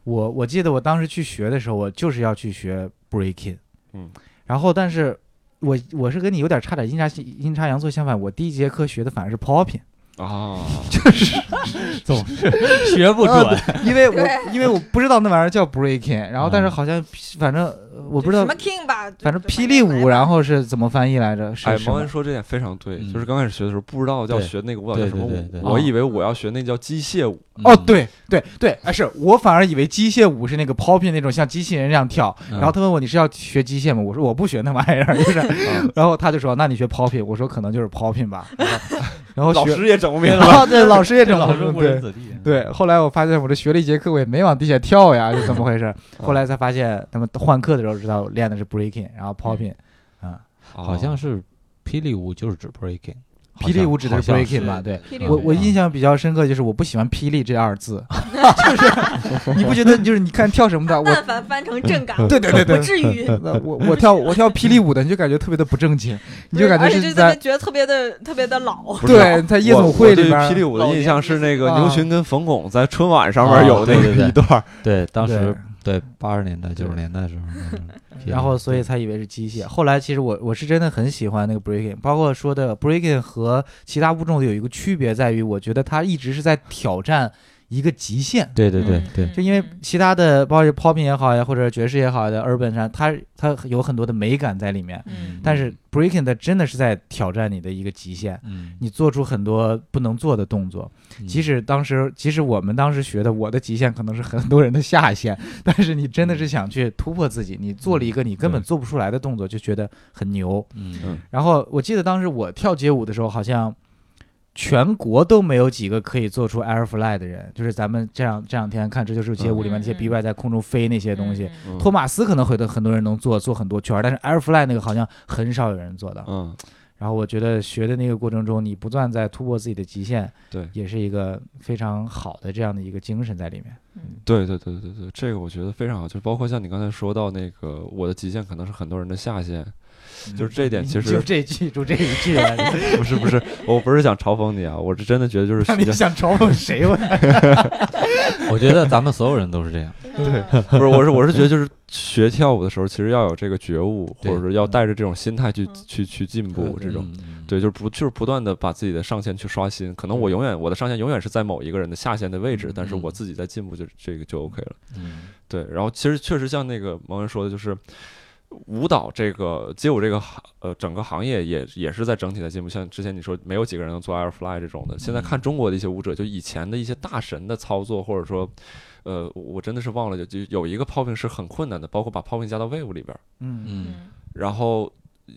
B: 我我记得我当时去学的时候，我就是要去学 breaking，
A: 嗯，
B: 然后但是我我是跟你有点差点阴差阴差阳错相反，我第一节课学的反而是 popping，
A: 啊，
C: 学不
B: 准
C: 准，
B: 因为我
E: 对
B: 因为我不知道那玩意儿叫 breaking，然后但是
C: 嗯
B: 好像反正呃我
E: 我
B: 不知道
E: 什么 king 吧，就
B: 反正
E: 就
B: 霹雳
E: 来
B: 舞，
E: 吧
B: 然后是怎么翻译来着？是
A: 哎，
B: 什
A: 毛
B: 么
A: 恩？说这点非常对，
C: 嗯
A: 就是刚开始学的时候不知道要
C: 对
A: 学那个舞蹈叫
C: 对
A: 什么
C: 对
A: 舞
C: 对对，
A: 我
B: 啊
A: 以为我要学那叫机械舞，
C: 嗯
B: 哦，，对对对，哎，是我反而以为机械舞是那个 popping 那种像机器人那样跳，
C: 嗯
B: 然后他问我你是要学机械吗？我说我不学那玩意儿，就是，
C: 嗯
B: 然后他就说那你学 popping，我说可能就是 popping 吧，然后
I: 老
B: 学，
I: 师也整不明白，
B: 然后对老师也整
C: 老
B: 不
C: 师
B: 明
C: 误
B: 白
C: 人
B: 对
C: 子弟，
B: 对，后来我发现我这学了一节课，我也没往地下跳呀，是怎么 回事？后来才发现他们换课的时候知道我练的是 breaking，然后 popping，
C: 嗯
A: 好
C: 好像是霹雳舞就是指 breaking，
B: 霹雳舞指的
C: 好
B: 是
C: 像
B: breaking 吧？对，
E: 霹雳
B: 我
E: 舞
B: 我印象比较深刻就是我不喜欢“霹雳”这二 字，就是你不觉得就是你看跳什么的，我
E: 但凡翻成 正感，
B: 对对对对
E: 不至于。
B: 那我我跳我跳霹雳舞的，你就感觉特别的不正经， 你就感觉
E: 而且
B: 是
E: 特别
B: 在
E: 觉得特别的特别的老，
A: 哦不是
B: 对在夜总会里边
A: 我我对霹雳
B: 儿，
A: 舞的印象是那个
B: 啊
A: 牛群跟冯巩在春晚上面有那
C: 啊对对
A: 个
C: 对
A: 一段儿，
C: 对，当
B: 对
C: 时嗯对八十年代九十年代的时候，
B: 然后所以才以为是机械。后来其实我我是真的很喜欢那个 breaking，包括说的 breaking 和其他物种有一个区别在于，我觉得它一直是在挑战一个极限。
C: 对对对
E: 嗯
C: 对，
B: 就因为其他的，包括 popping 也好呀，或者爵士也好呀，urban 上，它它有很多的美感在里面。
E: 嗯
B: 但是 breaking 它真的是在挑战你的一个极限，
C: 嗯，
B: 你做出很多不能做的动作。即使当时，即使我们当时学的，我的极限可能是很多人的下限，但是你真的是想去突破自己，你做了一个你根本做不出来的动作，就觉得很牛。
C: 嗯
B: 然后我记得当时我跳街舞的时候，好像全国都没有几个可以做出 air fly 的人，就是咱们这样这两天看《这就是街舞》里面那些
E: 嗯嗯
B: B Y 在空中飞那些东西。
E: 嗯
A: 嗯
B: 托马斯可能会的很多人能做做很多圈儿，但是 air fly 那个好像很少有人做到。
A: 嗯，
B: 然后我觉得学的那个过程中，你不断在突破自己的极限，
A: 对
B: 也是一个非常好的这样的一个精神在里面。
A: 对对对对对，这个我觉得非常好，就包括像你刚才说到那个我的极限可能是很多人的下限，就是这一点其
B: 就
A: 实
B: 这句，就这一句了。
A: 不是不是，我不是想嘲讽你啊，我是真的觉得就是
B: 那
A: 学
B: 你想嘲讽谁？我
C: 嗯我觉得咱们所有人都是这样，
E: 对，
A: 不是我是我是觉得就是学跳舞的时候，其实要有这个觉悟，或
C: 对
A: 者是要带着这种心态去
E: 嗯
A: 去去进步，这种。
C: 嗯，嗯
A: 对，就是不就是不断的把自己的上限去刷新，可能我永远我的上限永远是在某一个人的下限的位置，但是我
C: 嗯
A: 自己在进步就，这个就 OK 了。
C: 嗯
A: 对，然后其实确实像那个毛文说的，就是舞蹈这个街舞这个行呃整个行业也也是在整体在进步。像之前你说没有几个人能做 Airfly 这种的，现在
B: 嗯
A: 看中国的一些舞者，就以前的一些大神的操作，或者说。呃，我我真的是忘了，就就有一个 popping 是很困难的，包括把 popping 加到 wave 里边儿，
B: 嗯，
C: 嗯
E: 嗯
A: 然后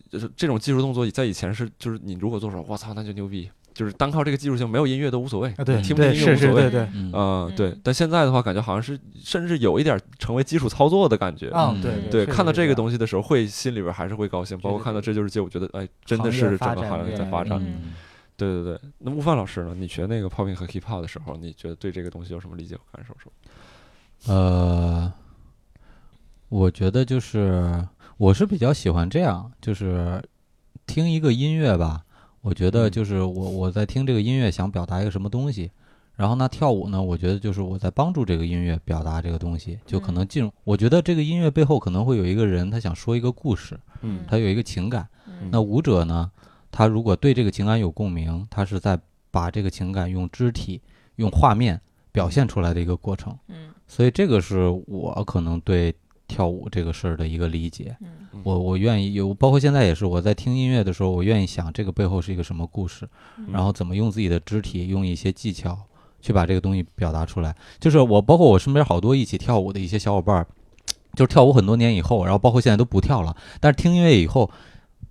A: 就是这种技术动作在以前是就是你如果做出来，我操，那就牛逼，就是单靠这个技术性，没有音乐都无所谓，
B: 啊对
A: 听不听
B: 对
A: 音乐
B: 是
A: 无所
B: 是
A: 谓
B: 对对，
C: 嗯
A: 嗯，对
E: 嗯，
A: 但现在的话，感觉好像是甚至有一点儿成为基础操作的感觉。
B: 啊
C: 嗯
B: 对
A: 对，看到这个
B: 西
A: 东西的时候，会心里边还是会高兴，包括
B: 对
A: 看到这就是街舞，觉得哎，真
B: 行
A: 的
B: 业
A: 是
B: 发
A: 整个
B: 展
A: 行业在发
B: 这
A: 展
B: 样。
E: 嗯
A: 对对对，那悟饭老师呢？你学那个 popping 和 hip hop 的时候，你觉得对这个东西有什么理解和感受？说，
C: 呃，我觉得就是我是比较喜欢这样，就是听一个音乐吧。我觉得就是我我在听这个音乐想表达一个什么东西，然后呢跳舞呢，我觉得就是我在帮助这个音乐表达这个东西，就可能进入。我觉得这个音乐背后可能会有一个人，他想说一个故事，
E: 嗯
C: 他有一个情感。
E: 嗯
C: 那舞者呢，他如果对这个情感有共鸣，他是在把这个情感用肢体、用画面表现出来的一个过程。
E: 嗯
C: 所以这个是我可能对跳舞这个事儿的一个理解。
E: 嗯
C: 我我愿意有，包括现在也是，我在听音乐的时候，我愿意想这个背后是一个什么故事，
E: 嗯
C: 然后怎么用自己的肢体，用一些技巧去把这个东西表达出来。就是我，包括我身边好多一起跳舞的一些小伙伴儿，就是跳舞很多年以后，然后包括现在都不跳了，但是听音乐以后。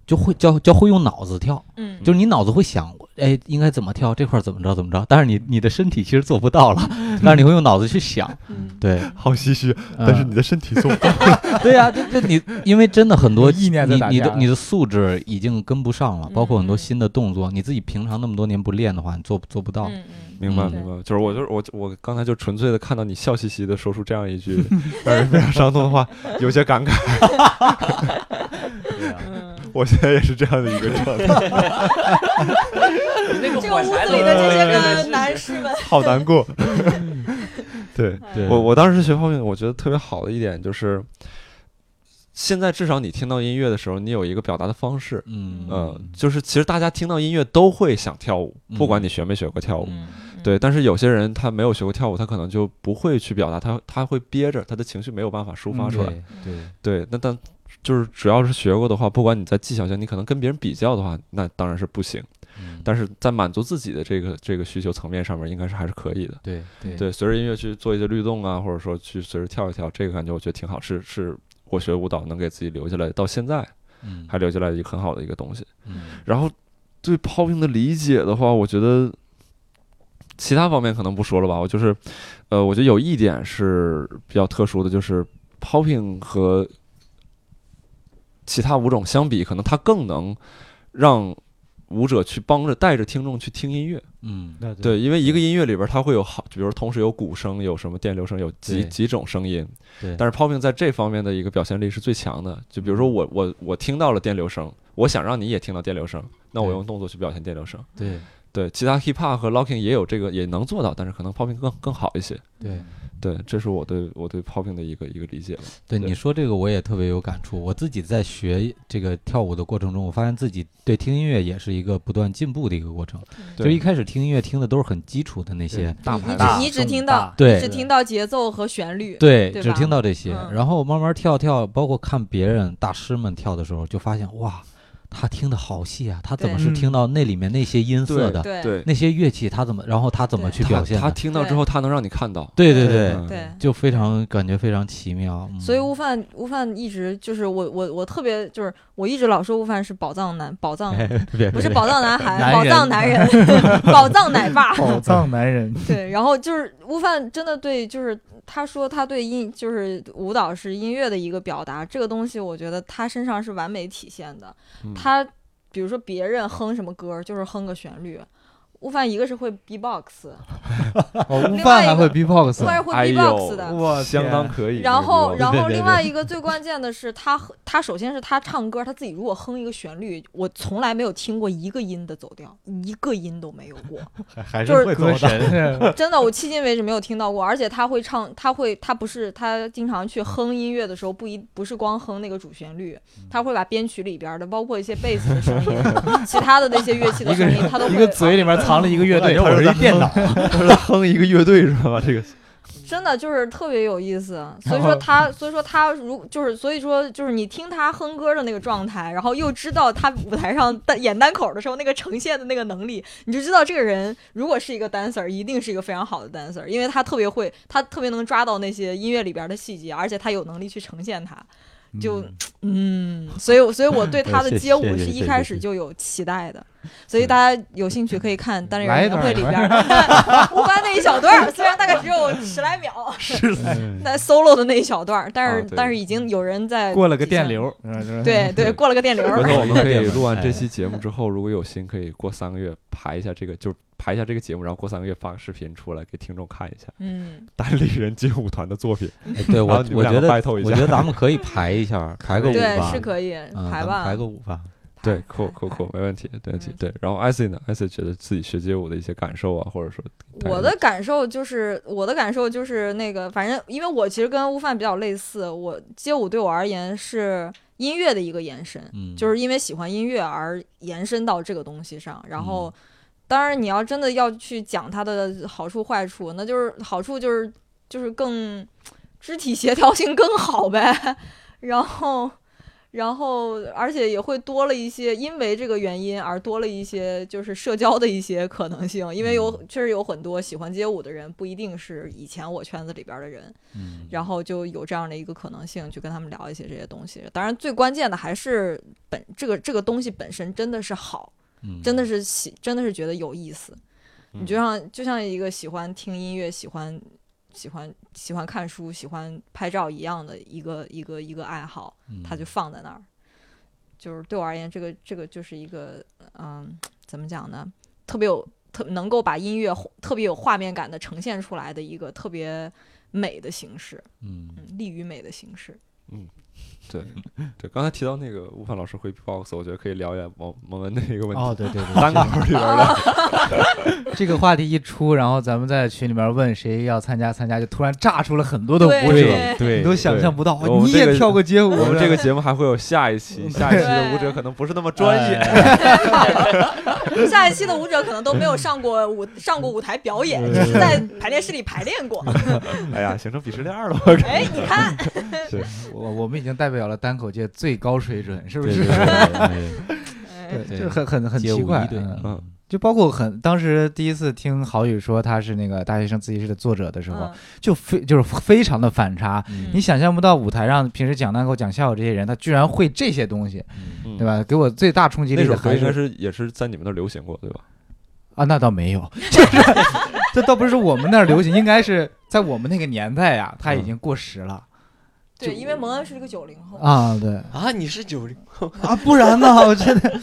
C: 就会教教会用脑子跳，
E: 嗯
C: 就是你脑子会想，哎，应该怎么跳，这块儿怎么着怎么着，但是你你的身体其实做不到了， 但是你会用脑子去想，
E: 嗯
C: 对，
I: 好唏嘘，但是你的身体做不到。
C: 对呀、这这你因为真的很多
B: 意念在
C: 你
B: 打
C: 你的
B: 架
C: 你的素质已经跟不上了，包括很多
E: 嗯嗯
C: 新的动作，你自己平常那么多年不练的话，你做做
B: 啊
C: 不到。
E: 嗯嗯
A: 明白
C: 嗯
A: 明白，就是我就是我我刚才就纯粹的看到你笑嘻嘻的说出这样一句让人非常伤痛的话，有些感慨。
B: 啊
E: 嗯，
I: 我现在也是这样的一个状态，
D: 这
E: 这个屋子里的这些个男士们，
I: 好难 过。对
C: 对
A: 我我当时学 popping，我觉得特别好的一点就是，现在至少你听到音乐的时候，你有一个表达的方式，
C: 嗯
A: 呃，就是其实大家听到音乐都会想跳舞，不管
C: 嗯
A: 你学没学过跳舞。
C: 嗯
A: 对，但是有些人他没有学过跳舞，他可能就不会去表达，他他会憋着，他的情绪没有办法抒发
B: 嗯
A: 出来。
C: 对对，
A: 对，那但就是只要是学过的话，不管你在技巧上，你可能跟别人比较的话，那当然是不行。
C: 嗯
A: 但是在满足自己的这个这个需求层面上面，应该是还是可以的。
C: 对对
A: 对，随着音乐去做一些律动啊，或者说去随着跳一跳，这个感觉我觉得挺好，是是我学舞蹈能给自己留下来，到现在
C: 嗯
A: 还留下来一个很好的一个东西。
C: 嗯
A: 然后对 popping 的理解的话，我觉得其他方面可能不说了吧。我就是，呃，我觉得有一点是比较特殊的，就是 popping 和其他舞种相比，可能它更能让舞者去帮着带着听众去听音乐。
C: 嗯
B: 对
A: 对，因为一个音乐里边它会有好，比如同时有鼓声、有什么电流声、有几
C: 对
A: 几种声音。
C: 对
A: 但是 popping 在这方面的一个表现力是最强的。就比如说我我我听到了电流声，我想让你也听到电流声，那我
C: 对
A: 用动作去表现电流声。
C: 对
A: 对，其他 hip hop 和 locking 也有这个，也能做到，但是可能 popping 更更好一些。
C: 对
A: 对，这是我对我对 popping 的一个一个理解吧。
C: 对，
A: 对
C: 你说这个我也特别有感触。我自己在学这个跳舞的过程中，我发现自己对听音乐也是一个不断进步的一个过程。就
A: 对
C: 一开始听音乐听的都是很基础的那些，
B: 大
E: 你
B: 牌
E: 只你只听到
C: 对
E: 只听到节奏和旋律，
C: 对，
E: 对
C: 只
E: 吧
C: 听到这些，
E: 嗯
C: 然后慢慢跳跳，包括看别人大师们跳的时候，就发现哇，他听的好细啊，他怎么
B: 对
C: 是听到那里面那些音色的，
B: 啊
E: 对
A: 对，
C: 那些乐器他怎么，然后他怎么去表现的
A: 他他听到之后，他能让你看到。
C: 对对对，
A: 嗯
B: 啊
E: 对。
C: 就非常感觉非常奇妙。嗯
E: 所以悟饭悟饭一直就是我我我特别就是我一直老说悟饭是宝藏男宝藏
C: 别
E: 不是宝藏男
B: 男
E: 孩宝
B: 人
E: 藏男人宝藏奶爸
B: 宝藏男人，
E: 对，然后就是悟饭真的对，就是他说他对音就是舞蹈是音乐的一个表达，这个东西我觉得他身上是完美体现的。
A: 嗯
E: 他比如说别人哼什么歌，就是哼个旋律。悟饭一个是会 B-box，
B: 哦，悟
E: 另
B: 饭
E: 外
B: 还会
E: 一个
B: B-box，
E: 另外
A: 哎
E: 是
A: 呦
E: 会 B-box 的。
B: 我
K: 相
B: 天
K: 当可以。
E: 然后，然后
C: 对
E: 另外一个最关键的是，他和他首先是他唱歌，他自己如果哼一个旋律，我从来没有听过一个音的走调，一个音都没有过。
K: 还
E: 是就是
K: 会
B: 歌神
E: 真的，我迄今为止没有听到过，而且他会唱，他会，他不是他经常去哼音乐的时候，不一不是光哼那个主旋律，他会把编曲里边的，包括一些贝斯的声音， 其他的那些乐器的声音，他都
B: 一个
E: 会。
B: 嘴里面藏了一个乐队，
K: 我
B: 我
K: 是
B: 是
K: 在
B: 一电脑，
K: 哼一个乐队是吧？这个
E: 真的就是特别有意思，所以
B: 然后
E: 说他，所以说他如就是，所以说就是你听他哼歌的那个状态，然后又知道他舞台上单演单口的时候那个呈现的那个能力，你就知道这个人如果是一个 dancer，一定是一个非常好的 dancer，因为他特别会，他特别能抓到那些音乐里边的细节，而且他有能力去呈现它。就嗯，所以我所以我对他
C: 谢
E: 的
C: 谢
E: 街舞
C: 谢谢
E: 是一
C: 谢
E: 开
C: 谢
E: 始就有期待的，所以大家有兴趣可以看《单人
B: 来一
E: 演唱
B: 段
E: 会》里边儿吴凡那一小段儿，虽然大概只有十来秒，在 solo 的那一小段儿，但
A: 啊
E: 是
A: 对
E: 但是已经有人在
B: 过了个
E: 底下
B: 电，流， 嗯，
E: 对对，过了个电流儿，
A: 回头我们可以录完
C: 哎
A: 这期节目之后，如果有心，可以过三个月排一下这个，就是排一下这个节目，然后过三个月发个视频出来给听众看一下
E: 嗯，
A: 单立人街舞团的作品。
C: 哎
A: 然
C: 对
A: 后
C: 我
A: 你们
C: 我
A: 两
C: 觉
A: 个
C: 得
A: battle 一
C: 我
A: 下
C: 觉得咱们可以排一下，排个舞
E: 对，
C: 吧
E: 是，可以
C: 嗯，
E: 排
C: 咱们
E: 吧
C: 排，个舞吧。
A: 对，酷酷酷，没问题，没问题。对，然后艾 C 呢？艾 C 觉得自己学街舞的一些感受啊，或者说
E: 我的感受就是，我的感受就是那个，反正因为我其实跟悟饭比较类似，我街舞对我而言是音乐的一个延伸，
C: 嗯，
E: 就是因为喜欢音乐而延伸到这个东西上。然后，当然你要真的要去讲它的好处坏处，那就是好处就是就是更肢体协调性更好呗。然后，然后而且也会多了一些，因为这个原因而多了一些就是社交的一些可能性。因为有确实有很多喜欢街舞的人，不一定是以前我圈子里边的人。
C: 嗯
E: 然后就有这样的一个可能性，去跟他们聊一些这些东西。当然，最关键的还是本这个这个东西本身真的是好，
C: 嗯
E: 真的是喜，真的是觉得有意思。你就像就像一个喜欢听音乐、喜欢喜欢喜欢看书、喜欢拍照一样的一个一个一个爱好，
C: 嗯
E: 它就放在那儿。就是对我而言，这个这个就是一个嗯，怎么讲呢？特别有特能够把音乐特别有画面感的呈现出来的一个特别美的形式。
C: 嗯
E: 嗯，利于美的形式。
A: 对刚才提到那个悟饭老师会 box，我觉得可以聊一下蒙蒙恩的一个问题，
L: 哦，对对对，
A: 单口里边 的。
B: 这个话题一出，然后咱们在群里面问谁要参加，参加就突然炸出了很多的
E: 对
B: 舞者，
K: 对
B: 你都想象不到，
A: 对我
B: 哇
A: 们
B: 你
A: 这个
B: 也跳过街舞，
A: 我们这个节目还会有下一
B: 嗯
A: 期，下一期的
E: 对
A: 舞者可能不是那么专业，
C: 哎
L: 业，
E: 下一期的舞者可能都没有上过舞上过舞台表演，只是在排练室里排练过。
A: 哎呀，形成鄙视链了。
E: 哎，你看，
B: 我我们已经代表了单口界最高水准，是不
C: 对
B: 是
C: 对？对
E: 哎
B: 对，
C: 对
B: 就是很很很
C: 对，街
B: 奇
C: 舞
B: 怪
C: 一，对，
B: 嗯
C: 嗯
B: 就包括很当时第一次听郝宇说他是那个大学生自习室的作者的时候
E: 嗯，
B: 就非就是非常的反差，
C: 嗯
B: 你想象不到舞台上平时讲单口、讲笑话这些人，他居然会这些东西，
C: 嗯
B: 对吧？给我最大冲击
A: 那
B: 力
A: 首
B: 的
A: 歌
B: 还
A: 应该
B: 是
A: 是也是在你们那儿流行过，对吧？
B: 啊，那倒没有， 就是这倒不是我们那儿流行，应该是在我们那个年代呀，他已经过时了
E: 对，因为蒙恩是个九零后，
B: 啊，对
D: 啊，你是九零，
B: 啊，不然呢？ 我真的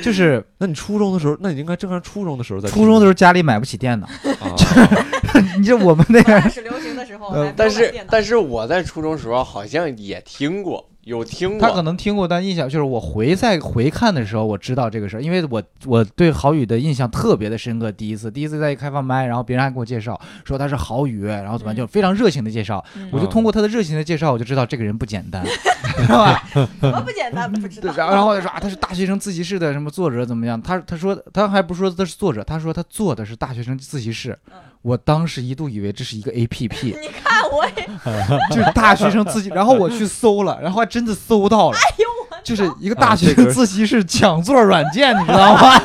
B: 就是
A: 那你初中的时候，那你应该正常初中的时候在
B: 初中的时候家里买不起电脑，
A: 候，啊
B: 你这我们那
E: 刚开
B: 个
E: 始流行的时候
B: 呃，
E: 还没有
D: 但
E: 买
D: 是
E: 电脑
D: 但是我在初中时候好像也听过，有听
B: 他可
D: 过，
B: 能听过，但印象就是我回再回看的时候，我知道这个事儿，因为我我对郝宇的印象特别的深刻。第一次，第一次在一开放麦，然后别人还给我介绍说他是郝宇，然后怎么样就非常热情的介绍，
E: 嗯
B: 我就通过他的热情的介绍，我就知道这个人不简单， 知道吧？
E: 怎么不简单？不知
B: 对，
E: 道。
B: 然后然后就说啊，他是大学生自习室的什么作者怎么样？他他说他还不是说他是作者，他说他做的是大学生自习室
E: 嗯。
B: 我当时一度以为这是一个 A P P，
E: 你看我也，
B: 就是大学生 自习，然后我去搜了，然后还真的搜到了，
E: 哎呦我，
B: 就是一个大
A: 啊这
B: 学
A: 个
B: 生自习室抢座软件，你知道 吗？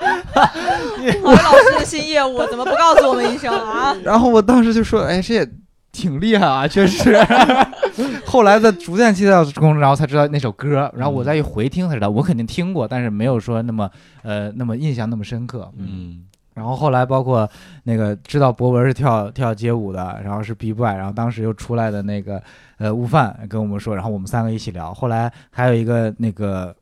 E: 郝宇老师的新业务怎么不告诉我们一声啊？
B: 然后我当时就 说，哎，这也挺厉害啊，确实。 后来在逐渐接到公众，然后才知道那首歌，然后我再一回听才知道，我肯定听过，但是没有说那么呃那么印象那么深刻。
C: 嗯
B: 然后后来包括那个知道博文是跳跳街舞的，然后是 B boy，然后当时又出来的那个呃悟饭跟我们说，然后我们三个一起聊。后来还有一个那个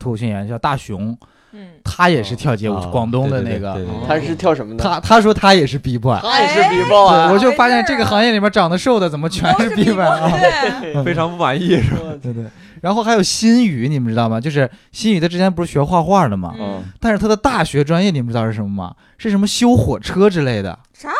B: 脱口秀演员叫大熊，
E: 嗯，
B: 他也是跳街舞，
C: 啊
B: 广东的
C: 对
B: 那
C: 对对
E: 哦
B: 个。
C: 对对
D: 他是跳什么的？
B: 他他说他也是 B boy，
D: 他也是 B b o
E: 哎
D: 啊！
B: 我就发现
E: 没事
B: 这
E: 儿啊
B: 个行业里面长得瘦的怎么全
E: 都
B: 是
E: 是
B: B
E: B
B: boy 啊？
E: 对，嗯
I: 非常不满意是吧？
B: 对对。然后还有新宇，你们知道吗？就是新宇他之前不是学画画的吗？
E: 嗯，
B: 但是他的大学专业你们知道是什么吗？是什么修火车之类的？
E: 啥？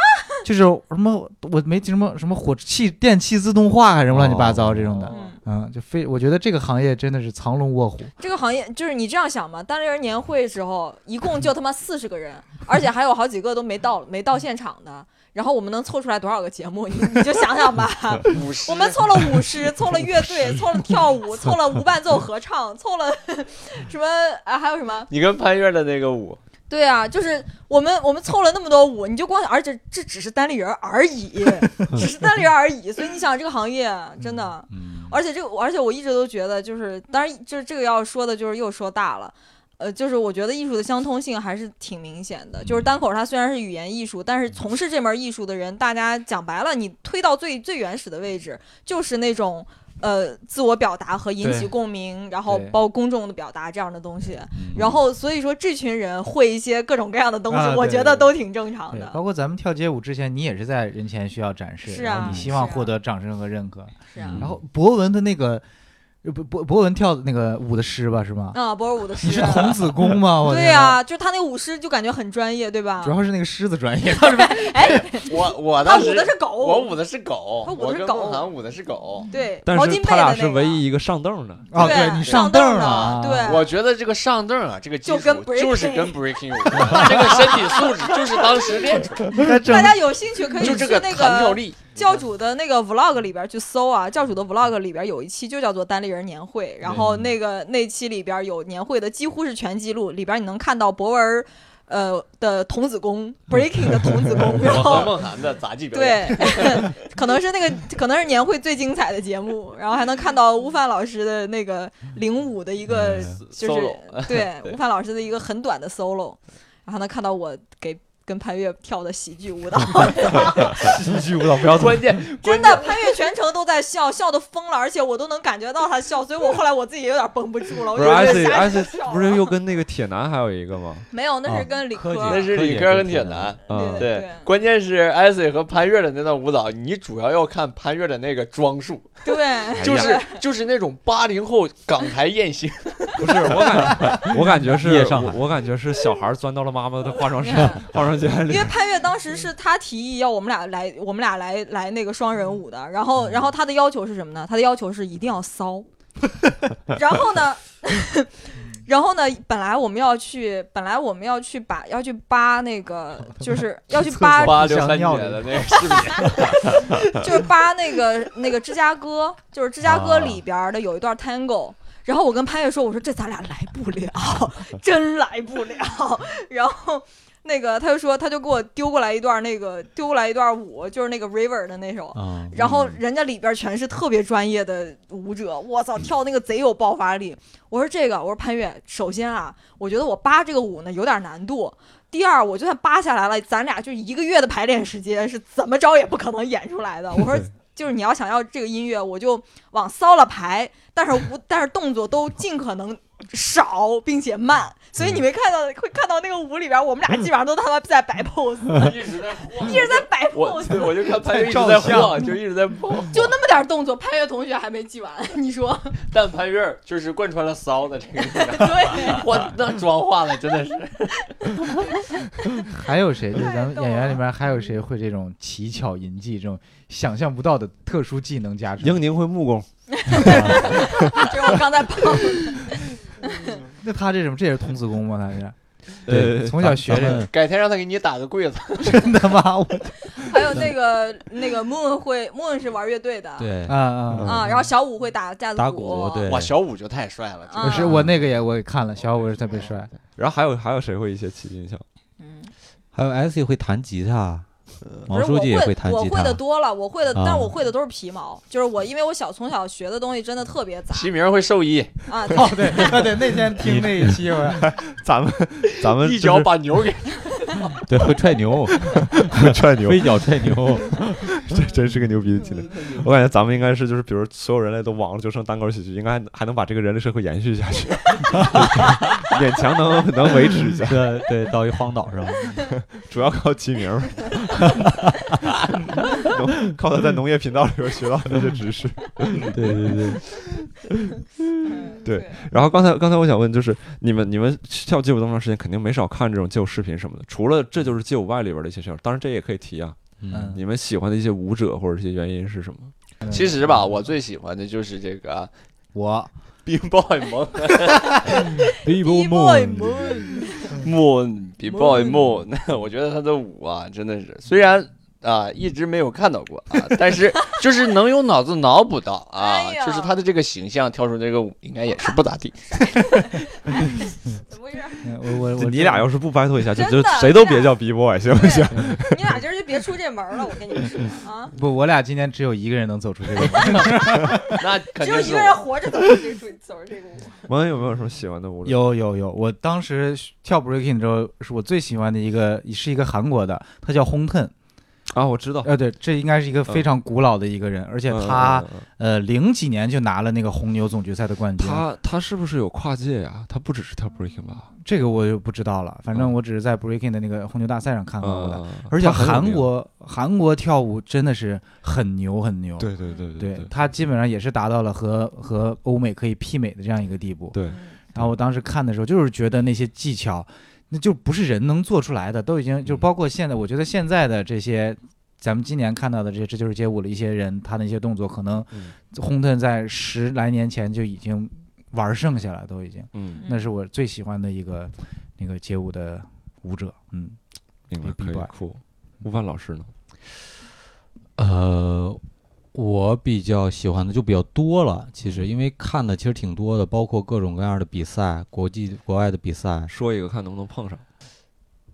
B: 就是什么我没记什么什么火器电气自动化还是什么乱七八糟这种的。
E: 嗯
B: 嗯，就非我觉得这个行业真的是藏龙卧虎，
E: 这个行业就是你这样想嘛，单立人年会时候一共就他妈四十个人，而且还有好几个都没到没到现场的。然后我们能凑出来多少个节目？你你就想想吧。
D: 五十
E: 我们凑了舞狮，凑了乐队， 凑了跳舞，凑了无伴奏合唱，凑了什么啊？还有什么？
D: 你跟潘越的那个舞，
E: 对啊，就是我们我们凑了那么多舞，你就光而且这只是单立人而已，只是单立人而已。所以你想这个行业真的，
C: 嗯，
E: 而且这个而且我一直都觉得就是，当然就是这个要说的就是又说大了。呃，就是我觉得艺术的相通性还是挺明显的。就是单口它虽然是语言艺术，但是从事这门艺术的人，大家讲白了，你推到最最原始的位置，就是那种呃自我表达和引起
B: 对
E: 共鸣，然后
B: 对
E: 包括公众的表达这样的东西。
C: 嗯
E: 然后所以说这群人会一些各种各样的东西，
B: 啊
E: 我
B: 对
E: 觉得都挺正常
B: 对，
E: 的。
B: 包括咱们跳街舞之前，你也是在人前需要展示，
E: 是
B: 然后
E: 啊
B: 你希望
E: 是啊
B: 获得掌声和认可。
E: 是啊
C: 嗯，
B: 然后博文的那个，呃不博博文跳的那个舞的诗吧，是吗？
E: 啊，博尔舞的
B: 你是
E: 诗，
B: 童子功 吗？我
E: 对啊
B: 天哪
E: 呀、就他那个舞狮就感觉很专业，对吧
B: 主？要是那个狮子专 业，当时
D: 我我
E: 他
D: 当
E: 舞
D: 时
E: 的是狗，
D: 我舞的是狗，
E: 他舞的
D: 我
E: 是
D: 跟
E: 狗
D: 梦涵舞的是狗。
E: 对，
A: 但
E: 毛
A: 是
E: 巾
A: 他
E: 被
A: 俩
E: 的
A: 是
E: 那
A: 唯
E: 个
A: 一一个上凳的，
B: 啊，
E: 对
B: 对你上
E: 凳
B: 凳
E: 儿
B: 了啊，
E: 了对
D: 我觉得这个上凳啊，这个基础
E: 嗯就跟 breaking
D: 就是跟 breaking 有关， 这个身体素质就是当时练出来的，
B: 对，
E: 大
B: 整
E: 家有兴趣可以
D: 就
E: 去
D: 这个
E: 那
D: 弹跳
E: 个
D: 力。
E: 教主的那个 vlog 里边去搜啊，教主的 vlog 里边有一期就叫做单立人年会，然后那个那期里边有年会的几乎是全记录，里边你能看到博文呃的童子功 breaking 的童子功， 然
D: 我
E: 后
D: 和梦涵的杂技表演，
E: 对， 可能是那个，可能是年会最精彩的节目，然后还能看到悟饭老师的那个零五的一个，就是
D: solo
E: 对
D: 对
E: 悟饭老师的一个很短的 solo，然后能看到我给跟潘越跳的喜剧舞蹈，
I: 剧舞蹈不要
D: 关键
E: 真的潘越全程都在笑，笑的疯了，而且我都能感觉到他笑，所以我后来我自己也有点绷不住了，我
A: 不
E: 就是
A: 艾
E: 觉得
A: 斯
E: 瞎
A: 艾
E: 鸡巴
A: 斯
E: 笑
A: 不是
E: 了
A: 又跟那个铁男还有一个 吗？
E: 没有，那是跟理科，
C: 科技
D: 那是理科跟啊铁男。
A: 啊，
E: 对
D: 对，关键是艾 C 和潘越的那段舞蹈，你主要要看潘越的那个装束，
E: 对，
D: 就是就是那种八零后港台艳星，
A: 不是我感我感觉是
C: 夜上海
A: 我我感觉是小孩钻到了妈妈的化妆室
E: 对啊
A: 化妆间 里
E: 因为潘越当时是他提议要我们俩来，我们俩来来那个双人舞的。然后，然后他的要求是什么呢？他的要求是一定要骚。然后呢， 然后呢，本来我们要去，本来我们要去把要去扒那个，就是要去扒，
D: 八六三年的那个视频，
E: 就是扒那个那个芝加哥，就是芝加哥里边儿的有一段 tango。然后我跟潘越说：“我说这咱俩来不了， 真来不了。” 然后那个他就说，他就给我丢过来一段那个丢过来一段舞，就是那个 River 的那首。
C: 啊，
E: 然后人家里边全是特别专业的舞者，我操，跳那个贼有爆发力。我说这个，我说潘越，首先啊，我觉得我扒这个舞呢有点难度。第二，我就算扒下来了，咱俩就一个月的排练时间是怎么着也不可能演出来的。我说
A: 对，
E: 就是你要想要这个音乐，我就往骚了排，但是舞但是动作都尽可能少并且慢。所以你没看到会看到那个舞里边，我们俩基本上都他妈在摆 pose，
D: 一直在晃
E: 一直在摆
D: 我
E: pose。
D: 对我就看潘越一直在晃，就一直在晃。
E: 就那么点儿动作，潘越同学还没记完，你说？
D: 但潘越就是贯穿了骚的这个地方，
E: 对，
D: 哇，那妆化的真的是
B: 还有谁？就是咱们
E: 太逗
B: 演员里
E: 了
B: 面还有谁会这种奇巧淫技，这种想象不到的特殊技能加持？
A: 英宁会木工，
E: 这是我刚才碰
B: 那他这种这也是童子功吗？他 是
A: 呃，
B: 从小学
C: 咱
B: 这个
C: 们
D: 改天让他给你打个柜子，
B: 真的吗？我
E: 还有那个那个 Moon 会 Moon 是玩乐队的，
C: 对
B: 啊啊！
E: 啊，然后小五会打架子
C: 打
E: 鼓
C: 鼓，，对，
D: 哇，小五就太帅了，
E: 啊
B: 我是我那个也我也看了，小五是特别帅，
A: 然后还有还有谁会一些奇技巧？
E: 嗯，
C: 还有 S 也会弹吉他，毛
E: 呃不是
C: 书
E: 我
C: 记也
E: 会
C: 弹
E: 我
C: 吉
E: 会
C: 他
E: 的，多了，我会的，
C: 啊
E: 但我会的都是皮毛，就是我因为我小从小学的东西真的特别杂
D: 齐明会兽医，
E: 啊，
B: 哦， 对，啊对，那天听那一期我
A: 咱们咱们
D: 一
A: 就
D: 脚
A: 是嗯
D: 把牛给
C: 对，会踹牛，
A: 踹牛，
C: 飞脚踹牛，
A: 这真是个牛逼的技能。我感觉咱们应该是就是，比如所有人类都亡了，就剩单口喜剧，应该还还能把这个人类社会延续下去，勉强能能维持一下，
C: 对对，到一荒岛上，
A: 主要靠起名儿， 农靠他在农业频道里边学到的那些知识。
C: 对对对，
E: 嗯
A: 对然后刚才刚才我想问，就是你们你们跳街舞这么长时间，肯定没少看这种街舞视频什么的。除了这就是街舞外里边的一些事儿，当然这也可以提啊。
C: 嗯，
A: 你们喜欢的一些舞者或者一些原因是什么？
B: 嗯
D: 其实吧，我最喜欢的就是这个啊
B: 我
D: Big Boy 蒙
E: b b o y Moon，
D: Moon Big Boy
E: Moon
D: Moon，我觉得他的舞啊，真的是虽然啊、一直没有看到过啊，但是就是能用脑子脑补到啊
E: 哎，呀
D: 就是他的这个形象跳出这个舞，应该也是不咋 地。
E: 怎么回事？
B: 我我我
A: 你俩要是不 battle 一下，就
E: 真
A: 就
E: 的
A: 谁都别
E: 真
A: 叫 B boy 行不行？
E: 对你俩今儿就别出这门了，我跟你 们说啊，
B: 不，我俩今天只有一个人能走出这个。
D: 那肯
E: 只有
D: 定
E: 一
D: 是
E: 个人活着走出这出走出这个舞。
A: 蒙恩有没有什么喜欢的舞者？
B: 有有有，我当时跳 breaking 的时候，是我最喜欢的一个，是一个韩国的，他叫 Hong Ten。
A: 啊，我知道。
B: 呃，对，这应该是一个非常古老的一个人，而且
A: 嗯
B: 他
A: 嗯嗯嗯
B: 呃零几年就拿了那个红牛总决赛的冠军。
A: 他他是不是有跨界呀？他不只是跳 breaking 吧？
B: 这个我就不知道了，反正
A: 嗯
B: 我只是在 breaking 的那个红牛大赛上看到过的。
A: 嗯，嗯
B: 而且
A: 他很有
B: 韩
A: 名
B: 国韩国跳舞真的是很牛很牛。
A: 对对对
B: 对
A: 对
B: 他基本上也是达到了和和欧美可以媲美的这样一个地步。
E: 嗯
A: 对
B: 然后我当时看的时候，就是觉得那些技巧，那就不是人能做出来的，都已经就
C: 嗯
B: 包括现在，我觉得现在的这些。咱们今年看到的这些，这就是街舞的一些人，他的一些动作，可能
A: 嗯
B: 轰顿在十来年前就已经玩剩下了，都已经。
A: 嗯，
B: 那是我最喜欢的一个那个街舞的舞者，嗯，
A: 明白，
B: 比
A: 可以
B: B-boy
A: 酷。悟饭老师呢？
C: 呃，我比较喜欢的就比较多了，其实因为看的其实挺多的，包括各种各样的比赛，国际国外的比赛，
A: 说一个看能不能碰上。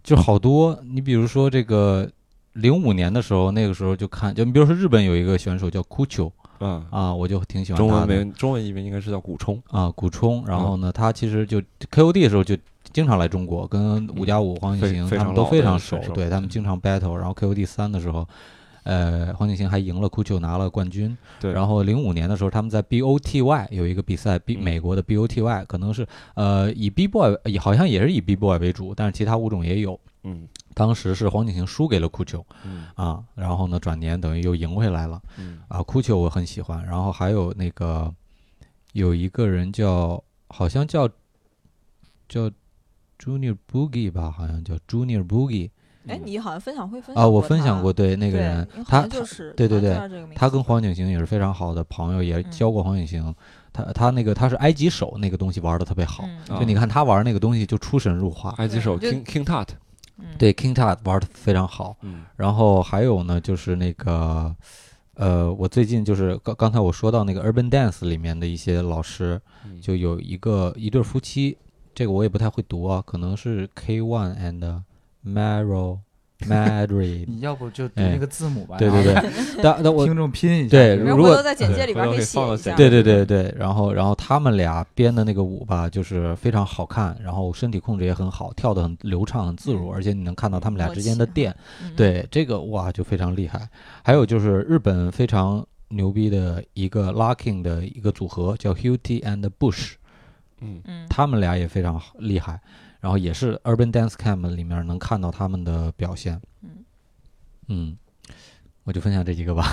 C: 就好多。你比如说这个零五年的时候，那个时候就看，就你比如说日本有一个选手叫 Kucho
A: 嗯，
C: 啊，我就挺喜欢
A: 中
C: 他
A: 文
C: 的
A: 名中文译名应该是叫古冲。
C: 啊，古冲。然
A: 嗯
C: 后呢，他其实就 KOD 的时候就。经常来中国，跟五加五、黄
A: 嗯
C: 景
A: 非
C: 行
A: 非
C: 他
A: 常
C: 们都
A: 老
C: 非
A: 的
C: 常熟
A: 选，手嗯
C: 对他们经常 battle。然后 KOD 三的时候，呃，黄景行还赢了 Kucho，拿了冠军。
A: 对，
C: 然后零五年的时候，他们在 BOTY 有一个比赛，B
A: 嗯
C: 美国的 BOTY 可能是呃以 B boy 也好像也是以 B boy 为主，但是其他舞种也有。
A: 嗯
C: 当时是黄景行输给了库丘
A: 嗯
C: 啊，然后呢转年等于又赢回来了
A: 嗯
C: 啊。库丘我很喜欢，然后还有那个有一个人叫好像叫叫 Junior Boogie 吧，好像叫 Junior Boogie
A: 嗯
E: 哎，你好像分享会分享
C: 啊，我
E: 他
C: 分享过对那
E: 对
C: 个人
E: 你，好
C: 他
E: 像就是
C: 对对
E: 好像
C: 对
E: 叫这个名字
C: 他跟黄景行也是非常好的朋友，也
E: 嗯
C: 教过黄景行。他他那个他是埃及手那个东西玩的特别好，
E: 嗯
A: 啊
C: 就你看他玩那个东西就出神入化。
A: 埃及手
E: 对
A: King King Tut。
E: 嗯
C: 对 King Tut 玩的非常好。
A: 嗯
C: 然后还有呢，就是那个呃，我最近就是刚刚才我说到那个 Urban Dance 里面的一些老师，
A: 嗯
C: 就有一个一对夫妻，这个我也不太会读啊，可能是 K One and Maro Madrid。
B: 你要不就读
C: 哎
B: 那个字母吧，
C: 对对对，但但我
B: 听众拼一下，
C: 对
E: 然后
C: 如
E: 回
C: 果
E: 头在简介里边
A: 回头
E: 可
A: 可
E: 以
A: 以
E: 写
A: 放到
E: 一下。
A: 简
C: 对对对对，然后然后他们俩编的那个舞吧，就是非常好看，然后身体控制也很好，跳得很流畅、很自如，
E: 嗯
C: 而且你能看到他们俩
E: 默
C: 之
E: 契
C: 间的
E: 哈
C: 电。
E: 嗯，
C: 对这个哇，就非常厉害。还有就是日本非常牛逼的一个 locking 的一个组合叫 Huty and Bush，
A: 嗯
E: 嗯，
C: 他们俩也非常好厉害，然后也是 Urban Dance Camp 里面能看到他们的表现。
E: 嗯
C: 嗯我就分享这几个吧。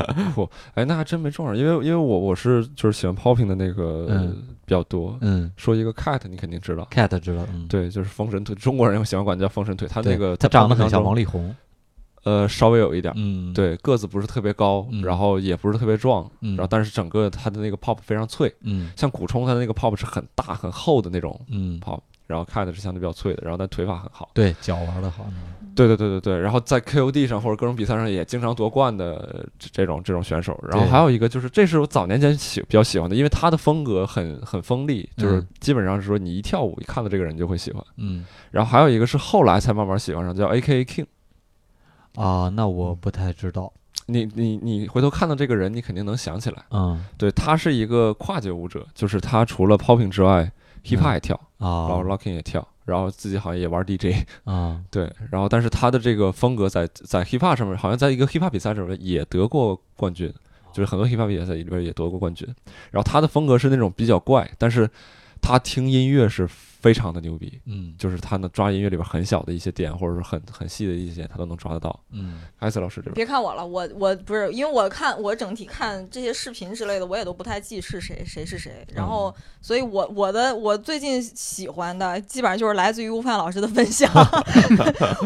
A: 哎，那还真没撞上，因为因为我我是就是喜欢 popping 的那个、
C: 嗯
A: 比较多。
C: 嗯
A: 说一个 cat，你肯定知道，
C: ，Cat 知道，嗯，
A: 对，就是风神腿，中国人又喜欢管叫风神腿，他
C: 对，
A: 那个
C: 他
A: 在
C: 长得
A: popping
C: 很像
A: 当中
C: 王力宏，
A: 呃，稍微有一点儿，
C: 嗯，，
A: 对，个子不是特别高，
C: 嗯
A: 然后也不是特别壮，
C: 嗯
A: 然后但是整个他的那个 pop 非常脆，
C: 嗯
A: 像古冲他的那个 pop 是很大很厚的那种
C: 嗯，
A: pop，然后 cat 是相对比较脆的，然后但腿法很好，
C: 对，脚玩的好，
A: 对对对对对，然后在 KOD 上或者各种比赛上也经常夺冠的呃这这种这种选手。然后
C: 对
A: 还有一个就是，这是我早年间喜比较喜欢的，因为他的风格很很锋利，就是
C: 嗯
A: 基本上是说你一跳舞一看到这个人就会喜欢。
C: 嗯
A: 然后还有一个是后来才慢慢喜欢上，叫 AKA King。
C: 啊，那我不太知道，
A: 你你你回头看到这个人，你肯定能想起来。
C: 嗯
A: 对他是
B: 嗯
A: 一个跨界舞者，就是他除了 popping 之外，hip hop 也跳，
C: 啊，
B: 哦
A: 然后 locking 也跳，然后自己好像也玩 DJ，
C: 啊，
A: 对，然后但是他的这个风格在在 hip hop 上面，好像在一个 hip hop 比赛上面也得过冠军，
B: 哦
A: 就是很多 hip hop 比赛里边也得过冠军。然后他的风格是那种比较怪，但是他听音乐是非常的牛逼，
C: 嗯
A: 就是他能抓音乐里边很小的一些点，或者是很很细的一些点，他都能抓得到。
C: 嗯
A: 艾斯老师这边，
E: 别看我了，我我不是因为我看我整体看这些视频之类的，我也都不太记是谁谁是谁。然后，所以我我的我最近喜欢的基本上就是来自于悟饭老师的分享。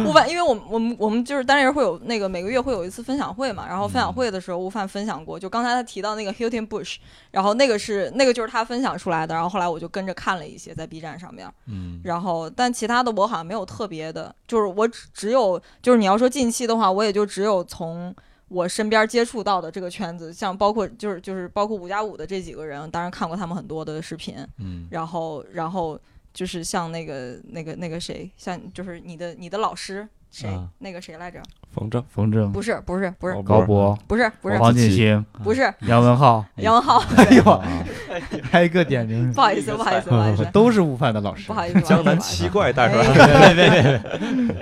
E: 悟饭，因为我们我们我们就是单人会有那个每个月会有一次分享会嘛，然后分享会的时候悟饭分享过，就刚才他提到那个 Hilton Bush，然后那个是那个就是他分享出来的，然后后来我就跟着看了一些在 B 站上面。
C: 嗯
E: 然后，但其他的我好像没有特别的，就是我只只有就是你要说近期的话，我也就只有从我身边接触到的这个圈子，像包括就是就是包括五加五的这几个人，当然看过他们很多的视频，
C: 嗯
E: 然后然后就是像那个那个那个谁，像就是你的你的老师谁、
C: 啊
E: 那个谁来着？
A: 冯正，
B: 冯正、
E: 不是不是不是
A: 哦
B: 高博、
E: 不是不是
B: 黄锦星、
E: 不是
B: 杨文浩，
E: 杨浩，
B: 哎呦，
C: 啊
B: 挨个点名，
E: 不好意思不好意思不好意思。
B: 都是悟饭的老师
E: 不。好意思，不好意思
I: 江南
E: 不好意思哎
I: 七怪带出来，
C: 别别别，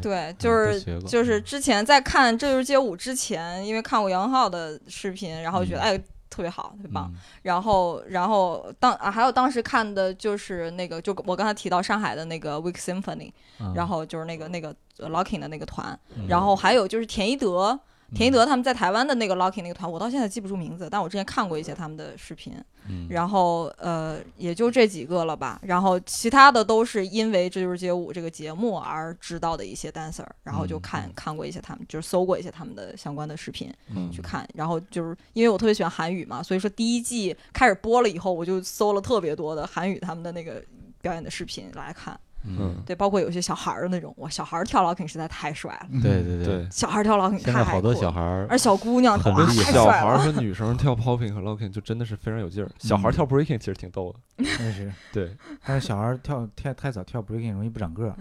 E: 对， 就
C: 都
E: 是
C: 学过
E: 就是之前在看《这就是街舞》之前，因为看过杨浩的视频，然后觉得、
C: 嗯
E: 哎特别好，特别棒。然后然后当啊还有当时看的就是那个就我刚才提到上海的那个 Week Symphony，、
C: 嗯，
E: 然后就是那个那个呃 Locking 的那个团，
C: 嗯
E: 然后还有就是田一德。
C: 嗯
E: 田一德他们在台湾的那个 Locking 那个团，我到现在记不住名字，但我之前看过一些他们的视频，
C: 嗯
E: 然后呃，也就这几个了吧。然后其他的都是因为《这就是街舞》这个节目而知道的一些 dancer，然后就
C: 嗯
E: 看、看过一些他们，就是搜过一些他们的相关的视频
A: 嗯
E: 去看。然后就是因为我特别喜欢韩语嘛，所以说第一季开始播了以后，我就搜了特别多的韩语他们的那个表演的视频来看。
A: 嗯，
E: 对，包括有些小孩儿的那种，哇，小孩儿跳 locking 实在太帅了，
B: 嗯
C: 对对，
A: 对。
E: 小孩儿跳 locking
C: 现
E: 太
C: 在好
E: 酷
C: 多
E: 了
C: 小孩儿
E: 而小姑娘
C: 很
E: 哇
C: 厉
E: 太
C: 害
A: 小
E: 帅
A: 孩儿
E: 了，
A: 和女生跳 popping 和 locking 就真的是非常有劲儿。小孩儿跳 breaking 其实挺逗的，
B: 真是，
A: 对，
B: 但是小孩儿跳太太早跳 breaking 容易不长个 儿。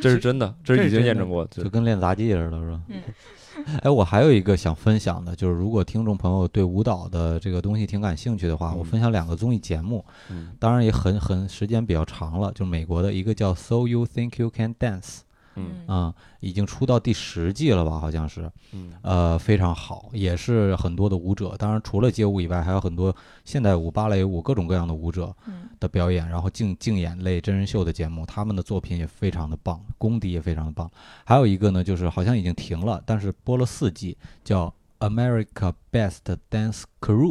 A: 这是真的，这
B: 这
A: 是
B: 是
A: 已经
B: 真
A: 验
B: 的
A: 证过。对
C: 就跟练杂技似的，是吧？
E: 嗯。
C: 哎，我还有一个想分享的，就是如果听众朋友对舞蹈的这个东西挺感兴趣的话，我
A: 嗯
C: 分享两个综艺节目，
A: 嗯
C: 当然也很很时间比较长了，就是美国的一个叫《So You Think You Can Dance》
A: 嗯
C: 啊、已经出到第十季了吧，好像是，
A: 嗯
C: 呃，非常好，也是很多的舞者，当然除了街舞以外，还有很多现代舞、芭蕾舞各种各样的舞者
E: 嗯
C: 的表演，然后竞竞演类真人秀的节目，他们的作品也非常的棒，功底也非常的棒。还有一个呢，就是好像已经停了，但是播了四季，叫《America Best Dance Crew》，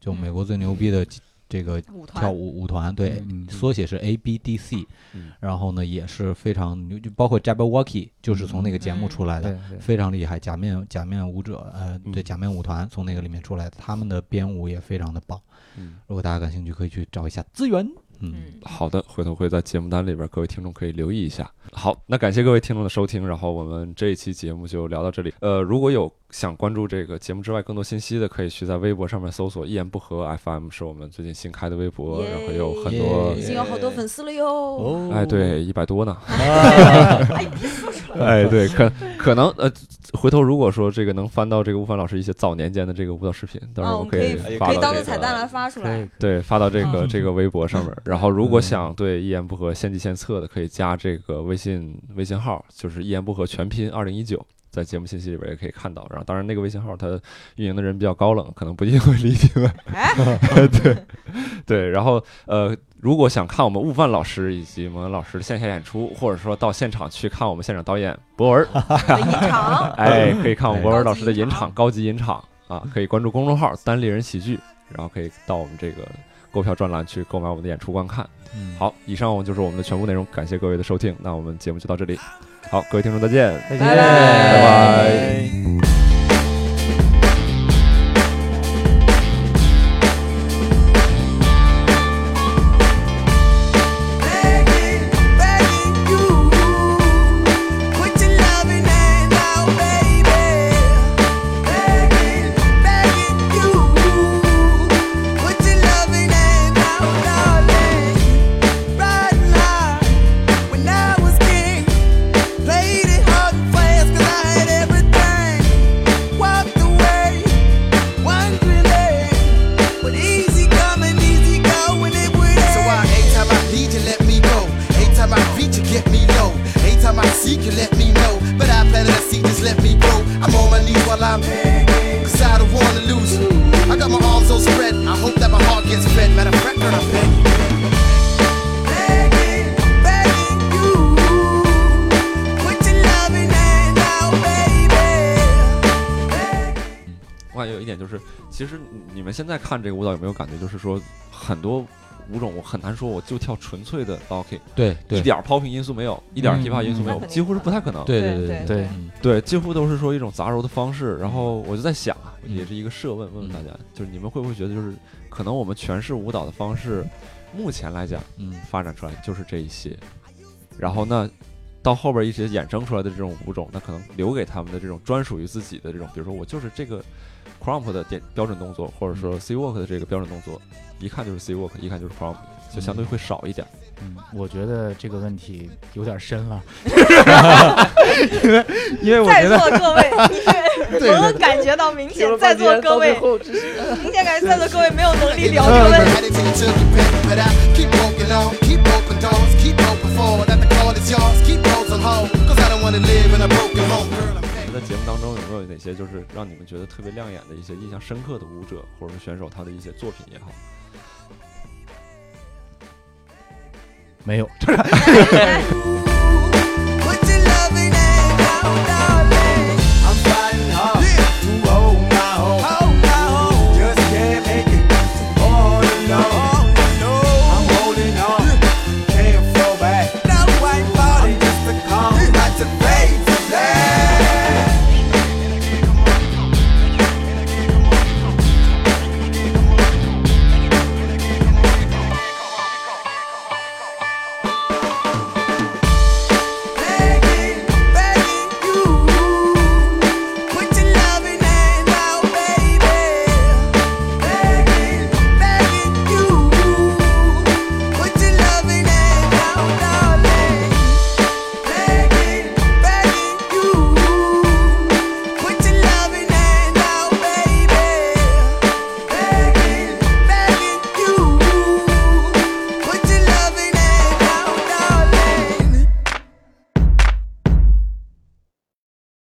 C: 就美国最牛逼的这个
E: 舞团
C: 跳舞舞团，对，
B: 嗯
C: 缩写是 ABDC，、
A: 嗯
C: 然后呢也是非常牛，就包括 Jabberwocky 就是从那个节目出来的，
B: 嗯对对，
C: 非常厉害，假面假面舞者，呃，
A: 嗯
C: 对，假面舞团从那个里面出来的，他们的编舞也非常的棒，
A: 嗯，
C: 如果大家感兴趣，可以去找一下资源，嗯，
E: 嗯，
A: 好的，回头会在节目单里边，各位听众可以留意一下。好，那感谢各位听众的收听，然后我们这一期节目就聊到这里。呃，如果有想关注这个节目之外更多信息的，可以去在微博上面搜索“一言不合 FM”，是我们最近新开的微博，然后有很多
E: 已
C: 耶
E: 经有好多粉丝了哟。
C: 哦
A: 哎，，对，一百多呢。
E: 哎，别说出 来。
A: 哎，对，可可能呃，回头如果说这个能翻到这个吴凡老师一些早年间的这个舞蹈视频，到时
E: 啊，
A: 候
E: 我
A: 我
E: 们可
A: 以
E: 以
A: 发
E: 可以
A: 到
E: 当
A: 这
E: 个彩蛋来发出来。
A: 对，发到这个、
E: 嗯
A: 这个微博上面。然后，如果
C: 嗯
A: 想对一言不合献计献策的，可以加这个微信微信号，就是一言不合全拼二零一九，在节目信息里边也可以看到。然后，当然那个微信号它运营的人比较高冷，可能不一定会理你们。
E: 哎，
A: 对，然后呃，如果想看我们悟饭老师以及蒙恩老师的线下演出，或者说到现场去看我们现场导演博文，
E: 隐藏，
A: 哎，可以看我们博文
E: 高
A: 老
E: 级
A: 师的
E: 吟
A: 吟
E: 唱
A: 唱高级吟唱啊，可以关注公众号“单立人喜剧”，然后可以到我们这个购票专栏去购买我们的演出观看。
C: 嗯，
A: 好，以上就是我们的全部内容，感谢各位的收听，那我们节目就到这里。好，各位听众再见。
B: 拜
E: 拜
A: 拜
B: 拜。
M: Begging, begging you, put your loving hand out, baby. Begging, begging you, put your loving hand out, darling. Riding high when I was king, played it hard and fast 'cause I had everything.
A: 发现有一点就是，其实你们现在看这个舞蹈有没有感觉，就是说很多舞种我很难说我就跳纯粹的 l o c k
C: 对对
A: 一点儿 popping 因素没有，一点儿
B: 嗯
A: hip hop 因素没有
E: 嗯，嗯
A: 几乎是不太可能。
C: 对
E: 对
C: 对
B: 对
C: 嗯
A: 对，几乎都是说一种杂糅的方式。然后我就在想啊，也是一个设问，问问大家，就是你们会不会觉得，就是可能我们诠释舞蹈的方式，目前来讲
C: 嗯
A: 发展出来就是这一些，然后呢，到后边一些衍生出来的这种舞种，那可能留给他们的这种专属于自己的这种，比如说我就是这个 crump 的点标准动作，或者说 C walk 的这个标准动作，一看就是 C walk，一看就是 crump，就相对会少一点。
B: 嗯，我觉得这个问题有点深了。
F: 因 为我
E: 在
F: 觉得
E: 座各位， 我能感觉到明显，在座各位，明显感觉在座各位没有能 力聊这个问题。
M: Addicted to the pit, but I keep walking on, keep open doors, keep open forward. That the call is yours, keep rolls on home. Cause I don't wanna live in a broken home, girl. I'm
A: 你们在节目当中有没有哪些就是让你们觉得特别亮眼的一些印象深刻的舞者或者是选手他的一些作品也好？
B: 没有，
M: Ooh, oh, Oh,